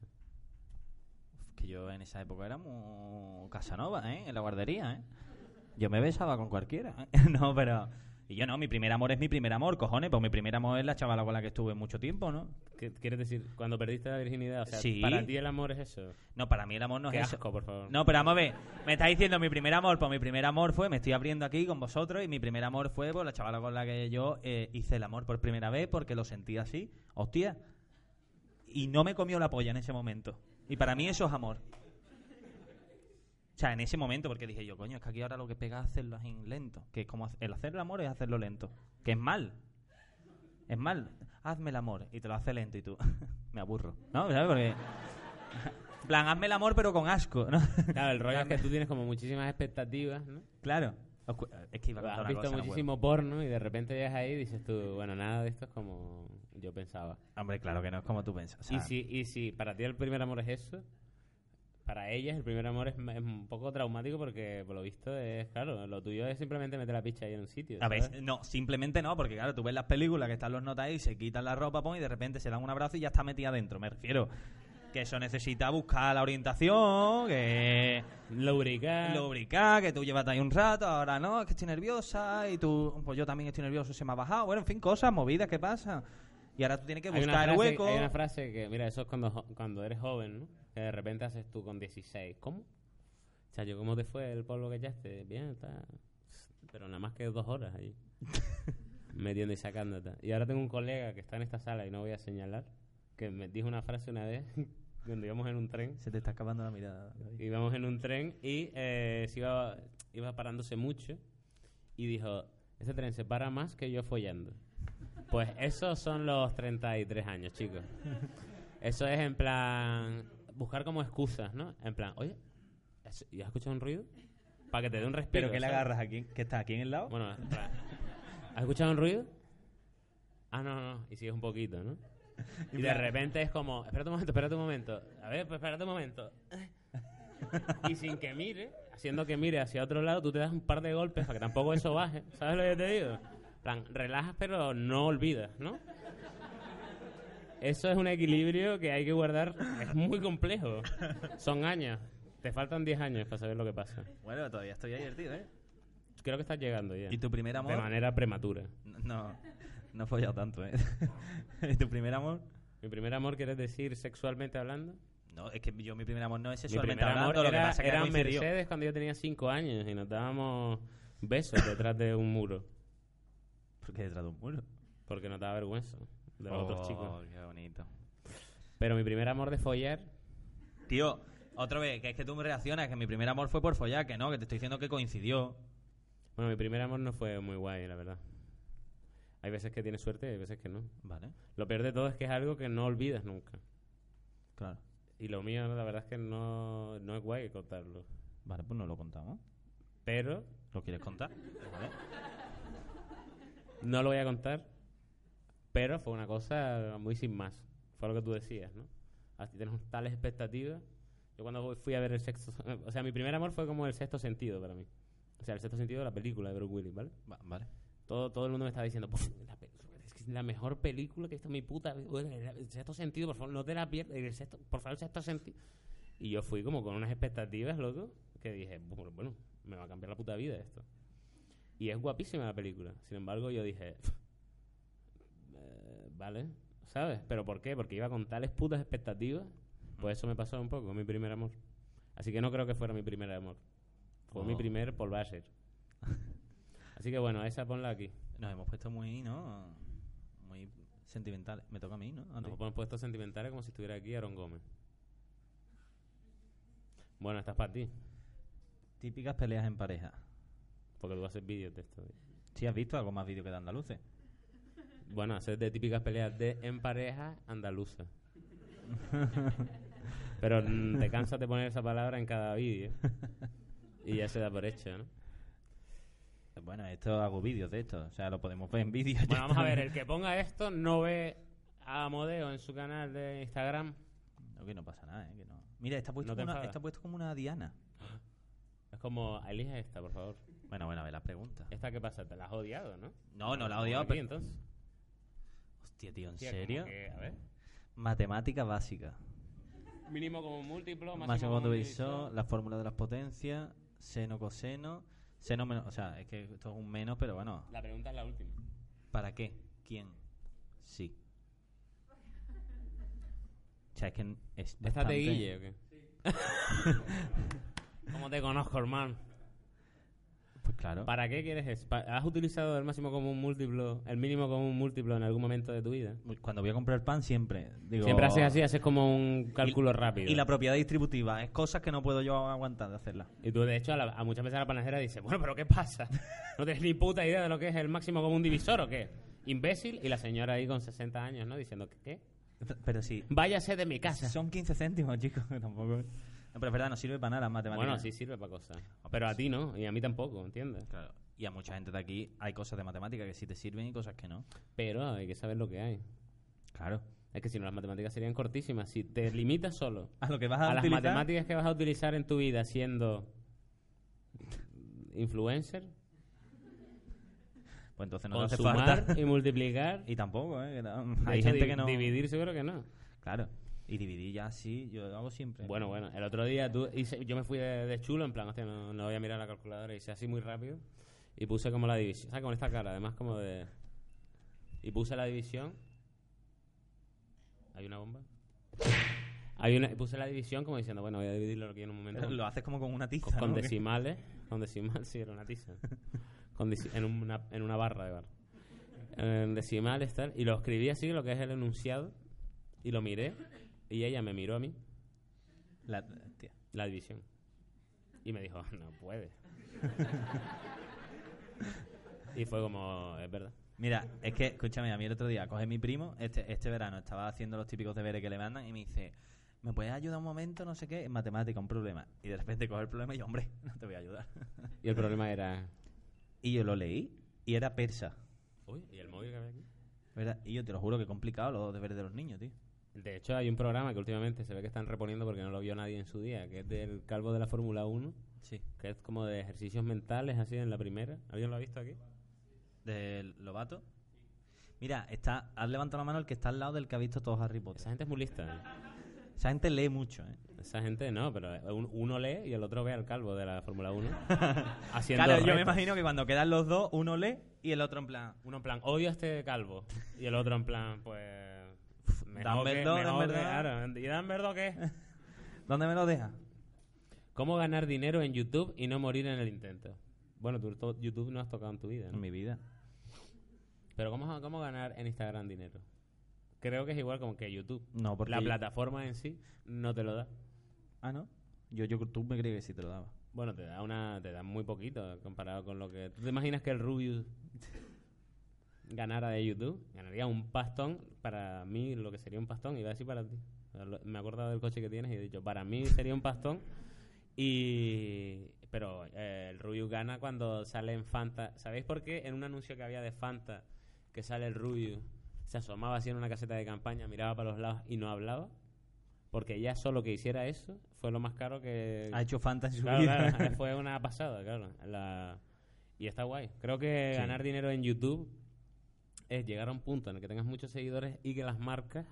Speaker 2: que yo en esa época era muy Casanova, ¿eh? En la guardería, ¿eh? Yo me besaba con cualquiera. ¿eh? no, pero... Y yo no, mi primer amor es mi primer amor, cojones. Pues mi primer amor es la chavala con la que estuve mucho tiempo, ¿no?
Speaker 1: ¿Qué quieres decir? Cuando perdiste la virginidad. O sea,
Speaker 2: Sí.
Speaker 1: para ti el amor es eso.
Speaker 2: No, para mí el amor no
Speaker 1: Qué
Speaker 2: es eso.
Speaker 1: asco, por favor.
Speaker 2: No, pero vamos a ver. Me estás diciendo mi primer amor. Pues mi primer amor fue, me estoy abriendo aquí con vosotros. Y mi primer amor fue pues, la chavala con la que yo eh, hice el amor por primera vez porque lo sentí así. Hostia. Y no me comió la polla en ese momento. Y para mí eso es amor. O sea, en ese momento, porque dije yo, coño, es que aquí ahora lo que pega es hacerlo así lento. Que es como hac- el hacer el amor es hacerlo lento. Que es mal. Es mal. Hazme el amor. Y te lo hace lento y tú. me aburro. ¿No? ¿Sabes? Porque. En plan, hazme el amor, pero con asco, ¿no?
Speaker 1: Claro, el rollo es que tú tienes como muchísimas expectativas, ¿no?
Speaker 2: Claro. Os cu- Es que iba a contar
Speaker 1: Has
Speaker 2: una
Speaker 1: visto
Speaker 2: cosa, no
Speaker 1: muchísimo porno y de repente llegas ahí y dices tú, bueno, nada de esto es como yo pensaba.
Speaker 2: puedo. Hombre, claro que no es como tú piensas. o sea,
Speaker 1: y, si, y si para ti el primer amor es eso, para ellas el primer amor es, ma- es un poco traumático porque por lo visto es, claro, lo tuyo es simplemente meter la picha ahí en un sitio.
Speaker 2: A
Speaker 1: ¿sabes?
Speaker 2: ver, no, simplemente no, porque claro, tú ves las películas que están los notas ahí, se quitan la ropa, pon, y de repente se dan un abrazo y ya está metida adentro, me refiero. Que eso necesita buscar la orientación, que
Speaker 1: Lubricar.
Speaker 2: lubricar, que tú llevas ahí un rato, ahora no, es que estoy nerviosa, y tú, pues yo también estoy nervioso, se me ha bajado, bueno, en fin, cosas, movidas que pasan. Y ahora tú tienes que
Speaker 1: Hay una,
Speaker 2: buscar el
Speaker 1: frase,
Speaker 2: hueco.
Speaker 1: hay una frase que, mira, eso es cuando, jo- cuando eres joven, ¿no? Que de repente haces tú con 16. ¿Cómo? Chayo, ¿cómo te fue el polvo que echaste? Bien, está. Pero nada más que dos horas allí. Metiendo y sacando. tal. Y ahora tengo un colega que está en esta sala y no voy a señalar, que me dijo una frase una vez cuando íbamos en un tren.
Speaker 2: Se te está escapando la mirada. David.
Speaker 1: Íbamos en un tren y eh, se iba, iba parándose mucho y dijo, este tren se para más que yo follando. Pues esos son los 33 años, chicos. Eso es en plan buscar como excusas, ¿no? En plan, oye, ¿has y has escuchado un ruido? Para que te dé un respiro.
Speaker 2: ¿Pero qué le
Speaker 1: ¿sabes?
Speaker 2: agarras aquí? ¿Que está aquí en el lado?
Speaker 1: Bueno, en plan, ¿has escuchado un ruido? Ah, no, no, y sigues un poquito, ¿no? Y de repente es como, espérate un momento, espérate un momento. A ver, pues espérate un momento. Y sin que mire, haciendo que mire hacia otro lado, tú te das un par de golpes para que tampoco eso baje. ¿Sabes lo que te digo? En plan, relajas pero no olvidas, ¿no? Eso es un equilibrio que hay que guardar. Es muy complejo. Son años. Te faltan 10 años para saber lo que pasa.
Speaker 2: Bueno, todavía estoy divertido, ¿eh?
Speaker 1: Creo que estás llegando ya.
Speaker 2: ¿Y tu primer amor?
Speaker 1: De manera prematura.
Speaker 2: No, no he follado tanto, ¿eh? ¿Tu primer amor?
Speaker 1: ¿Mi primer amor quieres decir sexualmente hablando?
Speaker 2: No, es que yo mi primer amor no es
Speaker 1: Mi
Speaker 2: sexualmente
Speaker 1: primer amor
Speaker 2: hablando, lo que
Speaker 1: era,
Speaker 2: pasa es que
Speaker 1: era
Speaker 2: coincidió.
Speaker 1: Mercedes cuando yo tenía 5 años y nos dábamos besos detrás de un muro
Speaker 2: ¿Por qué detrás de un muro?
Speaker 1: porque nos daba vergüenza de los
Speaker 2: Oh,
Speaker 1: otros chicos.
Speaker 2: qué bonito.
Speaker 1: Pero mi primer amor de follar,
Speaker 2: Tío, otra vez, que es que tú me reaccionas, que mi primer amor fue por follar, que no, que te estoy diciendo que coincidió.
Speaker 1: bueno, mi primer amor no fue muy guay, la verdad. Hay veces que tienes suerte y hay veces que no.
Speaker 2: Vale,
Speaker 1: Lo peor de todo es que es algo que no olvidas nunca.
Speaker 2: claro.
Speaker 1: Y lo mío, la verdad es que no, no es guay contarlo.
Speaker 2: Vale, pues no lo contamos.
Speaker 1: Pero
Speaker 2: ¿Lo quieres contar? Vale.
Speaker 1: no lo voy a contar Pero fue una cosa muy sin más. Fue lo que tú decías, ¿no? Así tenemos tales expectativas. Yo cuando fui a ver el sexto... O sea, mi primer amor fue como el sexto sentido para mí. O sea, el sexto sentido de la película de Bruce Willis, ¿vale?
Speaker 2: Va- vale.
Speaker 1: Todo, todo el mundo me estaba diciendo, "Puf, la, pe- es que es la mejor película que he visto en mi puta vida. Bueno, el- El sexto sentido, por favor, no te la pierdas. El sexto- por favor, el sexto sentido. Y yo fui como con unas expectativas, loco, que dije, "Bu- bueno, me va a cambiar la puta vida esto. Y es guapísima la película. Sin embargo, yo dije, eh, vale, ¿sabes? ¿Pero por qué? Porque iba con tales putas expectativas. Pues eso me pasó un poco, mi primer amor. Así que no creo que fuera mi primer amor. Fue mi
Speaker 2: Oh.
Speaker 1: primer Paul Basher. Así que bueno, esa ponla aquí.
Speaker 2: Nos hemos puesto muy, ¿no? Muy sentimentales. Me toca a mí, ¿no? pues, A ti.
Speaker 1: Nos ponen puestos sentimentales como si estuviera aquí Aaron Gómez. Bueno, estás para ti,
Speaker 2: Típicas peleas en pareja.
Speaker 1: porque tú haces vídeos de esto.
Speaker 2: ¿Sí has visto algo más vídeo que de andaluces?
Speaker 1: Bueno, haces de típicas peleas de en pareja andaluza. Pero mm, te cansas de poner esa palabra en cada vídeo. Y ya se da por hecho, ¿no?
Speaker 2: Bueno, esto hago vídeos de esto. O sea, lo podemos ver en vídeo.
Speaker 1: Bueno, vamos a ver, el que ponga esto no ve a Amodeo en su canal de Instagram.
Speaker 2: No, que no pasa nada, ¿eh? Que no. Mira, está puesto,
Speaker 1: No te
Speaker 2: como una,
Speaker 1: enfadas.
Speaker 2: está puesto como una diana.
Speaker 1: Es como, elige esta, por favor.
Speaker 2: Bueno, bueno, a ver la pregunta.
Speaker 1: ¿Esta qué pasa? ¿Te la has odiado, no?
Speaker 2: No, no la he odiado,
Speaker 1: Aquí,
Speaker 2: pero...
Speaker 1: entonces.
Speaker 2: Hostia, tío, ¿en
Speaker 1: Hostia, como
Speaker 2: serio?
Speaker 1: que, a ver.
Speaker 2: Matemática básica.
Speaker 1: Mínimo como múltiplo, máximo,
Speaker 2: Máximo
Speaker 1: como
Speaker 2: cuando
Speaker 1: divisor.
Speaker 2: la fórmula de las potencias, seno, coseno, seno menos... O sea, es que esto es un menos, pero bueno.
Speaker 1: La pregunta es la última.
Speaker 2: ¿Para qué? ¿Quién? Sí. O sea, es que es
Speaker 1: ¿Esta
Speaker 2: bastante-
Speaker 1: te guille o qué? ¿Cómo te conozco, hermano?
Speaker 2: Pues claro.
Speaker 1: ¿Para qué quieres eso? Pa- ¿Has utilizado el máximo común múltiplo, el mínimo común múltiplo en algún momento de tu vida?
Speaker 2: Cuando voy a comprar pan siempre digo...
Speaker 1: Siempre haces así, haces como un cálculo rápido.
Speaker 2: Y la propiedad distributiva es cosas que no puedo yo aguantar de hacerla.
Speaker 1: Y tú, de hecho, a, la- a muchas veces a la panadera dices, bueno, pero ¿qué pasa? ¿No tienes ni puta idea de lo que es el máximo común divisor o qué? Imbécil. Y la señora ahí con 60 años, ¿no? Diciendo, ¿qué? qué?
Speaker 2: Pero sí,
Speaker 1: Váyase de mi casa.
Speaker 2: son 15 céntimos, chicos, que tampoco... No, pero es verdad, no sirve para nada las matemáticas.
Speaker 1: Bueno, sí sirve para cosas. Pero a ti no, y a mí tampoco, ¿entiendes?
Speaker 2: Claro. Y a mucha gente de aquí hay cosas de matemática que sí te sirven y cosas que no.
Speaker 1: Pero hay que saber lo que hay.
Speaker 2: Claro.
Speaker 1: Es que si no, las matemáticas serían cortísimas. Si te limitas solo
Speaker 2: A lo que vas a,
Speaker 1: a las
Speaker 2: utilizar-
Speaker 1: matemáticas que vas a utilizar en tu vida siendo influencer,
Speaker 2: Pues entonces no te
Speaker 1: con
Speaker 2: hace
Speaker 1: sumar
Speaker 2: falta.
Speaker 1: y multiplicar,
Speaker 2: Y tampoco, ¿eh? que no-
Speaker 1: de
Speaker 2: Hay
Speaker 1: hecho,
Speaker 2: gente
Speaker 1: di-
Speaker 2: que no...
Speaker 1: dividir seguro que no.
Speaker 2: Claro. Y dividir ya sí, yo lo hago siempre.
Speaker 1: Bueno, bueno, el otro día tú- hice- yo me fui de, de chulo, en plan, hostia, no, no voy a mirar la calculadora, hice así muy rápido y puse como la división, ¿sabes? Con esta cara, además como de... Y puse la división... ¿Hay una bomba? Hay una, puse la división como diciendo, bueno, voy a dividirlo aquí en un momento.
Speaker 2: Pero Lo haces como con una tiza,
Speaker 1: con, con
Speaker 2: ¿no?
Speaker 1: decimales, con decimales, sí, era una tiza. Con deci- en, una, en una barra de bar. En decimales, tal. Y lo escribí así, lo que es el enunciado, y lo miré, y ella me miró a mí,
Speaker 2: La- tía.
Speaker 1: la división. Y me dijo, no puede. y fue como, es verdad.
Speaker 2: Mira, es que, escúchame, a mí el otro día coge mi primo, este, este verano, estaba haciendo los típicos deberes que le mandan y me dice, ¿me puedes ayudar un momento? No sé qué, en matemática, un problema. Y de repente coge el problema y yo, hombre, no te voy a ayudar.
Speaker 1: Y el problema era...
Speaker 2: Y yo lo leí y era persa.
Speaker 1: Uy, ¿y el móvil que había aquí?
Speaker 2: ¿verdad? Y yo te lo juro que complicado los deberes de los niños, tío.
Speaker 1: De hecho, hay un programa que últimamente se ve que están reponiendo porque no lo vio nadie en su día, que es del calvo de la Fórmula 1,
Speaker 2: Sí.
Speaker 1: que es como de ejercicios mentales, así en la primera. ¿Alguien lo ha visto aquí?
Speaker 2: Del Lobato. Mira, está, has levantado la mano el que está al lado del que ha visto todos Harry Potter.
Speaker 1: Esa gente es muy lista.
Speaker 2: Esa gente lee mucho, ¿eh?
Speaker 1: ¿eh? Esa gente no, pero un- uno lee y el otro ve al calvo de la Fórmula 1. haciendo
Speaker 2: Claro, yo
Speaker 1: retos.
Speaker 2: me imagino que cuando quedan los dos, uno lee y el otro en plan...
Speaker 1: Uno en plan, odio a este calvo. Y el otro en plan, pues... mejor que-
Speaker 2: Dumbledore,
Speaker 1: mejor que-
Speaker 2: Dumbledore.
Speaker 1: claro, ¿Y Dumbledore qué?
Speaker 2: ¿Dónde me lo deja?
Speaker 1: ¿Cómo ganar dinero en YouTube y no morir en el intento? Bueno, tú to- YouTube no has tocado en tu vida,
Speaker 2: En
Speaker 1: ¿no?
Speaker 2: mi vida.
Speaker 1: Pero ¿cómo, ¿cómo ganar en Instagram dinero? Creo que es igual como que YouTube.
Speaker 2: No, porque...
Speaker 1: La plataforma en sí no te lo da.
Speaker 2: Ah, ¿no? Yo, yo tú me creí que sí te lo daba.
Speaker 1: Bueno, te da una, te da muy poquito comparado con lo que. ¿Tú te imaginas que el Rubius ganara de YouTube? Ganaría un pastón para mí, lo que sería un pastón, iba a decir para ti. Pero lo- Me he acordado del coche que tienes y he dicho, para mí sería un pastón. Y pero eh, el Rubius gana cuando sale en Fanta. ¿Sabéis por qué? En un anuncio que había de Fanta que sale el Rubius se asomaba así en una caseta de campaña, miraba para los lados y no hablaba. Porque ya solo que hiciera eso fue lo más caro que...
Speaker 2: Ha hecho fantasy su
Speaker 1: Claro,
Speaker 2: vida.
Speaker 1: claro, fue una pasada, claro. La- Y está guay. Creo que
Speaker 2: Sí.
Speaker 1: ganar dinero en YouTube es llegar a un punto en el que tengas muchos seguidores y que las marcas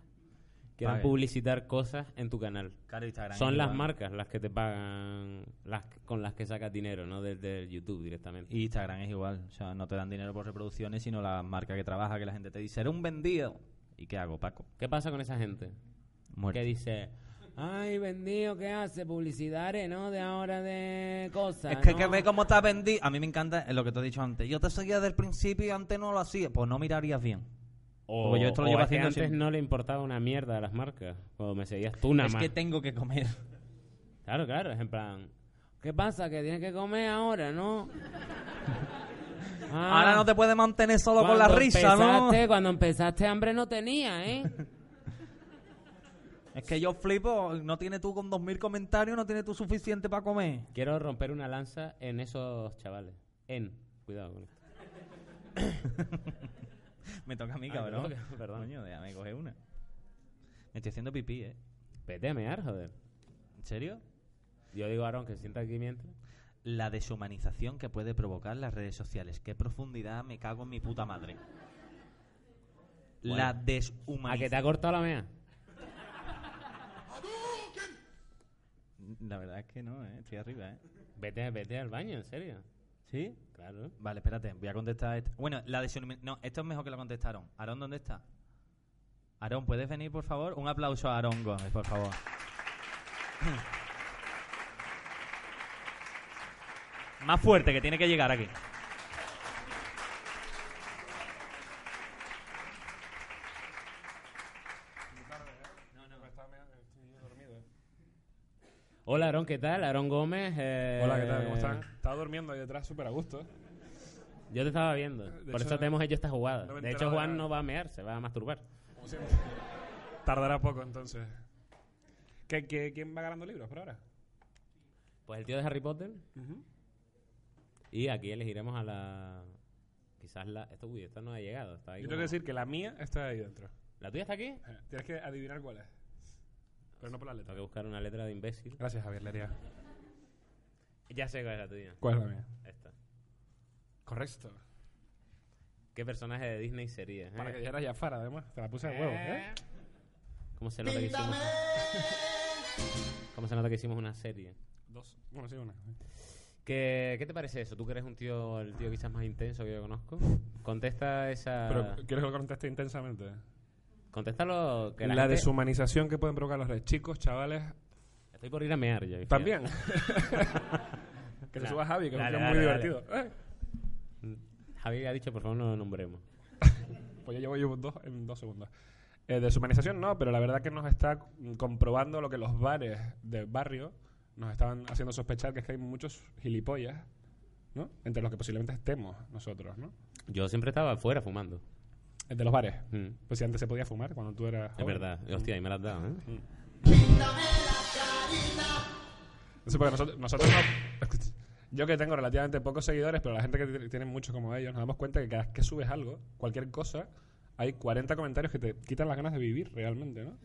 Speaker 1: quieran
Speaker 2: Paguen.
Speaker 1: publicitar cosas en tu canal.
Speaker 2: Claro, Instagram
Speaker 1: Son
Speaker 2: es
Speaker 1: las
Speaker 2: igual.
Speaker 1: marcas las que te pagan, las que- con las que sacas dinero, no desde el YouTube directamente.
Speaker 2: Y Instagram es igual. O sea, no te dan dinero por reproducciones, sino la marca que trabaja, que la gente te dice, eres un vendido. ¿Y qué hago, Paco?
Speaker 1: ¿Qué pasa con esa gente?
Speaker 2: Muerte.
Speaker 1: Que dice, ay, vendido, ¿qué hace? Publicidades, ¿no? De ahora de cosas.
Speaker 2: Es que hay que
Speaker 1: Ah, ¿no?".
Speaker 2: ver cómo está vendido. A mí me encanta eh, lo que te he dicho antes. Yo te seguía desde el principio y antes no lo hacía. Pues no mirarías bien.
Speaker 1: O,
Speaker 2: Porque yo esto lo
Speaker 1: o
Speaker 2: llevo
Speaker 1: es que
Speaker 2: haciendo
Speaker 1: antes
Speaker 2: sin-
Speaker 1: no le importaba una mierda a las marcas. Cuando me seguías tú nada
Speaker 2: es
Speaker 1: más.
Speaker 2: que tengo que comer.
Speaker 1: Claro, claro, es en plan. ¿Qué pasa? Que tienes que comer ahora, ¿no? Ah,
Speaker 2: Ahora no te puedes mantener solo con la
Speaker 1: cuando
Speaker 2: risa, ¿no?
Speaker 1: empezaste- Cuando empezaste hambre no tenía, ¿eh?
Speaker 2: Es que yo flipo. No tienes tú con 2.000 comentarios, no tienes tú suficiente para comer.
Speaker 1: Quiero romper una lanza en esos chavales. En. Cuidado con esto.
Speaker 2: Me toca a mí,
Speaker 1: Ah, te
Speaker 2: cabrón.
Speaker 1: toca, perdón.
Speaker 2: Coño, déjame coger una. Me estoy haciendo pipí, ¿eh?
Speaker 1: Vete a mear, joder.
Speaker 2: ¿En serio?
Speaker 1: Yo digo a Aaron que se sienta aquí mientras.
Speaker 2: La deshumanización que puede provocar las redes sociales. Qué profundidad me cago en mi puta madre. La
Speaker 1: ¿A que te
Speaker 2: deshumanización.
Speaker 1: ha cortado la mea?
Speaker 2: La verdad es que no, ¿eh? estoy arriba, ¿eh?
Speaker 1: Vete, vete al baño, en serio.
Speaker 2: ¿Sí?
Speaker 1: Claro.
Speaker 2: Vale, espérate, voy a contestar esta. Bueno, la deshumanización. No, esto es mejor que lo contestaron. Aarón, ¿dónde está? Aarón, ¿puedes venir, por favor? Un aplauso a Aarón Gómez, por favor. Más fuerte, que tiene que llegar aquí.
Speaker 1: Hola, Aaron, ¿qué tal? Aaron Gómez. eh,
Speaker 6: Hola, ¿qué tal? ¿Cómo están? Estaba durmiendo ahí detrás súper a gusto.
Speaker 1: Yo te estaba viendo. Por
Speaker 6: hecho,
Speaker 1: eso te hemos hecho esta jugada.
Speaker 6: no me he
Speaker 1: de hecho,
Speaker 6: enterado
Speaker 1: Juan
Speaker 6: de-
Speaker 1: no va a mear, se va a masturbar.
Speaker 6: como siempre. Tardará poco, entonces. ¿Qué, qué, quién va ganando libros por ahora?
Speaker 1: Pues el tío de Harry Potter. Y aquí elegiremos a la. Quizás la. Esto, uy, esta no ha llegado. Está ahí
Speaker 6: Yo
Speaker 1: como-
Speaker 6: tengo que decir que la mía está ahí dentro.
Speaker 1: ¿La tuya está aquí?
Speaker 6: Eh, Tienes que adivinar cuál es. Pero no por la
Speaker 1: Tengo
Speaker 6: letra.
Speaker 1: que buscar una letra de imbécil.
Speaker 6: Gracias, Javier Lería.
Speaker 1: Ya sé cuál es la tuya.
Speaker 6: ¿Cuál es la mía? Eh.
Speaker 1: Esta.
Speaker 6: Correcto.
Speaker 1: ¿Qué personaje de Disney sería? eh?
Speaker 6: Para que llegaras ya Jafar, además. Te la puse de huevo, ¿eh?
Speaker 1: ¿Cómo se nota que hicimos? ¿Cómo se nota que hicimos una serie?
Speaker 6: Dos. Bueno, sí, una.
Speaker 1: ¿Qué, qué te parece eso? ¿Tú que eres un tío, el tío quizás más intenso que yo conozco? Contesta esa.
Speaker 6: Pero ¿quieres que lo conteste intensamente?
Speaker 1: Contéstalo. Que
Speaker 6: la
Speaker 1: la, gente-
Speaker 6: deshumanización que pueden provocar los redes. Chicos, chavales,
Speaker 1: Estoy por ir a mear yo.
Speaker 6: también. que
Speaker 1: Dale,
Speaker 6: se suba Javi, que es un
Speaker 1: dale,
Speaker 6: tío muy
Speaker 1: dale,
Speaker 6: divertido. Eh,
Speaker 1: Javier ha dicho, por favor, no lo nombremos.
Speaker 6: Pues ya llevo yo dos, en dos segundos. Eh, deshumanización no, pero la verdad que nos está mm, comprobando lo que los bares del barrio nos estaban haciendo sospechar, que es que hay muchos gilipollas, ¿no? Entre los que posiblemente estemos nosotros, ¿no?
Speaker 1: Yo siempre estaba afuera fumando.
Speaker 6: Entre los bares.
Speaker 1: Mm.
Speaker 6: Pues si antes se podía fumar cuando tú eras...
Speaker 1: Es
Speaker 6: joven.
Speaker 1: verdad. Hostia, ahí me la has dado, ¿eh?
Speaker 6: Eso porque nosotros, nosotros no- Yo que tengo relativamente pocos seguidores, pero la gente que t- tiene muchos como ellos, nos damos cuenta que cada vez que subes algo, cualquier cosa, hay 40 comentarios que te quitan las ganas de vivir realmente, ¿no?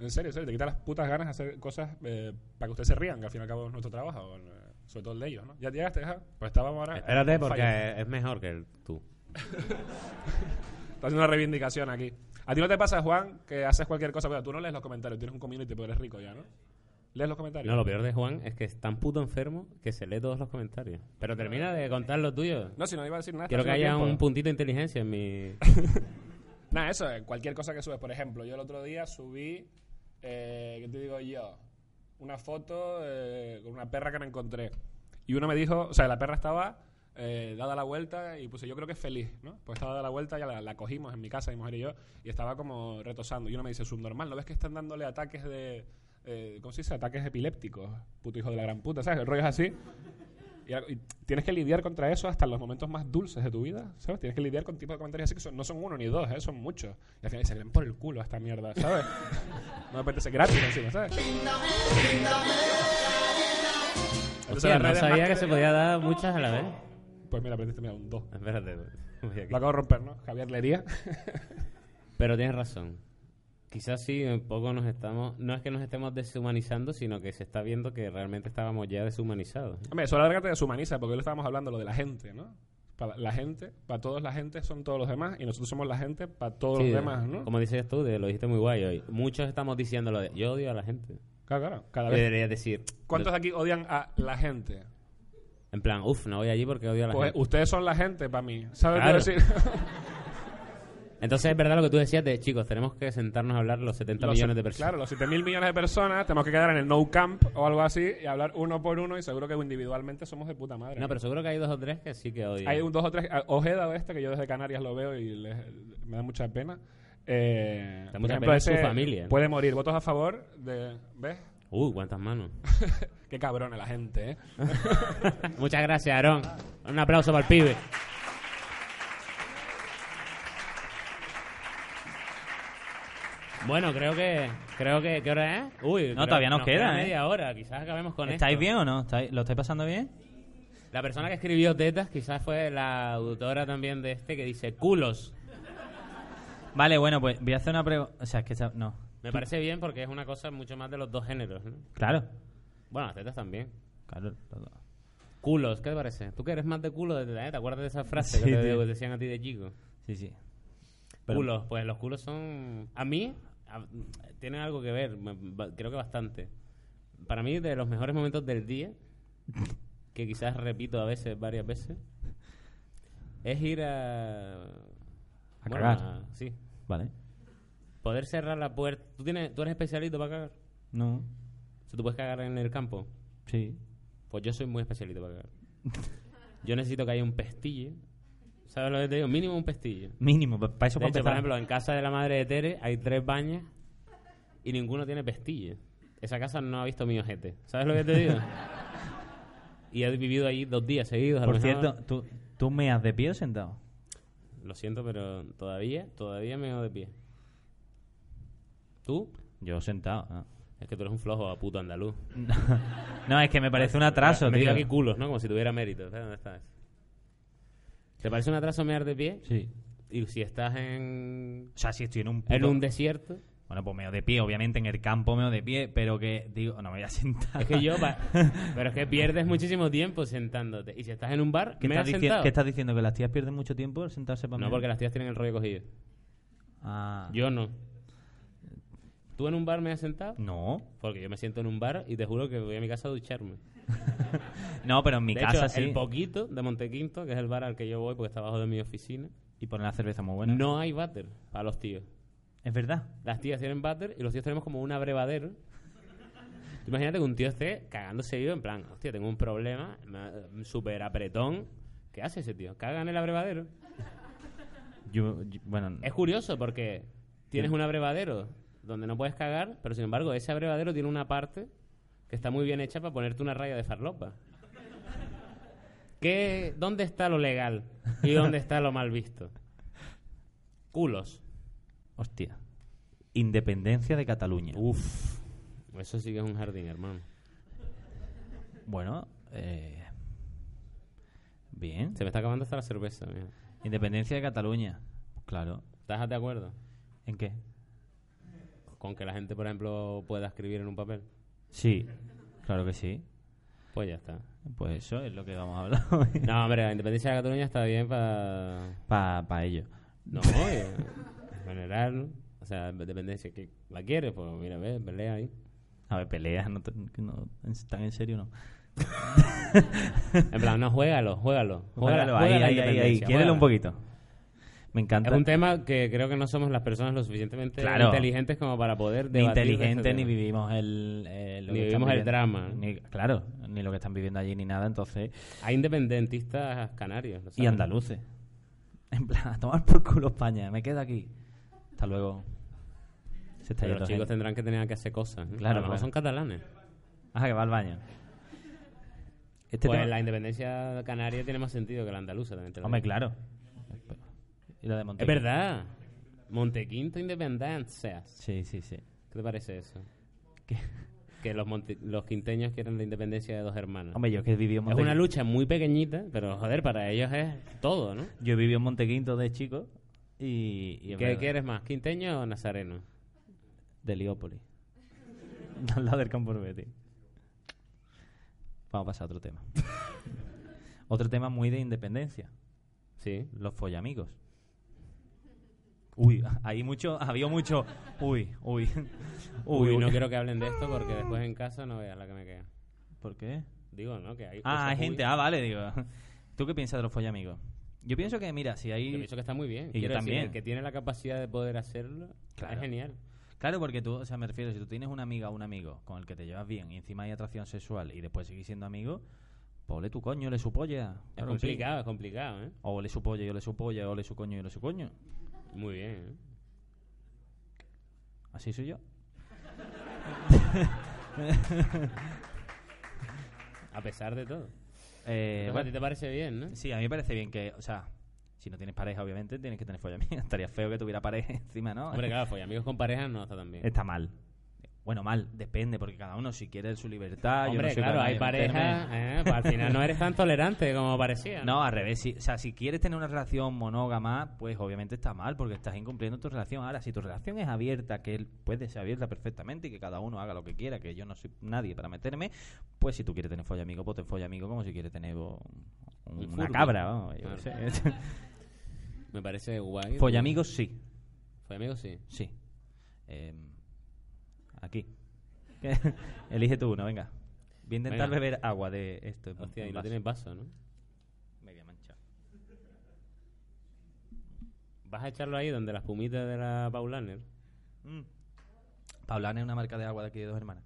Speaker 6: En serio, en serio, te quitan las putas ganas de hacer cosas eh, para que ustedes se rían, que al fin y al cabo es nuestro trabajo, eh, sobre todo el de ellos, ¿no? Ya llegaste, ja? pues estábamos ahora...
Speaker 1: Espérate, porque
Speaker 6: Falla.
Speaker 1: es mejor que el- tú.
Speaker 6: Está haciendo una reivindicación aquí. ¿A ti no te pasa, Juan, que haces cualquier cosa? Pero tú no lees los comentarios, tienes un community, pero eres rico ya, ¿no? ¿Lees los comentarios?
Speaker 1: No, lo peor de Juan es que es tan puto enfermo que se lee todos los comentarios. Pero termina de contar lo tuyo.
Speaker 6: No, si no iba a decir nada.
Speaker 1: Quiero que
Speaker 6: está
Speaker 1: haya
Speaker 6: haciendo
Speaker 1: un
Speaker 6: tiempo.
Speaker 1: puntito de inteligencia en mi...
Speaker 6: Nada, eso es cualquier cosa que subes. Por ejemplo, yo el otro día subí, eh, ¿qué te digo yo? Una foto eh, con una perra que me encontré. Y uno me dijo, o sea, la perra estaba eh, dada la vuelta y puse, yo creo que es feliz, ¿no? Pues estaba dada la vuelta, ya la, la cogimos en mi casa, mi mujer y yo, y estaba como retosando. Y uno me dice, subnormal, ¿no ves que están dándole ataques de. eh, ¿Cómo se dice? Ataques epilépticos, puto hijo de la gran puta, ¿sabes? El rollo es así. Y, a- y tienes que lidiar contra eso hasta los momentos más dulces de tu vida, ¿sabes? Tienes que lidiar con tipos de comentarios así que son- no son uno ni dos, ¿eh? son muchos. Y al final se creen por el culo a esta mierda, ¿sabes? no me apetece gratis encima, ¿sabes? Entonces,
Speaker 1: Hostia,
Speaker 6: las
Speaker 1: no
Speaker 6: redes más
Speaker 1: sabía que se podía dar muchas a la vez.
Speaker 6: Pues mira, aprendiste mira, un 2.
Speaker 1: Espérate. voy aquí.
Speaker 6: Lo acabo de romper, ¿no? Javier Lería.
Speaker 1: Pero tienes razón. Quizás sí, un poco nos estamos. No es que nos estemos deshumanizando, sino que se está viendo que realmente estábamos ya deshumanizados.
Speaker 6: Hombre, eso a la larga te deshumaniza, porque hoy lo estábamos hablando, lo de la gente, ¿no? Para la gente, para todos la gente son todos los demás, y nosotros somos la gente para todos
Speaker 1: Sí,
Speaker 6: los demás, ¿no?
Speaker 1: Como dices tú, de- lo dijiste muy guay hoy. Muchos estamos diciendo lo de. Yo odio a la gente.
Speaker 6: Claro, claro, cada
Speaker 1: Yo
Speaker 6: vez.
Speaker 1: debería decir.
Speaker 6: ¿Cuántos de aquí odian a la gente?
Speaker 1: En plan, uff, no voy allí porque odio a la
Speaker 6: Pues
Speaker 1: gente.
Speaker 6: ustedes son la gente para mí, ¿sabes
Speaker 1: Claro.
Speaker 6: qué decir?
Speaker 1: Entonces es verdad lo que tú decías de chicos, tenemos que sentarnos a hablar los 70
Speaker 6: Los-
Speaker 1: millones de personas.
Speaker 6: Claro, los 7.000 millones de personas tenemos que quedar en el no camp o algo así y hablar uno por uno y seguro que individualmente somos de puta madre.
Speaker 1: No, pero seguro que hay dos o tres que sí que odian.
Speaker 6: Hay un, dos o tres. a- Ojeda este que yo desde Canarias lo veo y les- me da mucha pena. Eh,
Speaker 1: Da
Speaker 6: por
Speaker 1: mucha
Speaker 6: ejemplo,
Speaker 1: pena su
Speaker 6: ese
Speaker 1: familia, ¿no?
Speaker 6: Puede morir. Votos a favor de. ¿Ves?
Speaker 1: Uh, cuántas manos.
Speaker 6: Qué cabrona la gente, ¿eh?
Speaker 1: Muchas gracias, Aarón. Un aplauso para el pibe. Bueno, creo que. creo que ¿Qué hora es? Uy, creo-
Speaker 2: todavía nos queda, ¿eh?
Speaker 1: media hora. Quizás acabemos con
Speaker 2: ¿Estáis
Speaker 1: esto.
Speaker 2: bien o no? ¿Estáis- ¿Lo estáis pasando bien?
Speaker 1: La persona que escribió tetas quizás fue la autora también de este que dice culos.
Speaker 2: Vale, bueno, pues voy a hacer una pregunta. O sea, es que esta- no.
Speaker 1: Me parece bien porque es una cosa mucho más de los dos géneros. ¿no?
Speaker 2: Claro.
Speaker 1: Bueno, las tetas también.
Speaker 2: Claro. todo.
Speaker 1: Culos, ¿qué te parece? Tú que eres más de culo de tetas, ¿eh? ¿Te acuerdas de esa frase
Speaker 2: Sí,
Speaker 1: que te
Speaker 2: tío.
Speaker 1: decían a ti de chico?
Speaker 2: Sí, sí. Pero-
Speaker 1: Culos, pues los culos son... A mí, a- tienen algo que ver, me- ba- creo que bastante. Para mí, de los mejores momentos del día, que quizás repito a veces, varias veces, es ir a...
Speaker 2: A cagar.
Speaker 1: sí.
Speaker 2: Vale.
Speaker 1: Poder cerrar la puerta. ¿Tú, tienes, ¿Tú eres especialito para cagar?
Speaker 2: No.
Speaker 1: O sea, ¿Tú puedes cagar en el campo?
Speaker 2: Sí.
Speaker 1: Pues yo soy muy especialito para cagar. Yo necesito que haya un pestillo. ¿Sabes lo que te digo? Mínimo un pestillo.
Speaker 2: Mínimo. Para eso,
Speaker 1: De
Speaker 2: para
Speaker 1: hecho, por ejemplo, en casa de la madre de Tere hay tres bañas y ninguno tiene pestillo. Esa casa no ha visto mi ojete. ¿Sabes lo que te digo? y he vivido allí dos días seguidos. a lo
Speaker 2: Por
Speaker 1: mejor.
Speaker 2: cierto, ¿tú, ¿tú me has de pie o sentado?
Speaker 1: Lo siento, pero todavía, todavía me veo de pie. ¿Tú?
Speaker 2: Yo sentado. ah.
Speaker 1: Es que tú eres un flojo a puto andaluz.
Speaker 2: No, es que me parece un atraso,
Speaker 1: Me
Speaker 2: tío.
Speaker 1: aquí culos, ¿no? Como si tuviera mérito. Espera, ¿Dónde estás? ¿Te parece un atraso mear de pie?
Speaker 2: Sí.
Speaker 1: Y si estás en,
Speaker 2: O sea, si estoy en un,
Speaker 1: en
Speaker 2: puto-
Speaker 1: un desierto...
Speaker 2: Bueno, pues meo de pie, obviamente, en el campo meo de pie, pero que digo, no me voy a sentar.
Speaker 1: Es que yo... pa- pero es que pierdes muchísimo tiempo sentándote. Y si estás en un bar,
Speaker 2: ¿Qué
Speaker 1: me
Speaker 2: estás,
Speaker 1: has
Speaker 2: dici-
Speaker 1: sentado.
Speaker 2: qué estás diciendo? ¿Que las tías pierden mucho tiempo al sentarse para
Speaker 1: No,
Speaker 2: mear?
Speaker 1: porque las tías tienen el rollo cogido.
Speaker 2: Ah.
Speaker 1: Yo no. ¿Tú en un bar me has sentado?
Speaker 2: No.
Speaker 1: Porque yo me siento en un bar y te juro que voy a mi casa a ducharme.
Speaker 2: No, pero en mi
Speaker 1: de
Speaker 2: casa
Speaker 1: hecho,
Speaker 2: sí.
Speaker 1: el Poquito de Montequinto, que es el bar al que yo voy porque está abajo de mi oficina,
Speaker 2: Y poner la cerveza muy buena.
Speaker 1: no hay váter para los tíos.
Speaker 2: Es verdad.
Speaker 1: Las tías tienen váter y los tíos tenemos como un abrevadero. Tú Imagínate que un tío esté cagándose vivo en plan, hostia, tengo un problema, me- mm, súper apretón. ¿Qué hace ese tío? Caga en el abrevadero.
Speaker 2: Yo, yo- bueno,
Speaker 1: Es curioso porque tienes un abrevadero donde no puedes cagar, pero sin embargo ese abrevadero tiene una parte que está muy bien hecha para ponerte una raya de farlopa. ¿Qué, ¿Dónde está lo legal y dónde está lo mal visto? Culos.
Speaker 2: hostia. Independencia de Cataluña.
Speaker 1: Uh. Uf. Eso sí que es un jardín, hermano.
Speaker 2: Bueno, eh, bien.
Speaker 1: Se me está acabando hasta la cerveza. Mira.
Speaker 2: Independencia de Cataluña. Claro.
Speaker 1: ¿Estás de acuerdo
Speaker 2: ¿En qué?
Speaker 1: con que la gente, por ejemplo, pueda escribir en un papel?
Speaker 2: Sí, claro que sí.
Speaker 1: Pues ya está.
Speaker 2: Pues eso es lo que vamos a hablar hoy.
Speaker 1: No, hombre, la independencia de Cataluña está bien para...
Speaker 2: Para ello.
Speaker 1: No, eh, en general, ¿no? o sea, dependencia que la quieres, pues mira, ve, pelea ahí.
Speaker 2: A ver, peleas, no, te- no- en- tan en serio no.
Speaker 1: En plan, no, juégalo, juégalo.
Speaker 2: Juégalo,
Speaker 1: juega
Speaker 2: ahí,
Speaker 1: la
Speaker 2: ahí, ahí, ahí.
Speaker 1: independencia,
Speaker 2: Quiérelo un
Speaker 1: juégala.
Speaker 2: poquito. Me encanta.
Speaker 1: Es un tema que creo que no somos las personas lo suficientemente
Speaker 2: Claro.
Speaker 1: inteligentes como para poder
Speaker 2: ni
Speaker 1: debatir. de ese
Speaker 2: inteligente, ni
Speaker 1: tema.
Speaker 2: vivimos el, eh, lo
Speaker 1: Ni
Speaker 2: que están
Speaker 1: vivimos el
Speaker 2: viviendo.
Speaker 1: drama.
Speaker 2: Ni- claro, ni lo que están viviendo allí, ni nada. Entonces,
Speaker 1: Hay independentistas canarios. lo
Speaker 2: y
Speaker 1: sabes.
Speaker 2: andaluces. En plan, a tomar por culo España, me quedo aquí. Hasta luego. Se está
Speaker 1: Pero
Speaker 2: yendo
Speaker 1: los chicos
Speaker 2: gente.
Speaker 1: tendrán que tener que hacer cosas. ¿no?
Speaker 2: Claro,
Speaker 1: A lo mejor
Speaker 2: claro.
Speaker 1: son catalanes.
Speaker 2: Ah, que va al baño. Este
Speaker 1: pues
Speaker 2: tema-
Speaker 1: la independencia canaria tiene más sentido que la andaluza. También te lo
Speaker 2: Hombre,
Speaker 1: digo.
Speaker 2: claro. Y la de
Speaker 1: Es
Speaker 2: Montequinto.
Speaker 1: verdad. Montequinto Independencias.
Speaker 2: Sí, sí, sí.
Speaker 1: ¿Qué te parece eso?
Speaker 2: Que-
Speaker 1: que los, monte- los quinteños quieren la independencia de dos hermanas.
Speaker 2: Hombre, yo que he vivido
Speaker 1: es
Speaker 2: en Montequinto.
Speaker 1: una lucha muy pequeñita, pero joder, para ellos es todo, ¿no?
Speaker 2: Yo he vivido en Montequinto de chico Y, y es
Speaker 1: ¿Qué
Speaker 2: verdad.
Speaker 1: quieres más, quinteño o nazareno?
Speaker 2: De Heliópolis. Al lado del campo Betty. Vamos a pasar a otro tema. otro tema muy de independencia.
Speaker 1: Sí.
Speaker 2: Los follamigos. Uy, ahí mucho, había mucho. Uy, uy.
Speaker 1: Uy, no quiero que hablen de esto porque después en casa no veas la que me queda.
Speaker 2: ¿Por qué?
Speaker 1: Digo, ¿no? Que hay
Speaker 2: Ah,
Speaker 1: cosas
Speaker 2: hay
Speaker 1: muy-
Speaker 2: gente. Ah, vale, digo. ¿Tú qué piensas de los follamigos? Yo pienso que, mira, si
Speaker 1: Yo
Speaker 2: hay.
Speaker 1: pienso que está muy bien.
Speaker 2: Y yo
Speaker 1: Quiero decir,
Speaker 2: también.
Speaker 1: el que tiene la capacidad de poder hacerlo,
Speaker 2: Claro.
Speaker 1: es genial.
Speaker 2: Claro, porque tú, o sea, me refiero, si tú tienes una amiga o un amigo con el que te llevas bien y encima hay atracción sexual y después sigues siendo amigo, pues ole tu coño, le su polla.
Speaker 1: Es
Speaker 2: Claro que sí.
Speaker 1: complicado, es complicado, ¿eh?
Speaker 2: O le su polla, yo le su polla, o le su coño, yo le su coño.
Speaker 1: Muy bien,
Speaker 2: Así soy yo.
Speaker 1: ¿eh? A pesar de todo.
Speaker 2: Eh,
Speaker 1: Entonces, a
Speaker 2: bueno,
Speaker 1: ti te parece bien, ¿no?
Speaker 2: sí, a mí me parece bien que, o sea, si no tienes pareja, obviamente, tienes que tener follamigos. Estaría feo que tuviera pareja encima, ¿no?
Speaker 1: Hombre, claro, follar amigos con parejas no está tan bien.
Speaker 2: Está mal. Bueno, mal, depende, porque cada uno si quiere su libertad. Ah, yo
Speaker 1: Hombre,
Speaker 2: no soy
Speaker 1: claro,
Speaker 2: para
Speaker 1: hay
Speaker 2: nadie meterme.
Speaker 1: parejas, ¿eh? Pues al final no eres tan tolerante como parecía.
Speaker 2: No, al revés. Si, o sea, si quieres tener una relación monógama, pues obviamente está mal porque estás incumpliendo tu relación. Ahora, si tu relación es abierta, que él puede ser abierta perfectamente y que cada uno haga lo que quiera, que yo no soy nadie para meterme, pues si tú quieres tener folla amigo, pues ten folla amigo como si quieres tener bo-
Speaker 1: Un
Speaker 2: una
Speaker 1: furby.
Speaker 2: cabra. vamos, yo qué
Speaker 1: Claro.
Speaker 2: sé.
Speaker 1: Me parece guay.
Speaker 2: Follamigos sí,
Speaker 1: Follamigos, sí.
Speaker 2: sí. Eh, aquí. ¿Qué? Elige tú uno, venga. Voy a intentar
Speaker 1: Venga.
Speaker 2: beber agua de esto. en
Speaker 1: Hostia,
Speaker 2: un
Speaker 1: y no
Speaker 2: vaso.
Speaker 1: tienes vaso, ¿no?
Speaker 2: Media mancha.
Speaker 1: ¿Vas a echarlo ahí donde las pumitas de la Paulaner?
Speaker 2: Mm. Paulana es una marca de agua de aquí de dos hermanas.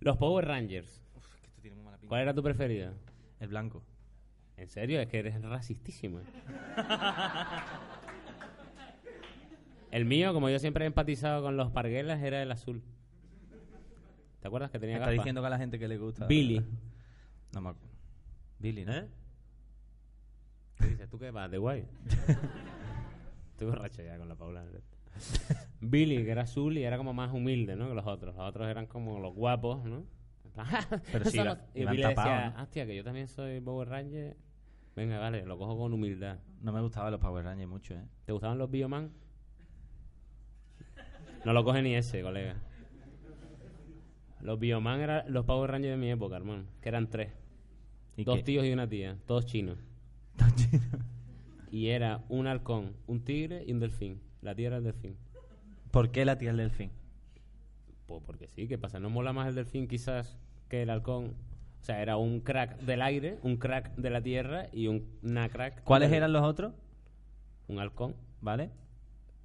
Speaker 1: Los Power Rangers.
Speaker 2: Uf, es que esto tiene muy mala pinta.
Speaker 1: ¿Cuál era tu preferida?
Speaker 2: El blanco.
Speaker 1: ¿En serio? Es que eres racistísimo. El mío, como yo siempre he empatizado con los parguelas, era el azul. ¿Te acuerdas que
Speaker 2: Me
Speaker 1: tenía
Speaker 2: está
Speaker 1: gafas?
Speaker 2: diciendo que a la gente que le gusta.
Speaker 1: Billy.
Speaker 2: No me acu- Billy, ¿no?
Speaker 1: ¿Eh? ¿Qué dices? ¿Tú qué vas? ¿De guay? Estoy borracho ya con la Paula. Billy, que era azul y era como más humilde, ¿no? Que los otros. Los otros eran como los guapos, ¿no? En plan,
Speaker 2: Pero sí,
Speaker 1: son
Speaker 2: la-
Speaker 1: los- y
Speaker 2: iban
Speaker 1: Billy
Speaker 2: tapados,
Speaker 1: decía,
Speaker 2: ¿no?
Speaker 1: hostia, que yo también soy Power Ranger. Venga, vale, lo cojo con humildad.
Speaker 2: No me gustaban los Power Rangers mucho, ¿eh?
Speaker 1: ¿Te gustaban los Bioman? No lo coge ni ese, colega. Los Bioman eran los Power Rangers de mi época, hermano. Que eran tres.
Speaker 2: ¿Y
Speaker 1: Dos
Speaker 2: qué?
Speaker 1: tíos y una tía, todos chinos.
Speaker 2: Dos chinos.
Speaker 1: Y era un halcón, un tigre y un delfín. La tía era el delfín.
Speaker 2: ¿Por qué la tía del delfín?
Speaker 1: Pues porque sí, ¿qué pasa? ¿No mola más el delfín quizás que el halcón? O sea, era un crack del aire, un crack de la tierra y un, una crack...
Speaker 2: ¿Cuáles
Speaker 1: del-
Speaker 2: eran los otros?
Speaker 1: Un halcón
Speaker 2: ¿Vale?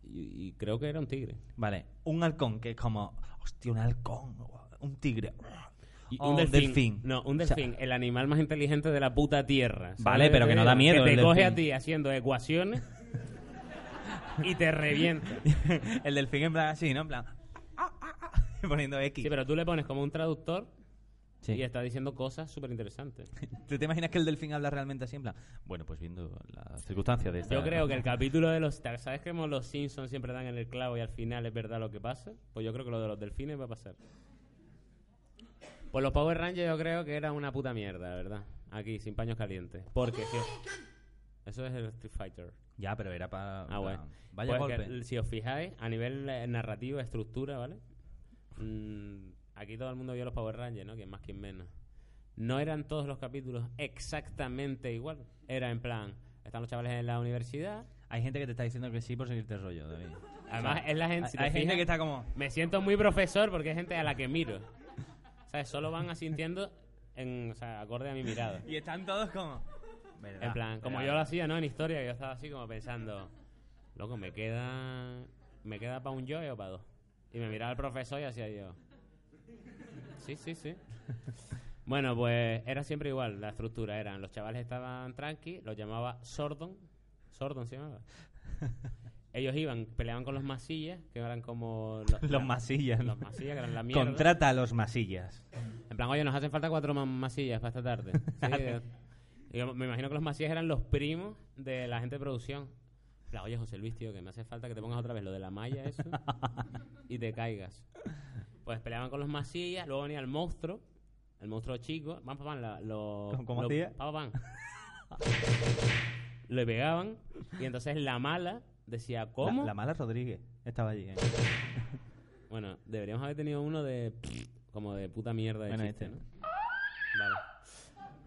Speaker 1: y, y creo que era un tigre.
Speaker 2: Vale. Un halcón, que es como. Hostia, un halcón. Un tigre.
Speaker 1: Y
Speaker 2: O
Speaker 1: No, un
Speaker 2: O sea,
Speaker 1: delfín, el animal más inteligente de la puta tierra. ¿sabes
Speaker 2: Vale,
Speaker 1: lo
Speaker 2: pero
Speaker 1: te
Speaker 2: que no
Speaker 1: digo?
Speaker 2: da miedo
Speaker 1: Que
Speaker 2: el
Speaker 1: te coge a
Speaker 2: delfín.
Speaker 1: ti haciendo ecuaciones y te revienta.
Speaker 2: el delfín en plan así, ¿no? En plan. ah, ah, ah, poniendo X.
Speaker 1: Sí, pero tú le pones como un traductor
Speaker 2: Sí.
Speaker 1: y está diciendo cosas súper interesantes.
Speaker 2: ¿Tú te imaginas que el delfín habla realmente así? En plan. Bueno, pues viendo las circunstancias de esta.
Speaker 1: Yo creo que el capítulo de los... ¿Sabes que como los Simpsons siempre dan en el clavo y al final es verdad lo que pasa? Pues yo creo que lo de los delfines va a pasar. Pues los Power Rangers yo creo que era una puta mierda, la verdad. Aquí, sin paños calientes. Porque... sí. Eso es el Street Fighter.
Speaker 2: Ya, pero era para.
Speaker 1: Ah, bueno.
Speaker 2: Vaya
Speaker 1: Pues que,
Speaker 2: golpe.
Speaker 1: l- si os fijáis, a nivel eh, narrativo, estructura, ¿vale? Mm, aquí todo el mundo vio los Power Rangers, ¿no? Quien más, quien menos. No eran todos los capítulos exactamente igual. Era en plan, están los chavales en la universidad.
Speaker 2: Hay gente que te está diciendo que sí por seguirte el rollo, David.
Speaker 1: Además, es la gente... si te
Speaker 2: hay gente
Speaker 1: fijas,
Speaker 2: que está como.
Speaker 1: Me siento muy profesor porque es gente a la que miro. ¿Sabes? Solo van asintiendo en, o sea, acorde a mi mirada.
Speaker 2: Y están todos como.
Speaker 1: En plan, como yo lo hacía, ¿no? En historia, yo estaba así como pensando, loco, me queda me queda para un yo o para dos. Y me miraba el profesor y hacía yo. Sí, sí, sí. Bueno, pues era siempre igual la estructura. Eran los chavales estaban tranqui, los llamaba Sordon. Sordon se llamaba. Ellos iban, peleaban con los masillas, que eran como...
Speaker 2: Los masillas.
Speaker 1: Los masillas, que eran la mierda.
Speaker 2: Contrata a los masillas.
Speaker 1: En plan, oye, nos hacen falta cuatro ma- masillas para esta tarde. Sí, eh, yo me imagino que los masillas eran los primos de la gente de producción. En plan, oye, José Luis, tío, que me hace falta que te pongas otra vez lo de la malla eso y te caigas. Pues peleaban con los masillas, luego venía el monstruo, el monstruo chico. Van, van, la, los...
Speaker 2: ¿Cómo- cómo
Speaker 1: los-
Speaker 2: hacía?
Speaker 1: Van, van. le pegaban y entonces la mala decía, ¿cómo?
Speaker 2: La, la mala Rodríguez estaba allí. ¿eh?
Speaker 1: Bueno, deberíamos haber tenido uno de... como de puta mierda de
Speaker 2: Bueno,
Speaker 1: chiste,
Speaker 2: este.
Speaker 1: ¿no? Vale.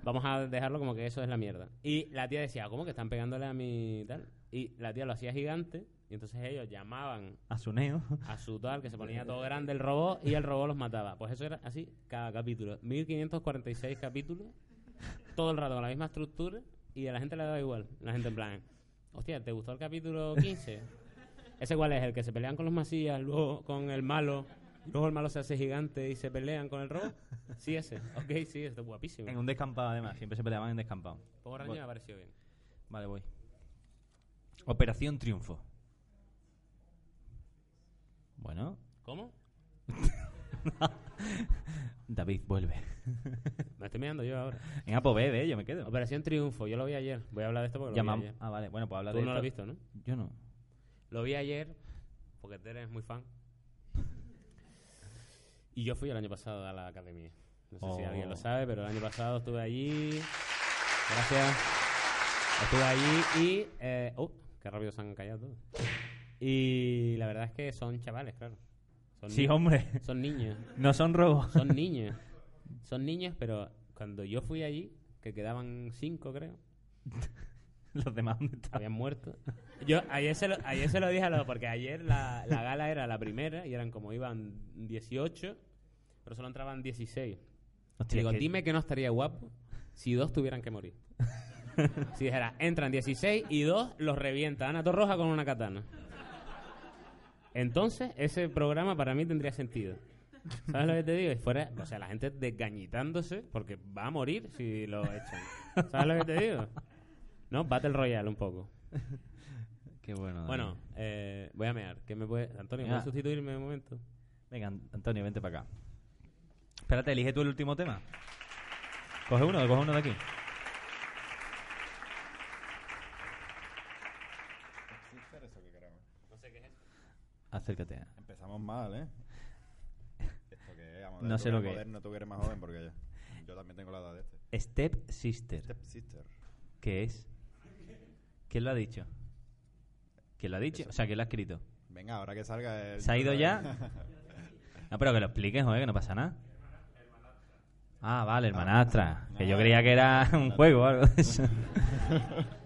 Speaker 1: Vamos a dejarlo como que eso es la mierda. Y la tía decía, ¿cómo que están pegándole a mi tal? Y la tía lo hacía gigante y entonces ellos llamaban
Speaker 2: A su neo.
Speaker 1: a su tal, que se ponía todo grande el robot y el robot los mataba. Pues eso era así cada capítulo. 1546 capítulos, todo el rato con la misma estructura y a la gente le daba igual. La gente en plan, hostia, ¿te gustó el capítulo 15? ¿Ese cuál es? El que se pelean con los masías, luego con el malo, luego el malo se hace gigante y se pelean con el robot. Sí, ese. Ok, sí, este es guapísimo.
Speaker 2: En un descampado, además. Siempre se peleaban en descampado.
Speaker 1: Power Ranger me pareció bien.
Speaker 2: Vale, voy. Operación Triunfo. Bueno,
Speaker 1: ¿Cómo?
Speaker 2: David vuelve.
Speaker 1: Me estoy mirando yo ahora.
Speaker 2: En Apo B, yo me quedo.
Speaker 1: Operación Triunfo, yo lo vi ayer. Voy a hablar de esto porque lo
Speaker 2: Llamam-
Speaker 1: vi ayer.
Speaker 2: Ah, vale. Bueno, pues habla
Speaker 1: Tú
Speaker 2: de
Speaker 1: no lo
Speaker 2: esto.
Speaker 1: has visto, ¿no?
Speaker 2: Yo no.
Speaker 1: Lo vi ayer, porque tú eres muy fan. Y yo fui el año pasado a la academia. No sé si
Speaker 2: Oh.
Speaker 1: alguien lo sabe, pero el año pasado estuve allí. Gracias. Estuve allí y. eh, ¡Oh! ¡Qué rápido se han callado todos! Y la verdad es que son chavales, claro. Son
Speaker 2: Sí,
Speaker 1: ni-
Speaker 2: hombre.
Speaker 1: Son niños.
Speaker 2: No son robos.
Speaker 1: Son niños. Son niños, pero cuando yo fui allí, que quedaban cinco, creo.
Speaker 2: Los demás, ¿dónde están?
Speaker 1: habían muerto. Yo ayer se lo, ayer se lo dije a los, porque ayer la, la gala era la primera y eran como iban 18, pero solo entraban 16.
Speaker 2: Hostia,
Speaker 1: Digo,
Speaker 2: es que-
Speaker 1: dime que no estaría guapo si dos tuvieran que morir. si dijera, entran 16 y dos los revienta Ana Torroja con una katana. Entonces, ese programa para mí tendría sentido. ¿Sabes lo que te digo? Y fuera, o sea, la gente desgañitándose porque va a morir si lo echan. ¿Sabes lo que te digo? ¿No? Battle Royale un poco.
Speaker 2: Qué bueno. David.
Speaker 1: Bueno, eh, voy a mear. ¿Qué me puede... Antonio,
Speaker 2: Mira.
Speaker 1: ¿puedes sustituirme un momento?
Speaker 2: Venga, An- Antonio, vente para acá. Espérate, elige tú el último tema. Coge uno, coge uno de aquí.
Speaker 7: ¿Existe eso que queremos?
Speaker 2: Acércate.
Speaker 7: Empezamos mal, ¿eh? Esto que es, vamos,
Speaker 2: No
Speaker 7: tú
Speaker 2: sé lo
Speaker 7: eres
Speaker 2: que es.
Speaker 7: moderno, tú que eres más joven, porque yo, yo también tengo la edad de este.
Speaker 2: Step Sister.
Speaker 7: Step Sister.
Speaker 2: ¿Qué es? ¿Quién lo ha dicho? ¿Quién lo ha dicho? O sea, ¿quién lo ha escrito?
Speaker 7: Venga, ahora que salga el...
Speaker 2: ¿Se ha ido ya? No, pero que lo expliques, joder, que no pasa nada. Ah, vale, hermanastra. Que yo creía que era un juego o algo de eso.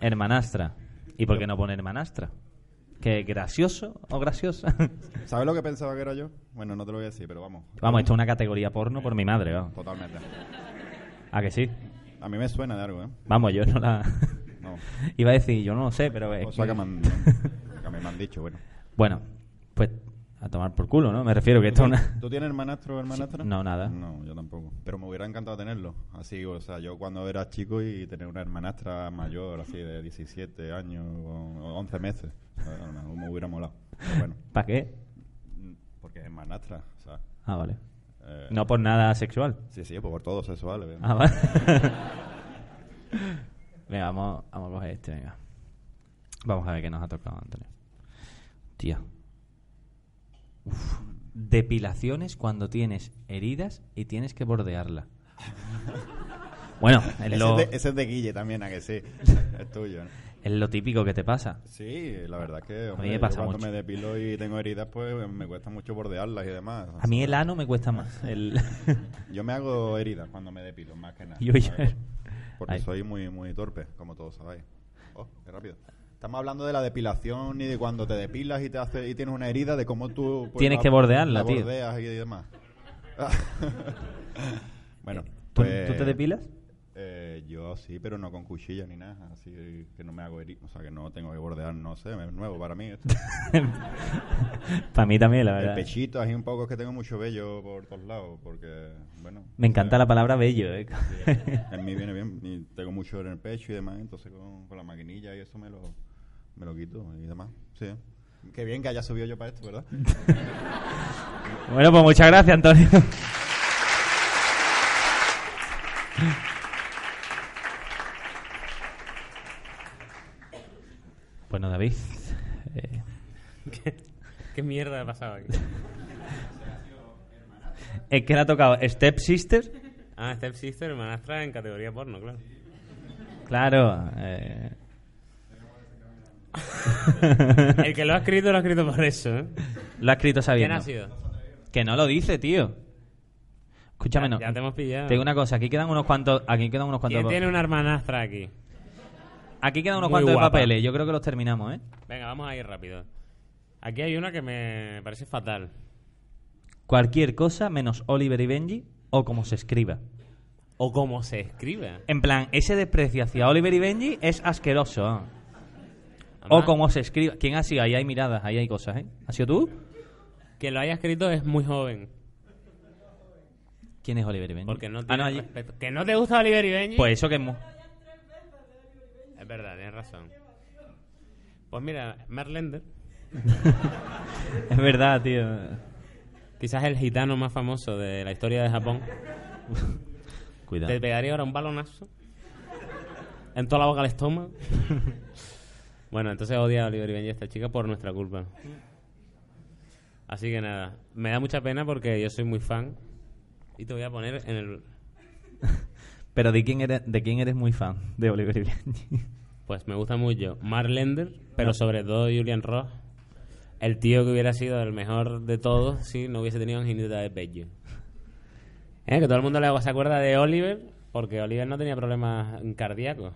Speaker 2: Hermanastra. ¿Y por qué no pone hermanastra? ¿Que gracioso o graciosa?
Speaker 7: ¿Sabes lo que pensaba que era yo? Bueno, no te lo voy a decir, pero vamos.
Speaker 2: Vamos, esto es una categoría porno por mi madre, vamos.
Speaker 7: Totalmente.
Speaker 2: ¿A que sí?
Speaker 7: A mí me suena de algo, ¿eh?
Speaker 2: Vamos, yo no la...
Speaker 7: No.
Speaker 2: Iba a decir, yo no lo sé, pero... es
Speaker 7: O sea,
Speaker 2: que-
Speaker 7: que me han, que me han dicho, bueno.
Speaker 2: Bueno, pues a tomar por culo, ¿no? Me refiero que esto es una...
Speaker 7: ¿Tú tienes hermanastro o hermanastra?
Speaker 2: Sí, no, nada.
Speaker 7: No, yo tampoco. Pero me hubiera encantado tenerlo. Así, o sea, yo cuando era chico y tener una hermanastra mayor, así de 17 años o 11 meses, o sea, a lo mejor me hubiera molado. Pero bueno,
Speaker 2: ¿Para qué?
Speaker 7: mm, porque es hermanastra, o sea.
Speaker 2: Ah, vale.
Speaker 7: eh,
Speaker 2: No por nada sexual.
Speaker 7: Sí, sí, pues por todo sexual. eh.
Speaker 2: Ah, vale. venga, vamos, vamos a coger este, venga. Vamos a ver qué nos ha tocado, Antonio. Tío. Uf. Depilaciones cuando tienes heridas y tienes que bordearla. bueno, es
Speaker 7: Ese,
Speaker 2: lo,
Speaker 7: es de, ese es de Guille también, a que sí. es tuyo, ¿no?
Speaker 2: es lo típico que te pasa.
Speaker 7: Sí, la verdad es que
Speaker 2: me
Speaker 7: yo
Speaker 2: pasa
Speaker 7: cuando
Speaker 2: mucho.
Speaker 7: me depilo y tengo heridas, pues me cuesta mucho bordearlas y demás.
Speaker 2: A mí el ano me cuesta más. El...
Speaker 7: Yo me hago heridas cuando me depilo, más que nada.
Speaker 2: Yo- yo-
Speaker 7: ¿sabes? Porque
Speaker 2: Ay.
Speaker 7: soy muy, muy torpe, como todos sabéis. Oh, qué rápido. Estamos hablando de la depilación y de cuando te depilas y te hace, y tienes una herida, de cómo tú... pues,
Speaker 2: Tienes
Speaker 7: la-
Speaker 2: que bordearla,
Speaker 7: la
Speaker 2: tío.
Speaker 7: bordeas y demás. bueno,
Speaker 2: ¿Tú,
Speaker 7: pues,
Speaker 2: tú te depilas?
Speaker 7: eh, yo sí, pero no con cuchilla ni nada, así que no me hago heridas. O sea, que no tengo que bordear, no sé, es nuevo para mí esto.
Speaker 2: Para mí también, la
Speaker 7: El
Speaker 2: verdad.
Speaker 7: pechito, así un poco, es que tengo mucho vello por todos lados, porque, bueno...
Speaker 2: Me encanta la palabra bello. eh.
Speaker 7: En mí viene bien, y tengo mucho en el pecho y demás, entonces con, con la maquinilla y eso me lo, me lo quito y demás. Sí. Qué bien que haya subido yo para esto, ¿verdad?
Speaker 2: Bueno, pues muchas gracias, Antonio. Bueno, David. eh,
Speaker 1: ¿Qué mierda ha pasado aquí?
Speaker 2: es que le ha tocado Step Sister.
Speaker 1: Ah, Step Sister, hermanastra en categoría porno, claro.
Speaker 2: Claro. eh,
Speaker 1: El que lo ha escrito, lo ha escrito por eso, ¿eh?
Speaker 2: Lo ha escrito
Speaker 1: ¿Quién
Speaker 2: sabiendo.
Speaker 1: ha sido?
Speaker 2: Que no lo dice, tío. Escúchame, no.
Speaker 1: Ya te hemos pillado.
Speaker 2: Te digo una cosa, aquí quedan unos cuantos, aquí quedan unos cuantos,
Speaker 1: ¿Quién tiene una hermanastra aquí?
Speaker 2: aquí quedan unos
Speaker 1: Muy
Speaker 2: cuantos de
Speaker 1: guapa.
Speaker 2: papeles. Yo creo que los terminamos, ¿eh?
Speaker 1: Venga, vamos a ir rápido. Aquí hay una que me parece fatal.
Speaker 2: Cualquier cosa menos Oliver y Benji o como se escriba.
Speaker 1: O cómo se escribe.
Speaker 2: En plan, ese desprecio hacia Oliver y Benji es asqueroso. ¿eh? O
Speaker 1: Además,
Speaker 2: como se escriba. ¿Quién ha sido? Ahí hay miradas, ahí hay cosas, ¿eh? ¿Ha sido tú?
Speaker 1: Quien lo haya escrito es muy joven.
Speaker 2: ¿Quién es Oliver y Benji?
Speaker 1: Porque no tiene
Speaker 2: Ah, no, allí-
Speaker 1: respeto. ¿Que no te gusta Oliver y Benji?
Speaker 2: Pues eso que es mu-
Speaker 1: Es verdad, tienes razón. Pues mira, Merlender,
Speaker 2: Es verdad, tío.
Speaker 1: quizás el gitano más famoso de la historia de Japón,
Speaker 2: Cuidado.
Speaker 1: te pegaría ahora un balonazo en toda la boca al estómago. bueno, entonces odia a Oliver y Benji esta chica por nuestra culpa. Así que nada, me da mucha pena porque yo soy muy fan y te voy a poner en el...
Speaker 2: Pero ¿de quién, eres, ¿de quién eres muy fan? De Oliver y Benji.
Speaker 1: Pues me gusta mucho Marlender, pero
Speaker 2: No.
Speaker 1: sobre todo Julian Ross. El tío que hubiera sido el mejor de todos si no hubiese tenido ingenuidad de Bello. ¿Eh? Que todo el mundo le se acuerda de Oliver, porque Oliver no tenía problemas cardíacos.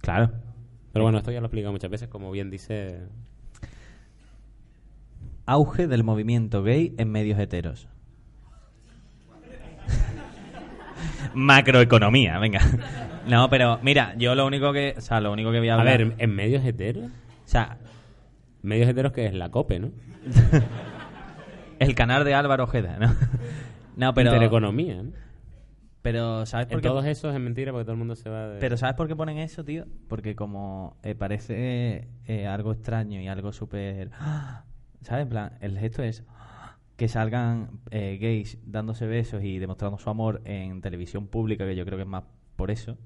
Speaker 2: Claro.
Speaker 1: Pero bueno, esto ya lo he explicado muchas veces, como bien dice...
Speaker 2: Auge del movimiento gay en medios heteros. Macroeconomía, venga. No, pero mira, yo lo único que, o sea, lo único que voy a
Speaker 1: A
Speaker 2: hablar,
Speaker 1: ver, ¿en medios heteros?
Speaker 2: o sea,
Speaker 1: Medios heteros que es la COPE, ¿no?
Speaker 2: el canal de Álvaro Ojeda, ¿no? No, pero
Speaker 1: Intereconomía, ¿no?
Speaker 2: pero ¿sabes por
Speaker 1: En
Speaker 2: qué?
Speaker 1: todos esos es mentira porque todo el mundo se va de...
Speaker 2: Pero ¿sabes por qué ponen eso, tío? Porque como eh, parece eh, algo extraño y algo súper... ¿Sabes? En plan, el gesto es que salgan eh, gays dándose besos y demostrando su amor en televisión pública, que yo creo que es más por eso,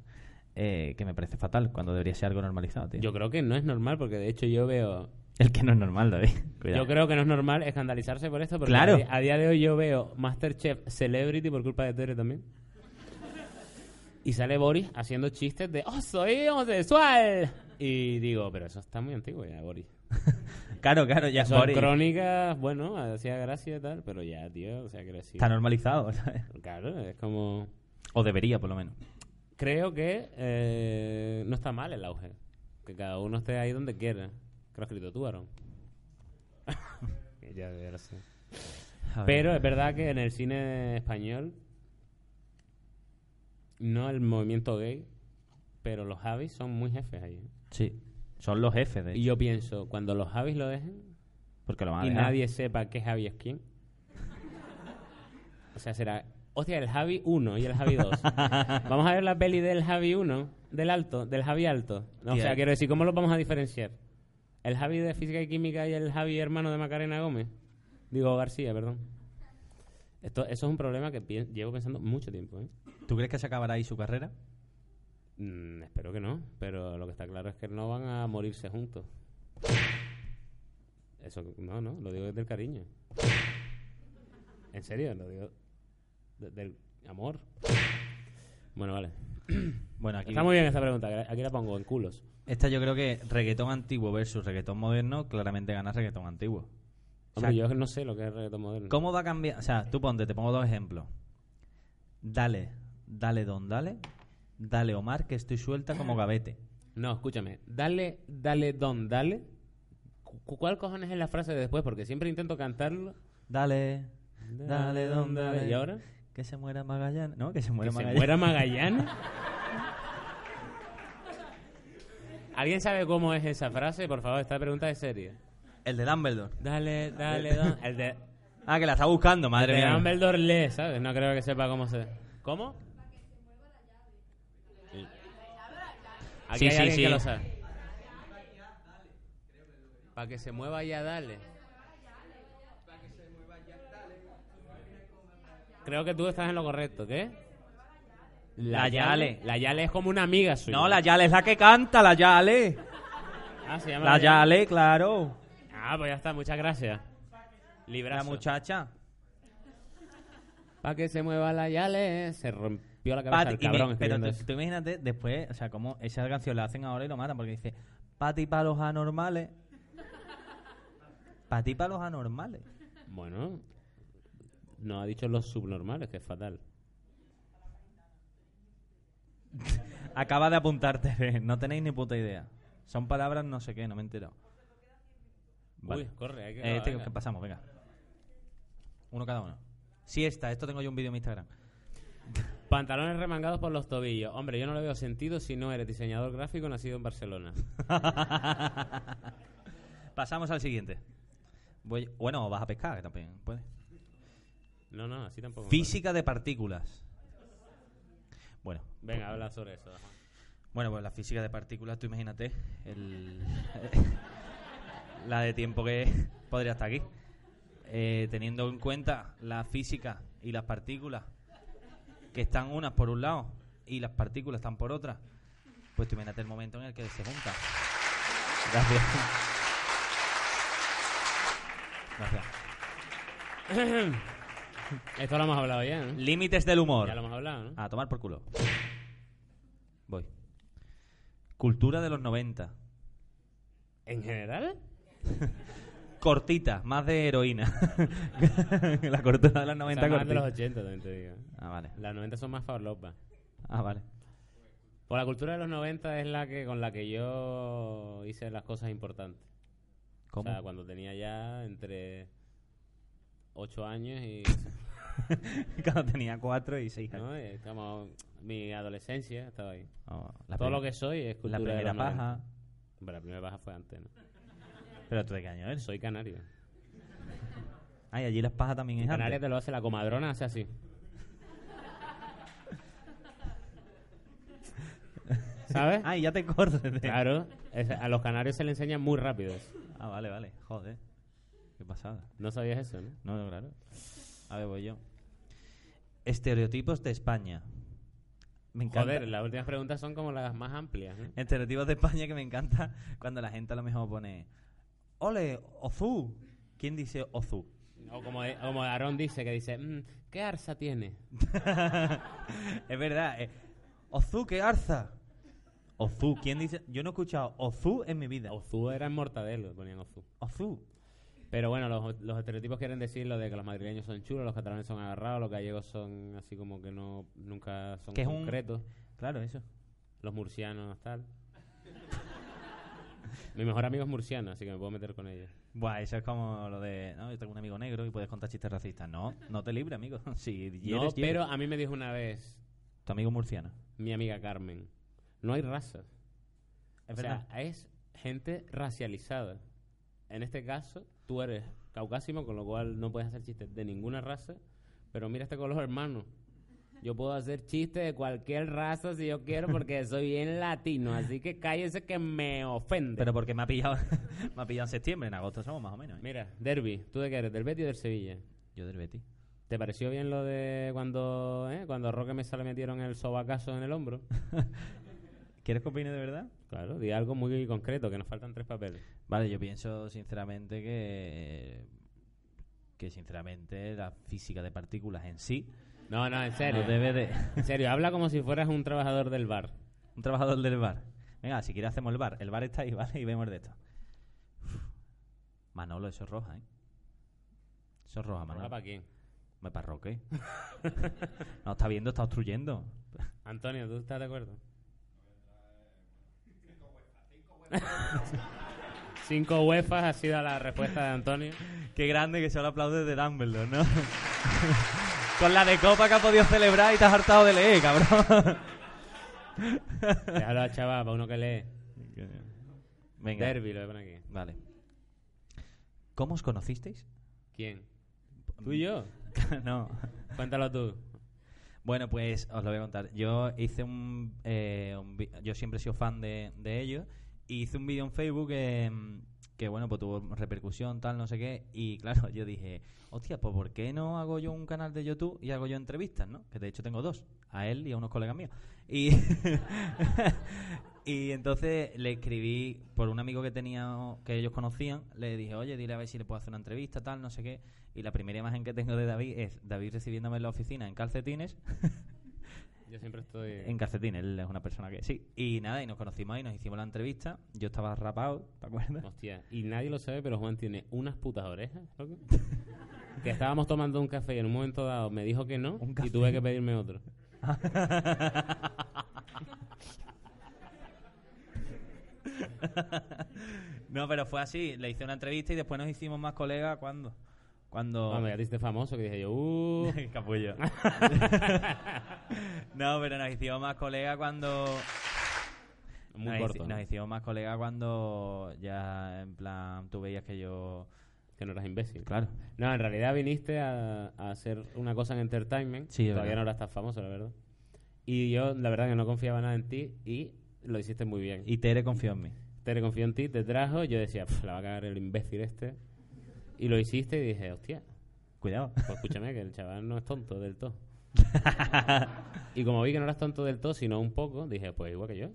Speaker 2: eh, que me parece fatal, cuando debería ser algo normalizado, tío.
Speaker 1: Yo creo que no es normal, porque de hecho yo veo
Speaker 2: El que no es normal, David. Cuidado.
Speaker 1: Yo creo que no es normal escandalizarse por esto, porque
Speaker 2: Claro.
Speaker 1: a, di- a día de hoy yo veo Masterchef Celebrity por culpa de Tere también. Y sale Boris haciendo chistes de ¡Oh, soy homosexual! Y digo, pero eso está muy antiguo ya, Boris.
Speaker 2: Claro, claro, ya
Speaker 1: Son
Speaker 2: Boris,
Speaker 1: crónicas, bueno, hacía gracia y tal, pero ya, tío, o sea, quiero decir...
Speaker 2: está normalizado, ¿sabes?
Speaker 1: Claro, es como...
Speaker 2: O debería, por lo menos.
Speaker 1: Creo que eh, no está mal el auge. Que cada uno esté ahí donde quiera. Que lo has escrito tú, Aaron. ya, ya lo sé.
Speaker 2: A ver.
Speaker 1: Pero es verdad que en el cine español, no el movimiento gay, pero los Javis son muy jefes ahí. ¿eh?
Speaker 2: Sí, son los jefes, de
Speaker 1: Y
Speaker 2: hecho,
Speaker 1: yo pienso, cuando los Javis lo dejen
Speaker 2: porque lo van a
Speaker 1: y
Speaker 2: dejar.
Speaker 1: nadie sepa qué Javi es quién, o sea, será, hostia, el Javi 1 y el Javi 2. vamos a ver la peli del Javi 1, del alto, del Javi alto. O
Speaker 2: Tía.
Speaker 1: sea, quiero decir, ¿cómo los vamos a diferenciar? ¿El Javi de Física y Química y el Javi hermano de Macarena Gómez? Digo, García, perdón. Esto, eso es un problema que pien- llevo pensando mucho tiempo, ¿eh?
Speaker 2: ¿Tú crees que se acabará ahí su carrera?
Speaker 1: Mm, espero que no, pero lo que está claro es que no van a morirse juntos. Eso, no, no, lo digo desde el cariño. En serio, lo digo desde el amor. Bueno, vale.
Speaker 2: Bueno, aquí
Speaker 1: Está muy bien esta pregunta, que aquí la pongo en culos.
Speaker 2: Esta yo creo que reggaetón antiguo versus reggaetón moderno, claramente gana reggaetón antiguo. O sea,
Speaker 1: Hombre, yo no sé lo que es reggaetón moderno.
Speaker 2: ¿Cómo va a cambiar? O sea, tú ponte, te pongo dos ejemplos. Dale, dale don, dale. Dale Omar, que estoy suelta como gavete.
Speaker 1: No, escúchame. Dale, dale, don, dale. Cu- ¿Cuál cojones es la frase de después? Porque siempre intento cantarlo.
Speaker 2: Dale, dale don, dale.
Speaker 1: ¿Y ahora?
Speaker 2: Que se muera Magallanes. No, que se muera
Speaker 1: ¿Que se
Speaker 2: Magallanes.
Speaker 1: muera Magallanes? ¿Alguien sabe cómo es esa frase? Por favor, esta pregunta es seria.
Speaker 2: El de Dumbledore.
Speaker 1: Dale, dale, don. El de,
Speaker 2: Ah, que la está buscando, madre
Speaker 1: de
Speaker 2: mía.
Speaker 1: Dumbledore lee, ¿sabes? No creo que sepa cómo se... ¿Cómo? Aquí
Speaker 2: Sí,
Speaker 1: hay
Speaker 2: sí,
Speaker 1: alguien
Speaker 2: sí.
Speaker 1: que lo sabe. Para que se mueva ya, dale. Creo que tú estás en lo correcto, ¿qué?
Speaker 2: La Yale.
Speaker 1: La Yale es como una amiga suya.
Speaker 2: No, la Yale es la que canta, la Yale.
Speaker 1: Ah, se llama
Speaker 2: La Yale, claro.
Speaker 1: Ah, pues ya está, muchas gracias.
Speaker 2: La
Speaker 1: Librazo.
Speaker 2: muchacha.
Speaker 1: Para que se mueva la Yale, se rompió la cabeza
Speaker 2: Pat-
Speaker 1: el
Speaker 2: y mi-
Speaker 1: cabrón
Speaker 2: pero
Speaker 1: escribiendo
Speaker 2: tú,
Speaker 1: eso.
Speaker 2: tú imagínate después, o sea, como esa canción la hacen ahora y lo matan porque dice Pa' ti pa' los anormales. Pa' ti pa' los anormales.
Speaker 1: Bueno, no ha dicho los subnormales, que es fatal.
Speaker 2: Acaba de apuntarte, no tenéis ni puta idea. Son palabras no sé qué, no me he enterado. Vale.
Speaker 1: Uy, corre, hay que.
Speaker 2: Eh, este
Speaker 1: venga.
Speaker 2: que pasamos, venga. Uno cada uno. Siesta, esto tengo yo un vídeo en Instagram.
Speaker 1: Pantalones remangados por los tobillos. Hombre, yo no le veo sentido si no eres diseñador gráfico nacido en Barcelona.
Speaker 2: Pasamos al siguiente. Voy- bueno, vas a pescar que también, puedes.
Speaker 1: No, no, así tampoco. me
Speaker 2: Física de partículas. Bueno,
Speaker 1: parece. Venga, habla sobre eso. Juan.
Speaker 2: Bueno, pues la física de partículas, tú imagínate, el- la de tiempo que podría estar aquí. Eh, teniendo en cuenta la física y las partículas, que están unas por un lado y las partículas están por otra, pues tú imagínate el momento en el que se juntan. Gracias. Gracias.
Speaker 1: Esto lo hemos hablado ya, ¿no?
Speaker 2: Límites del humor.
Speaker 1: Ya lo hemos hablado, ¿no?
Speaker 2: A tomar por culo. Voy. Cultura de los 90.
Speaker 1: ¿En general?
Speaker 2: Cortita, más de heroína. la cortura de
Speaker 1: O
Speaker 2: los 90
Speaker 1: sea, más de
Speaker 2: cortita.
Speaker 1: los 80 también te digo.
Speaker 2: Ah, vale.
Speaker 1: Las 90 son más farlopas.
Speaker 2: Ah, vale.
Speaker 1: Pues la cultura de los 90 es la que con la que yo hice las cosas importantes.
Speaker 2: ¿Cómo?
Speaker 1: O sea, cuando tenía ya entre 8 años y...
Speaker 2: Cuando tenía 4 y 6 años.
Speaker 1: ¿no? Y como mi adolescencia estaba ahí.
Speaker 2: Ah, la
Speaker 1: Todo
Speaker 2: prim-
Speaker 1: lo que soy es
Speaker 2: La
Speaker 1: cultura de
Speaker 2: primera
Speaker 1: los 90.
Speaker 2: paja.
Speaker 1: Hombre, la primera paja fue antes, ¿no?
Speaker 2: Pero tú de qué año eres.
Speaker 1: Soy canario.
Speaker 2: Ay, allí las pajas también es
Speaker 1: Canarias
Speaker 2: antes.
Speaker 1: te lo hace la comadrona, hace así. ¿Sabes?
Speaker 2: Ay, ya te cortes.
Speaker 1: Claro, es- a los canarios se le enseñan muy rápido. eso.
Speaker 2: Ah, vale, vale. Joder. Qué pasada.
Speaker 1: No sabías eso, ¿no?
Speaker 2: No, no, claro. A ver, voy yo. Estereotipos de España. Me encanta.
Speaker 1: Joder, las últimas preguntas son como las más amplias. ¿no?
Speaker 2: Estereotipos de España que me encanta cuando la gente a lo mejor pone Ole, Ozu. ¿Quién dice Ozu?
Speaker 1: O como, o como Aarón dice, que dice, "Mm, ¿qué arsa tiene?
Speaker 2: es verdad. eh, Ozu, qué arza. Ozu, ¿quién dice? Yo no he escuchado Ozu en mi vida.
Speaker 1: Ozu era en Mortadelo, ponían Ozu.
Speaker 2: Ozu.
Speaker 1: Pero bueno, los, los estereotipos quieren decir lo de que los madrileños son chulos, los catalanes son agarrados, los gallegos son así como que no nunca son
Speaker 2: Que es un-
Speaker 1: concretos,
Speaker 2: Claro, eso.
Speaker 1: los murcianos tal. Mi mejor amigo es murciano, así que me puedo meter con ellos.
Speaker 2: Buah, eso es como lo de. No, yo tengo un amigo negro y puedes contar chistes racistas. No, no te libre, amigo. Si
Speaker 1: No,
Speaker 2: hieres,
Speaker 1: pero
Speaker 2: hieres.
Speaker 1: a mí me dijo una vez
Speaker 2: Tu amigo murciano.
Speaker 1: mi amiga Carmen, no hay razas.
Speaker 2: Es
Speaker 1: o
Speaker 2: verdad.
Speaker 1: sea, es gente racializada. En este caso, tú eres caucásimo, con lo cual no puedes hacer chistes de ninguna raza. Pero mira este color, hermano. Yo puedo hacer chistes de cualquier raza si yo quiero porque soy bien latino. Así que cállese que me ofende.
Speaker 2: Pero porque me ha pillado me ha pillado en septiembre, en agosto somos más o menos. ¿eh?
Speaker 1: mira, Derby, ¿tú de qué eres? ¿Del Betis o del Sevilla?
Speaker 2: Yo del Betis.
Speaker 1: ¿Te pareció bien lo de cuando, eh, cuando a Roque Mesa le metieron el sobacazo en el hombro?
Speaker 2: ¿Quieres que opine de verdad?
Speaker 1: Claro, di algo muy concreto, que nos faltan tres papeles.
Speaker 2: Vale, yo pienso sinceramente que que sinceramente la física de partículas en sí
Speaker 1: No, no, en serio.
Speaker 2: no debe de
Speaker 1: En serio, habla como si fueras un trabajador del bar.
Speaker 2: un trabajador del bar. Venga, si quieres hacemos el bar. El bar está ahí, ¿vale? Y vemos de esto. Uf. Manolo, eso es roja, ¿eh? Eso es roja,
Speaker 1: Habla
Speaker 2: Manolo.
Speaker 1: para quién.
Speaker 2: Me parroque. no está viendo, está obstruyendo.
Speaker 1: Antonio, ¿tú estás de acuerdo? Cinco huefas ha sido la respuesta de Antonio.
Speaker 2: Qué grande que solo aplaude de Dumbledore, ¿no? Con la de copa que ha podido celebrar y te has hartado de leer, cabrón.
Speaker 1: Déjalo a chaval, para uno que lee.
Speaker 2: Venga.
Speaker 1: Derby, lo ven aquí.
Speaker 2: Vale. ¿Cómo os conocisteis?
Speaker 1: ¿Quién?
Speaker 2: Mm.
Speaker 1: ¿Tú y yo?
Speaker 2: no.
Speaker 1: Cuéntalo tú.
Speaker 2: Bueno, pues os lo voy a contar. Yo hice un. eh, un vi- yo siempre he sido fan de, de ellos. Y hice un vídeo en Facebook eh, que, bueno, pues tuvo repercusión, tal, no sé qué. Y claro, yo dije, hostia, pues ¿por qué no hago yo un canal de YouTube y hago yo entrevistas, no? Que de hecho tengo dos, a él y a unos colegas míos. Y, y entonces le escribí por un amigo que tenía que ellos conocían, le dije, oye, dile a ver si le puedo hacer una entrevista, tal, no sé qué. Y la primera imagen que tengo de David es David recibiéndome en la oficina en calcetines
Speaker 1: Yo siempre estoy...
Speaker 2: En calcetín, él es una persona que sí. Y nada, y nos conocimos ahí, nos hicimos la entrevista. Yo estaba rapado, ¿te acuerdas?
Speaker 1: Hostia, y nadie lo sabe, pero Juan tiene unas putas orejas, loco. que estábamos tomando un café y en un momento dado me dijo que no
Speaker 2: Un
Speaker 1: y
Speaker 2: café.
Speaker 1: tuve que pedirme otro.
Speaker 2: no, pero fue así. Le hice una entrevista y después nos hicimos más colegas cuando. Cuando.
Speaker 1: Cuando ya te hiciste famoso, que dije yo, uh,
Speaker 2: Capullo. no, pero nos hicimos más colegas cuando.
Speaker 1: muy
Speaker 2: nos, hici-
Speaker 1: corto, ¿no?
Speaker 2: nos hicimos más colegas cuando ya, en plan, tú veías que yo.
Speaker 1: que no eras imbécil.
Speaker 2: Claro.
Speaker 1: No, en realidad viniste a, a hacer una cosa en entertainment.
Speaker 2: Sí, es
Speaker 1: Todavía
Speaker 2: verdad.
Speaker 1: no eras tan famoso, la verdad. Y yo, la verdad, que no confiaba nada en ti y lo hiciste muy bien.
Speaker 2: Y Tere confió en mí.
Speaker 1: Tere confió en ti, te trajo, yo decía, "Pf, la va a cagar el imbécil este. Y lo hiciste y dije, hostia,
Speaker 2: Cuidado.
Speaker 1: pues escúchame, que el chaval no es tonto del todo. y como vi que no eras tonto del todo, sino un poco, dije, pues igual que yo.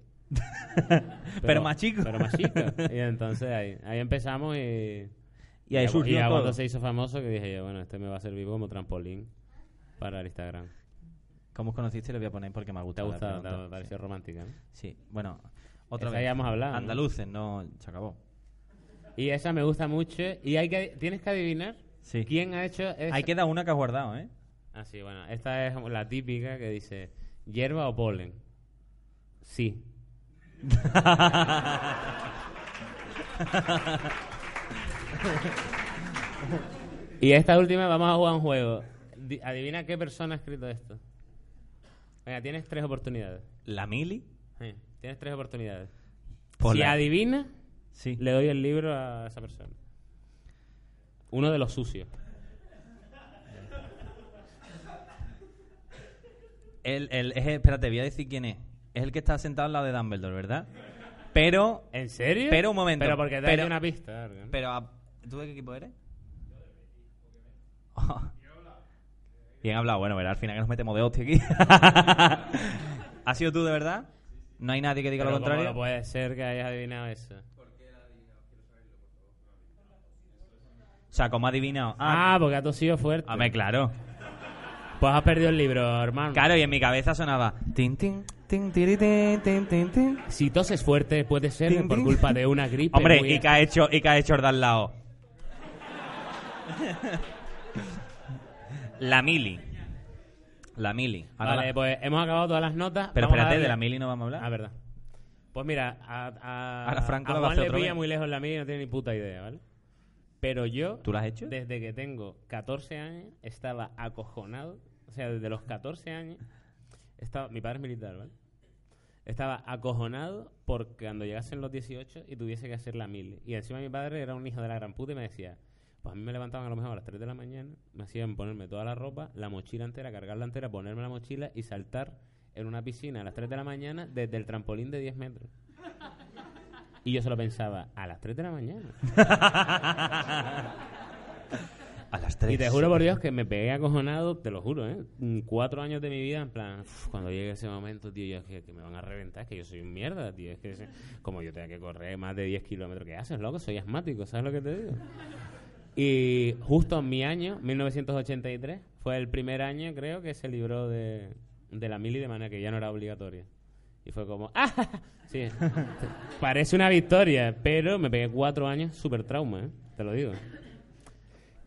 Speaker 2: Pero, más chico.
Speaker 1: Pero más chico. Y entonces ahí, ahí empezamos y...
Speaker 2: Y ahí
Speaker 1: ya-
Speaker 2: surgió
Speaker 1: ya
Speaker 2: todo.
Speaker 1: cuando se hizo famoso que dije yo, bueno, este me va a servir como trampolín para el Instagram.
Speaker 2: ¿Cómo os conociste? Le voy a poner porque me ha
Speaker 1: ¿Te ha
Speaker 2: gustado. la
Speaker 1: gustado? ¿Te
Speaker 2: pregunta.
Speaker 1: ha parecido romántica? ¿no?
Speaker 2: Sí, bueno, otra
Speaker 1: Esa
Speaker 2: vez.
Speaker 1: ya hemos hablado, ¿no?
Speaker 2: Andaluces, no, se acabó.
Speaker 1: Y esa me gusta mucho. Y hay que, tienes que adivinar
Speaker 2: Sí.
Speaker 1: quién ha hecho... Esa.
Speaker 2: Ahí queda una que has guardado, ¿eh?
Speaker 1: Ah, sí, bueno. Esta es la típica que dice, ¿hierba o polen? Sí. y esta última vamos a jugar un juego. Di- Adivina qué persona ha escrito esto. Venga, tienes tres oportunidades.
Speaker 2: La Mili.
Speaker 1: Sí, tienes tres oportunidades.
Speaker 2: Por
Speaker 1: si
Speaker 2: la-
Speaker 1: adivina,
Speaker 2: Sí.
Speaker 1: le doy el libro a esa persona. Uno de los sucios.
Speaker 2: El, el- es, espérate, voy a decir quién es. Es el que está sentado al lado de Dumbledore, ¿verdad? Pero.
Speaker 1: ¿En serio?
Speaker 2: Pero un momento.
Speaker 1: Pero porque te
Speaker 2: Pero-
Speaker 1: doy una pista. Argan.
Speaker 2: Pero, a- ¿tú de qué equipo eres? Bien hablado, bueno, verá, al final que nos metemos de hostia aquí. ¿Has sido tú de verdad? ¿No hay nadie que diga
Speaker 1: Pero
Speaker 2: lo contrario?
Speaker 1: ¿Cómo no puede ser que hayas adivinado eso?
Speaker 2: O sea, ¿cómo ha adivinado?
Speaker 1: Ah, porque ha tosido fuerte.
Speaker 2: hombre, claro.
Speaker 1: Pues has perdido el libro, hermano.
Speaker 2: Claro, y en mi cabeza sonaba. Tin, tin, tin, tiri, tin, tin, tin, tin.
Speaker 1: si toses fuerte, puede ser
Speaker 2: Tin,
Speaker 1: por
Speaker 2: tin.
Speaker 1: culpa de una gripe.
Speaker 2: Hombre,
Speaker 1: muy-
Speaker 2: ¿y qué ha hecho, y qué ha hecho Ordaz Lao? la mili. La mili. Ahora
Speaker 1: Vale,
Speaker 2: la-
Speaker 1: pues hemos acabado todas las notas.
Speaker 2: Pero
Speaker 1: Vamos a
Speaker 2: espérate,
Speaker 1: darle-
Speaker 2: de la mili no vamos a hablar.
Speaker 1: Ah, verdad. Pues mira, a, a,
Speaker 2: Ahora Franco
Speaker 1: a
Speaker 2: la va a
Speaker 1: Juan
Speaker 2: hacer
Speaker 1: le
Speaker 2: otra
Speaker 1: pilla
Speaker 2: vez.
Speaker 1: muy lejos la mili y no tiene ni puta idea, ¿vale? Pero yo,
Speaker 2: ¿Tú la has hecho?
Speaker 1: desde que tengo 14 años, estaba acojonado. O sea, desde los 14 años, estaba, mi padre es militar, ¿vale? Estaba acojonado por cuando llegasen los 18 y tuviese que hacer la mili. Y encima mi padre era un hijo de la gran puta y me decía, pues a mí me levantaban a lo mejor a las 3 de la mañana, me hacían ponerme toda la ropa, la mochila entera, cargarla entera, ponerme la mochila y saltar en una piscina a las 3 de la mañana desde el trampolín de 10 metros. Y yo solo pensaba, a las 3 de la mañana.
Speaker 2: A las tres.
Speaker 1: Y te juro por Dios que me pegué acojonado, te lo juro, ¿eh? Mm, Cuatro años de mi vida, en plan, "Uf, cuando llegue ese momento, tío, yo es que, que me van a reventar, es que yo soy un mierda, tío. Es que ese- como yo tenga que correr más de 10 kilómetros, ¿qué haces, loco? Soy asmático, ¿sabes lo que te digo? Y justo en mi año, 1983, fue el primer año, creo, que se libró de, de la mili de manera que ya no era obligatoria. Y fue como, ¡ah! Sí, parece una victoria, pero me pegué cuatro años súper trauma, ¿eh? Te lo digo.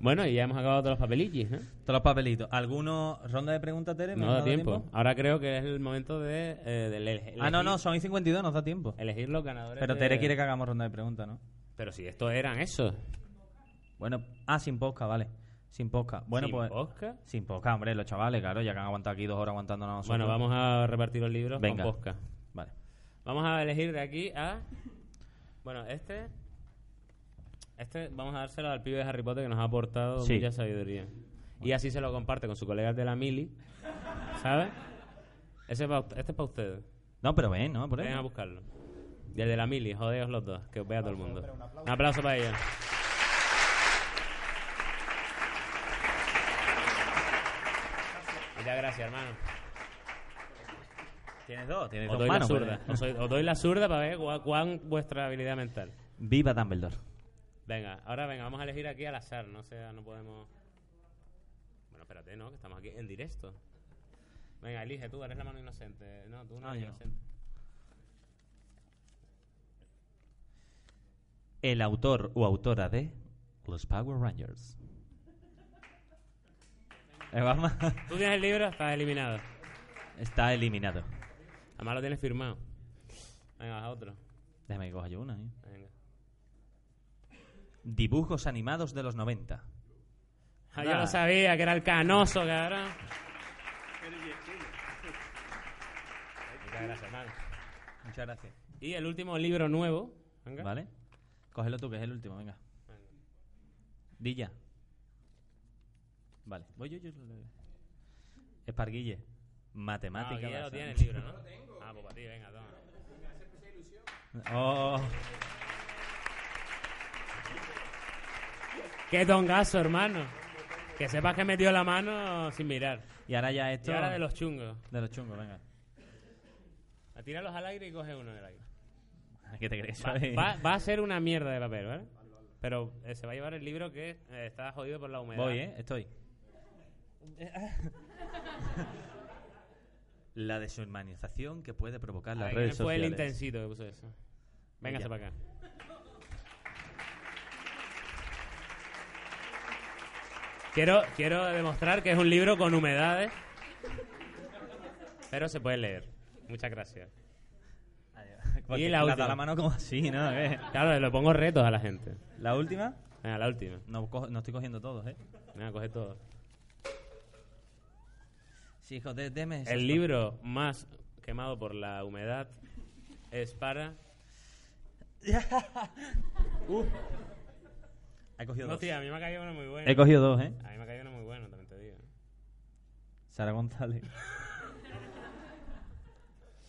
Speaker 1: Bueno, y ya hemos acabado todos los papelillos, ¿no?
Speaker 2: Todos los papelitos. ¿Alguno ronda de preguntas, Tere? ¿Me
Speaker 1: No da
Speaker 2: dado
Speaker 1: tiempo. Ahora creo que es el momento de, eh, de ele- elegir,
Speaker 2: Ah, no, no, son y 52, nos da tiempo.
Speaker 1: elegir los ganadores.
Speaker 2: Pero
Speaker 1: de-
Speaker 2: Tere quiere que hagamos ronda de preguntas, ¿no?
Speaker 1: Pero si estos eran esos.
Speaker 2: Bueno, ah, sin posca, vale. Sin posca. Bueno,
Speaker 1: Sin
Speaker 2: pues.
Speaker 1: posca.
Speaker 2: Sin posca, hombre, los chavales, claro, ya que han aguantado aquí dos horas aguantando nosotros.
Speaker 1: Bueno, vamos a repartir los libros
Speaker 2: Venga.
Speaker 1: con posca.
Speaker 2: Vale.
Speaker 1: Vamos a elegir de aquí a... Bueno, este... Este vamos a dárselo al pibe de Harry Potter que nos ha aportado
Speaker 2: Sí.
Speaker 1: mucha sabiduría. Y así se lo comparte con sus colegas de la mili, ¿sabes? Ese es pa- este es para ustedes.
Speaker 2: No, pero ven, ¿no? Por ahí.
Speaker 1: Vengan a buscarlo. Y el de la mili, jodeos los dos, que os vea todo el mundo. Un aplauso, para ellos. Muchas gracias, hermano.
Speaker 2: Tienes dos, tienes
Speaker 1: Os
Speaker 2: dos
Speaker 1: doy
Speaker 2: manos.
Speaker 1: la
Speaker 2: pues.
Speaker 1: zurda. Os, doy- os doy la zurda para ver cua- cuán vuestra habilidad mental.
Speaker 2: Viva Dumbledore.
Speaker 1: Venga, ahora venga, vamos a elegir aquí al azar. No sea, no podemos. Bueno, espérate, ¿no? Que estamos aquí en directo. Venga, elige tú, eres la mano inocente. No, tú no
Speaker 2: Ah,
Speaker 1: eres
Speaker 2: yo.
Speaker 1: inocente.
Speaker 2: El autor o autora de Los Power Rangers. Eh, vamos.
Speaker 1: Tú tienes el libro, estás eliminado.
Speaker 2: Está eliminado.
Speaker 1: Además lo tienes firmado. Venga, baja otro.
Speaker 2: Déjame que coja yo una. ¿eh?
Speaker 1: Venga.
Speaker 2: Dibujos animados de los 90.
Speaker 1: Ah, Yo lo sabía, que era el canoso, cabrón. Muchas gracias, hermano.
Speaker 2: Muchas gracias.
Speaker 1: Y el último libro nuevo. Venga.
Speaker 2: ¿Vale? Cógelo tú, que es el último, venga. Di ya. Vale. Voy yo, yo. yo- yo. Esparguille.
Speaker 1: Ah,
Speaker 2: Matemática.
Speaker 1: aquí ya lo
Speaker 2: basada.
Speaker 1: tiene el libro, ¿no? Ah, pues para ti, venga, toma.
Speaker 2: Oh,
Speaker 1: Qué tongazo, hermano. Que sepas que metió la mano sin mirar.
Speaker 2: y ahora ya
Speaker 1: Y
Speaker 2: esto.
Speaker 1: ahora de los chungos.
Speaker 2: de los chungos, venga.
Speaker 1: Tíralos al aire y coge uno del aire.
Speaker 2: ¿Qué te crees?
Speaker 1: Va, va- va a ser una mierda de papel, ¿vale? Pero eh, se va a llevar el libro que eh, está jodido por la humedad.
Speaker 2: Voy, ¿eh? Estoy. La deshumanización que puede provocar las
Speaker 1: Ahí
Speaker 2: redes
Speaker 1: fue el
Speaker 2: sociales.
Speaker 1: intensito que puso eso. Véngase
Speaker 2: Ya.
Speaker 1: para acá. Quiero, quiero demostrar que es un libro con humedades, pero se puede leer. Muchas gracias.
Speaker 2: Porque
Speaker 1: Y la
Speaker 2: le ha dado
Speaker 1: última.
Speaker 2: la mano como así, ¿no? ¿Qué?
Speaker 1: Claro, le pongo retos a la gente.
Speaker 2: La última.
Speaker 1: Venga, la última.
Speaker 2: No, cojo- no estoy cogiendo todos, ¿eh?
Speaker 1: Venga, coge todo.
Speaker 2: Sí, hijo, dé- deme esas
Speaker 1: El
Speaker 2: cosas.
Speaker 1: libro más quemado por la humedad es para...
Speaker 2: He cogido
Speaker 1: No,
Speaker 2: dos.
Speaker 1: tía, a mí me ha caído uno muy bueno.
Speaker 2: He cogido dos, ¿eh?
Speaker 1: A mí me ha caído uno muy bueno, también te digo.
Speaker 2: Sara González.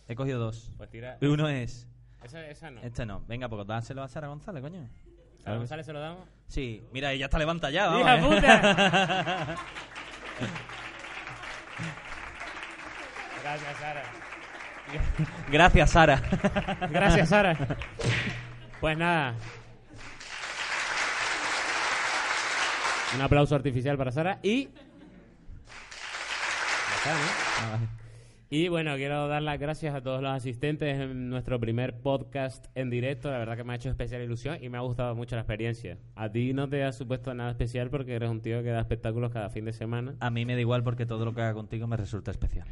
Speaker 2: He cogido dos.
Speaker 1: Pues tira...
Speaker 2: Y Uno es.
Speaker 1: Esa, esa no.
Speaker 2: Este no. Venga, pues dáselo a Sara González, coño.
Speaker 1: ¿A González se lo damos?
Speaker 2: Sí, mira, ella está levanta ya. vamos,
Speaker 1: ¡Hija
Speaker 2: ¿eh?
Speaker 1: puta! Gracias, Sara.
Speaker 2: Gracias, Sara.
Speaker 1: Gracias, Sara. Pues nada. Un aplauso artificial para Sara y... Ya está, ¿no?
Speaker 2: Ah, vale.
Speaker 1: Y bueno, quiero dar las gracias a todos los asistentes en nuestro primer podcast en directo. La verdad que me ha hecho especial ilusión y me ha gustado mucho la experiencia. A ti no te ha supuesto nada especial porque eres un tío que da espectáculos cada fin de semana.
Speaker 2: A mí me da igual porque todo lo que haga contigo me resulta especial.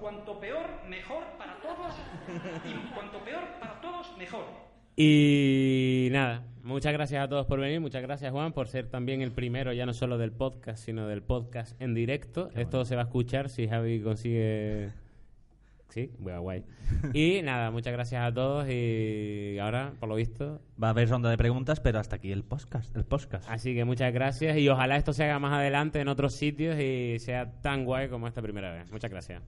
Speaker 5: Cuanto peor, mejor para todos. Y cuanto peor para todos, mejor.
Speaker 1: Y nada, muchas gracias a todos por venir. Muchas gracias, Juan, por ser también el primero, ya no solo del podcast, sino del podcast en directo. Esto se va a escuchar si Javi consigue. Sí, bueno, guay. Y nada, muchas gracias a todos y ahora, por lo visto,
Speaker 2: Va a haber ronda de preguntas, pero hasta aquí el podcast. El podcast.
Speaker 1: Así que muchas gracias y ojalá esto se haga más adelante en otros sitios y sea tan guay como esta primera vez. Muchas gracias.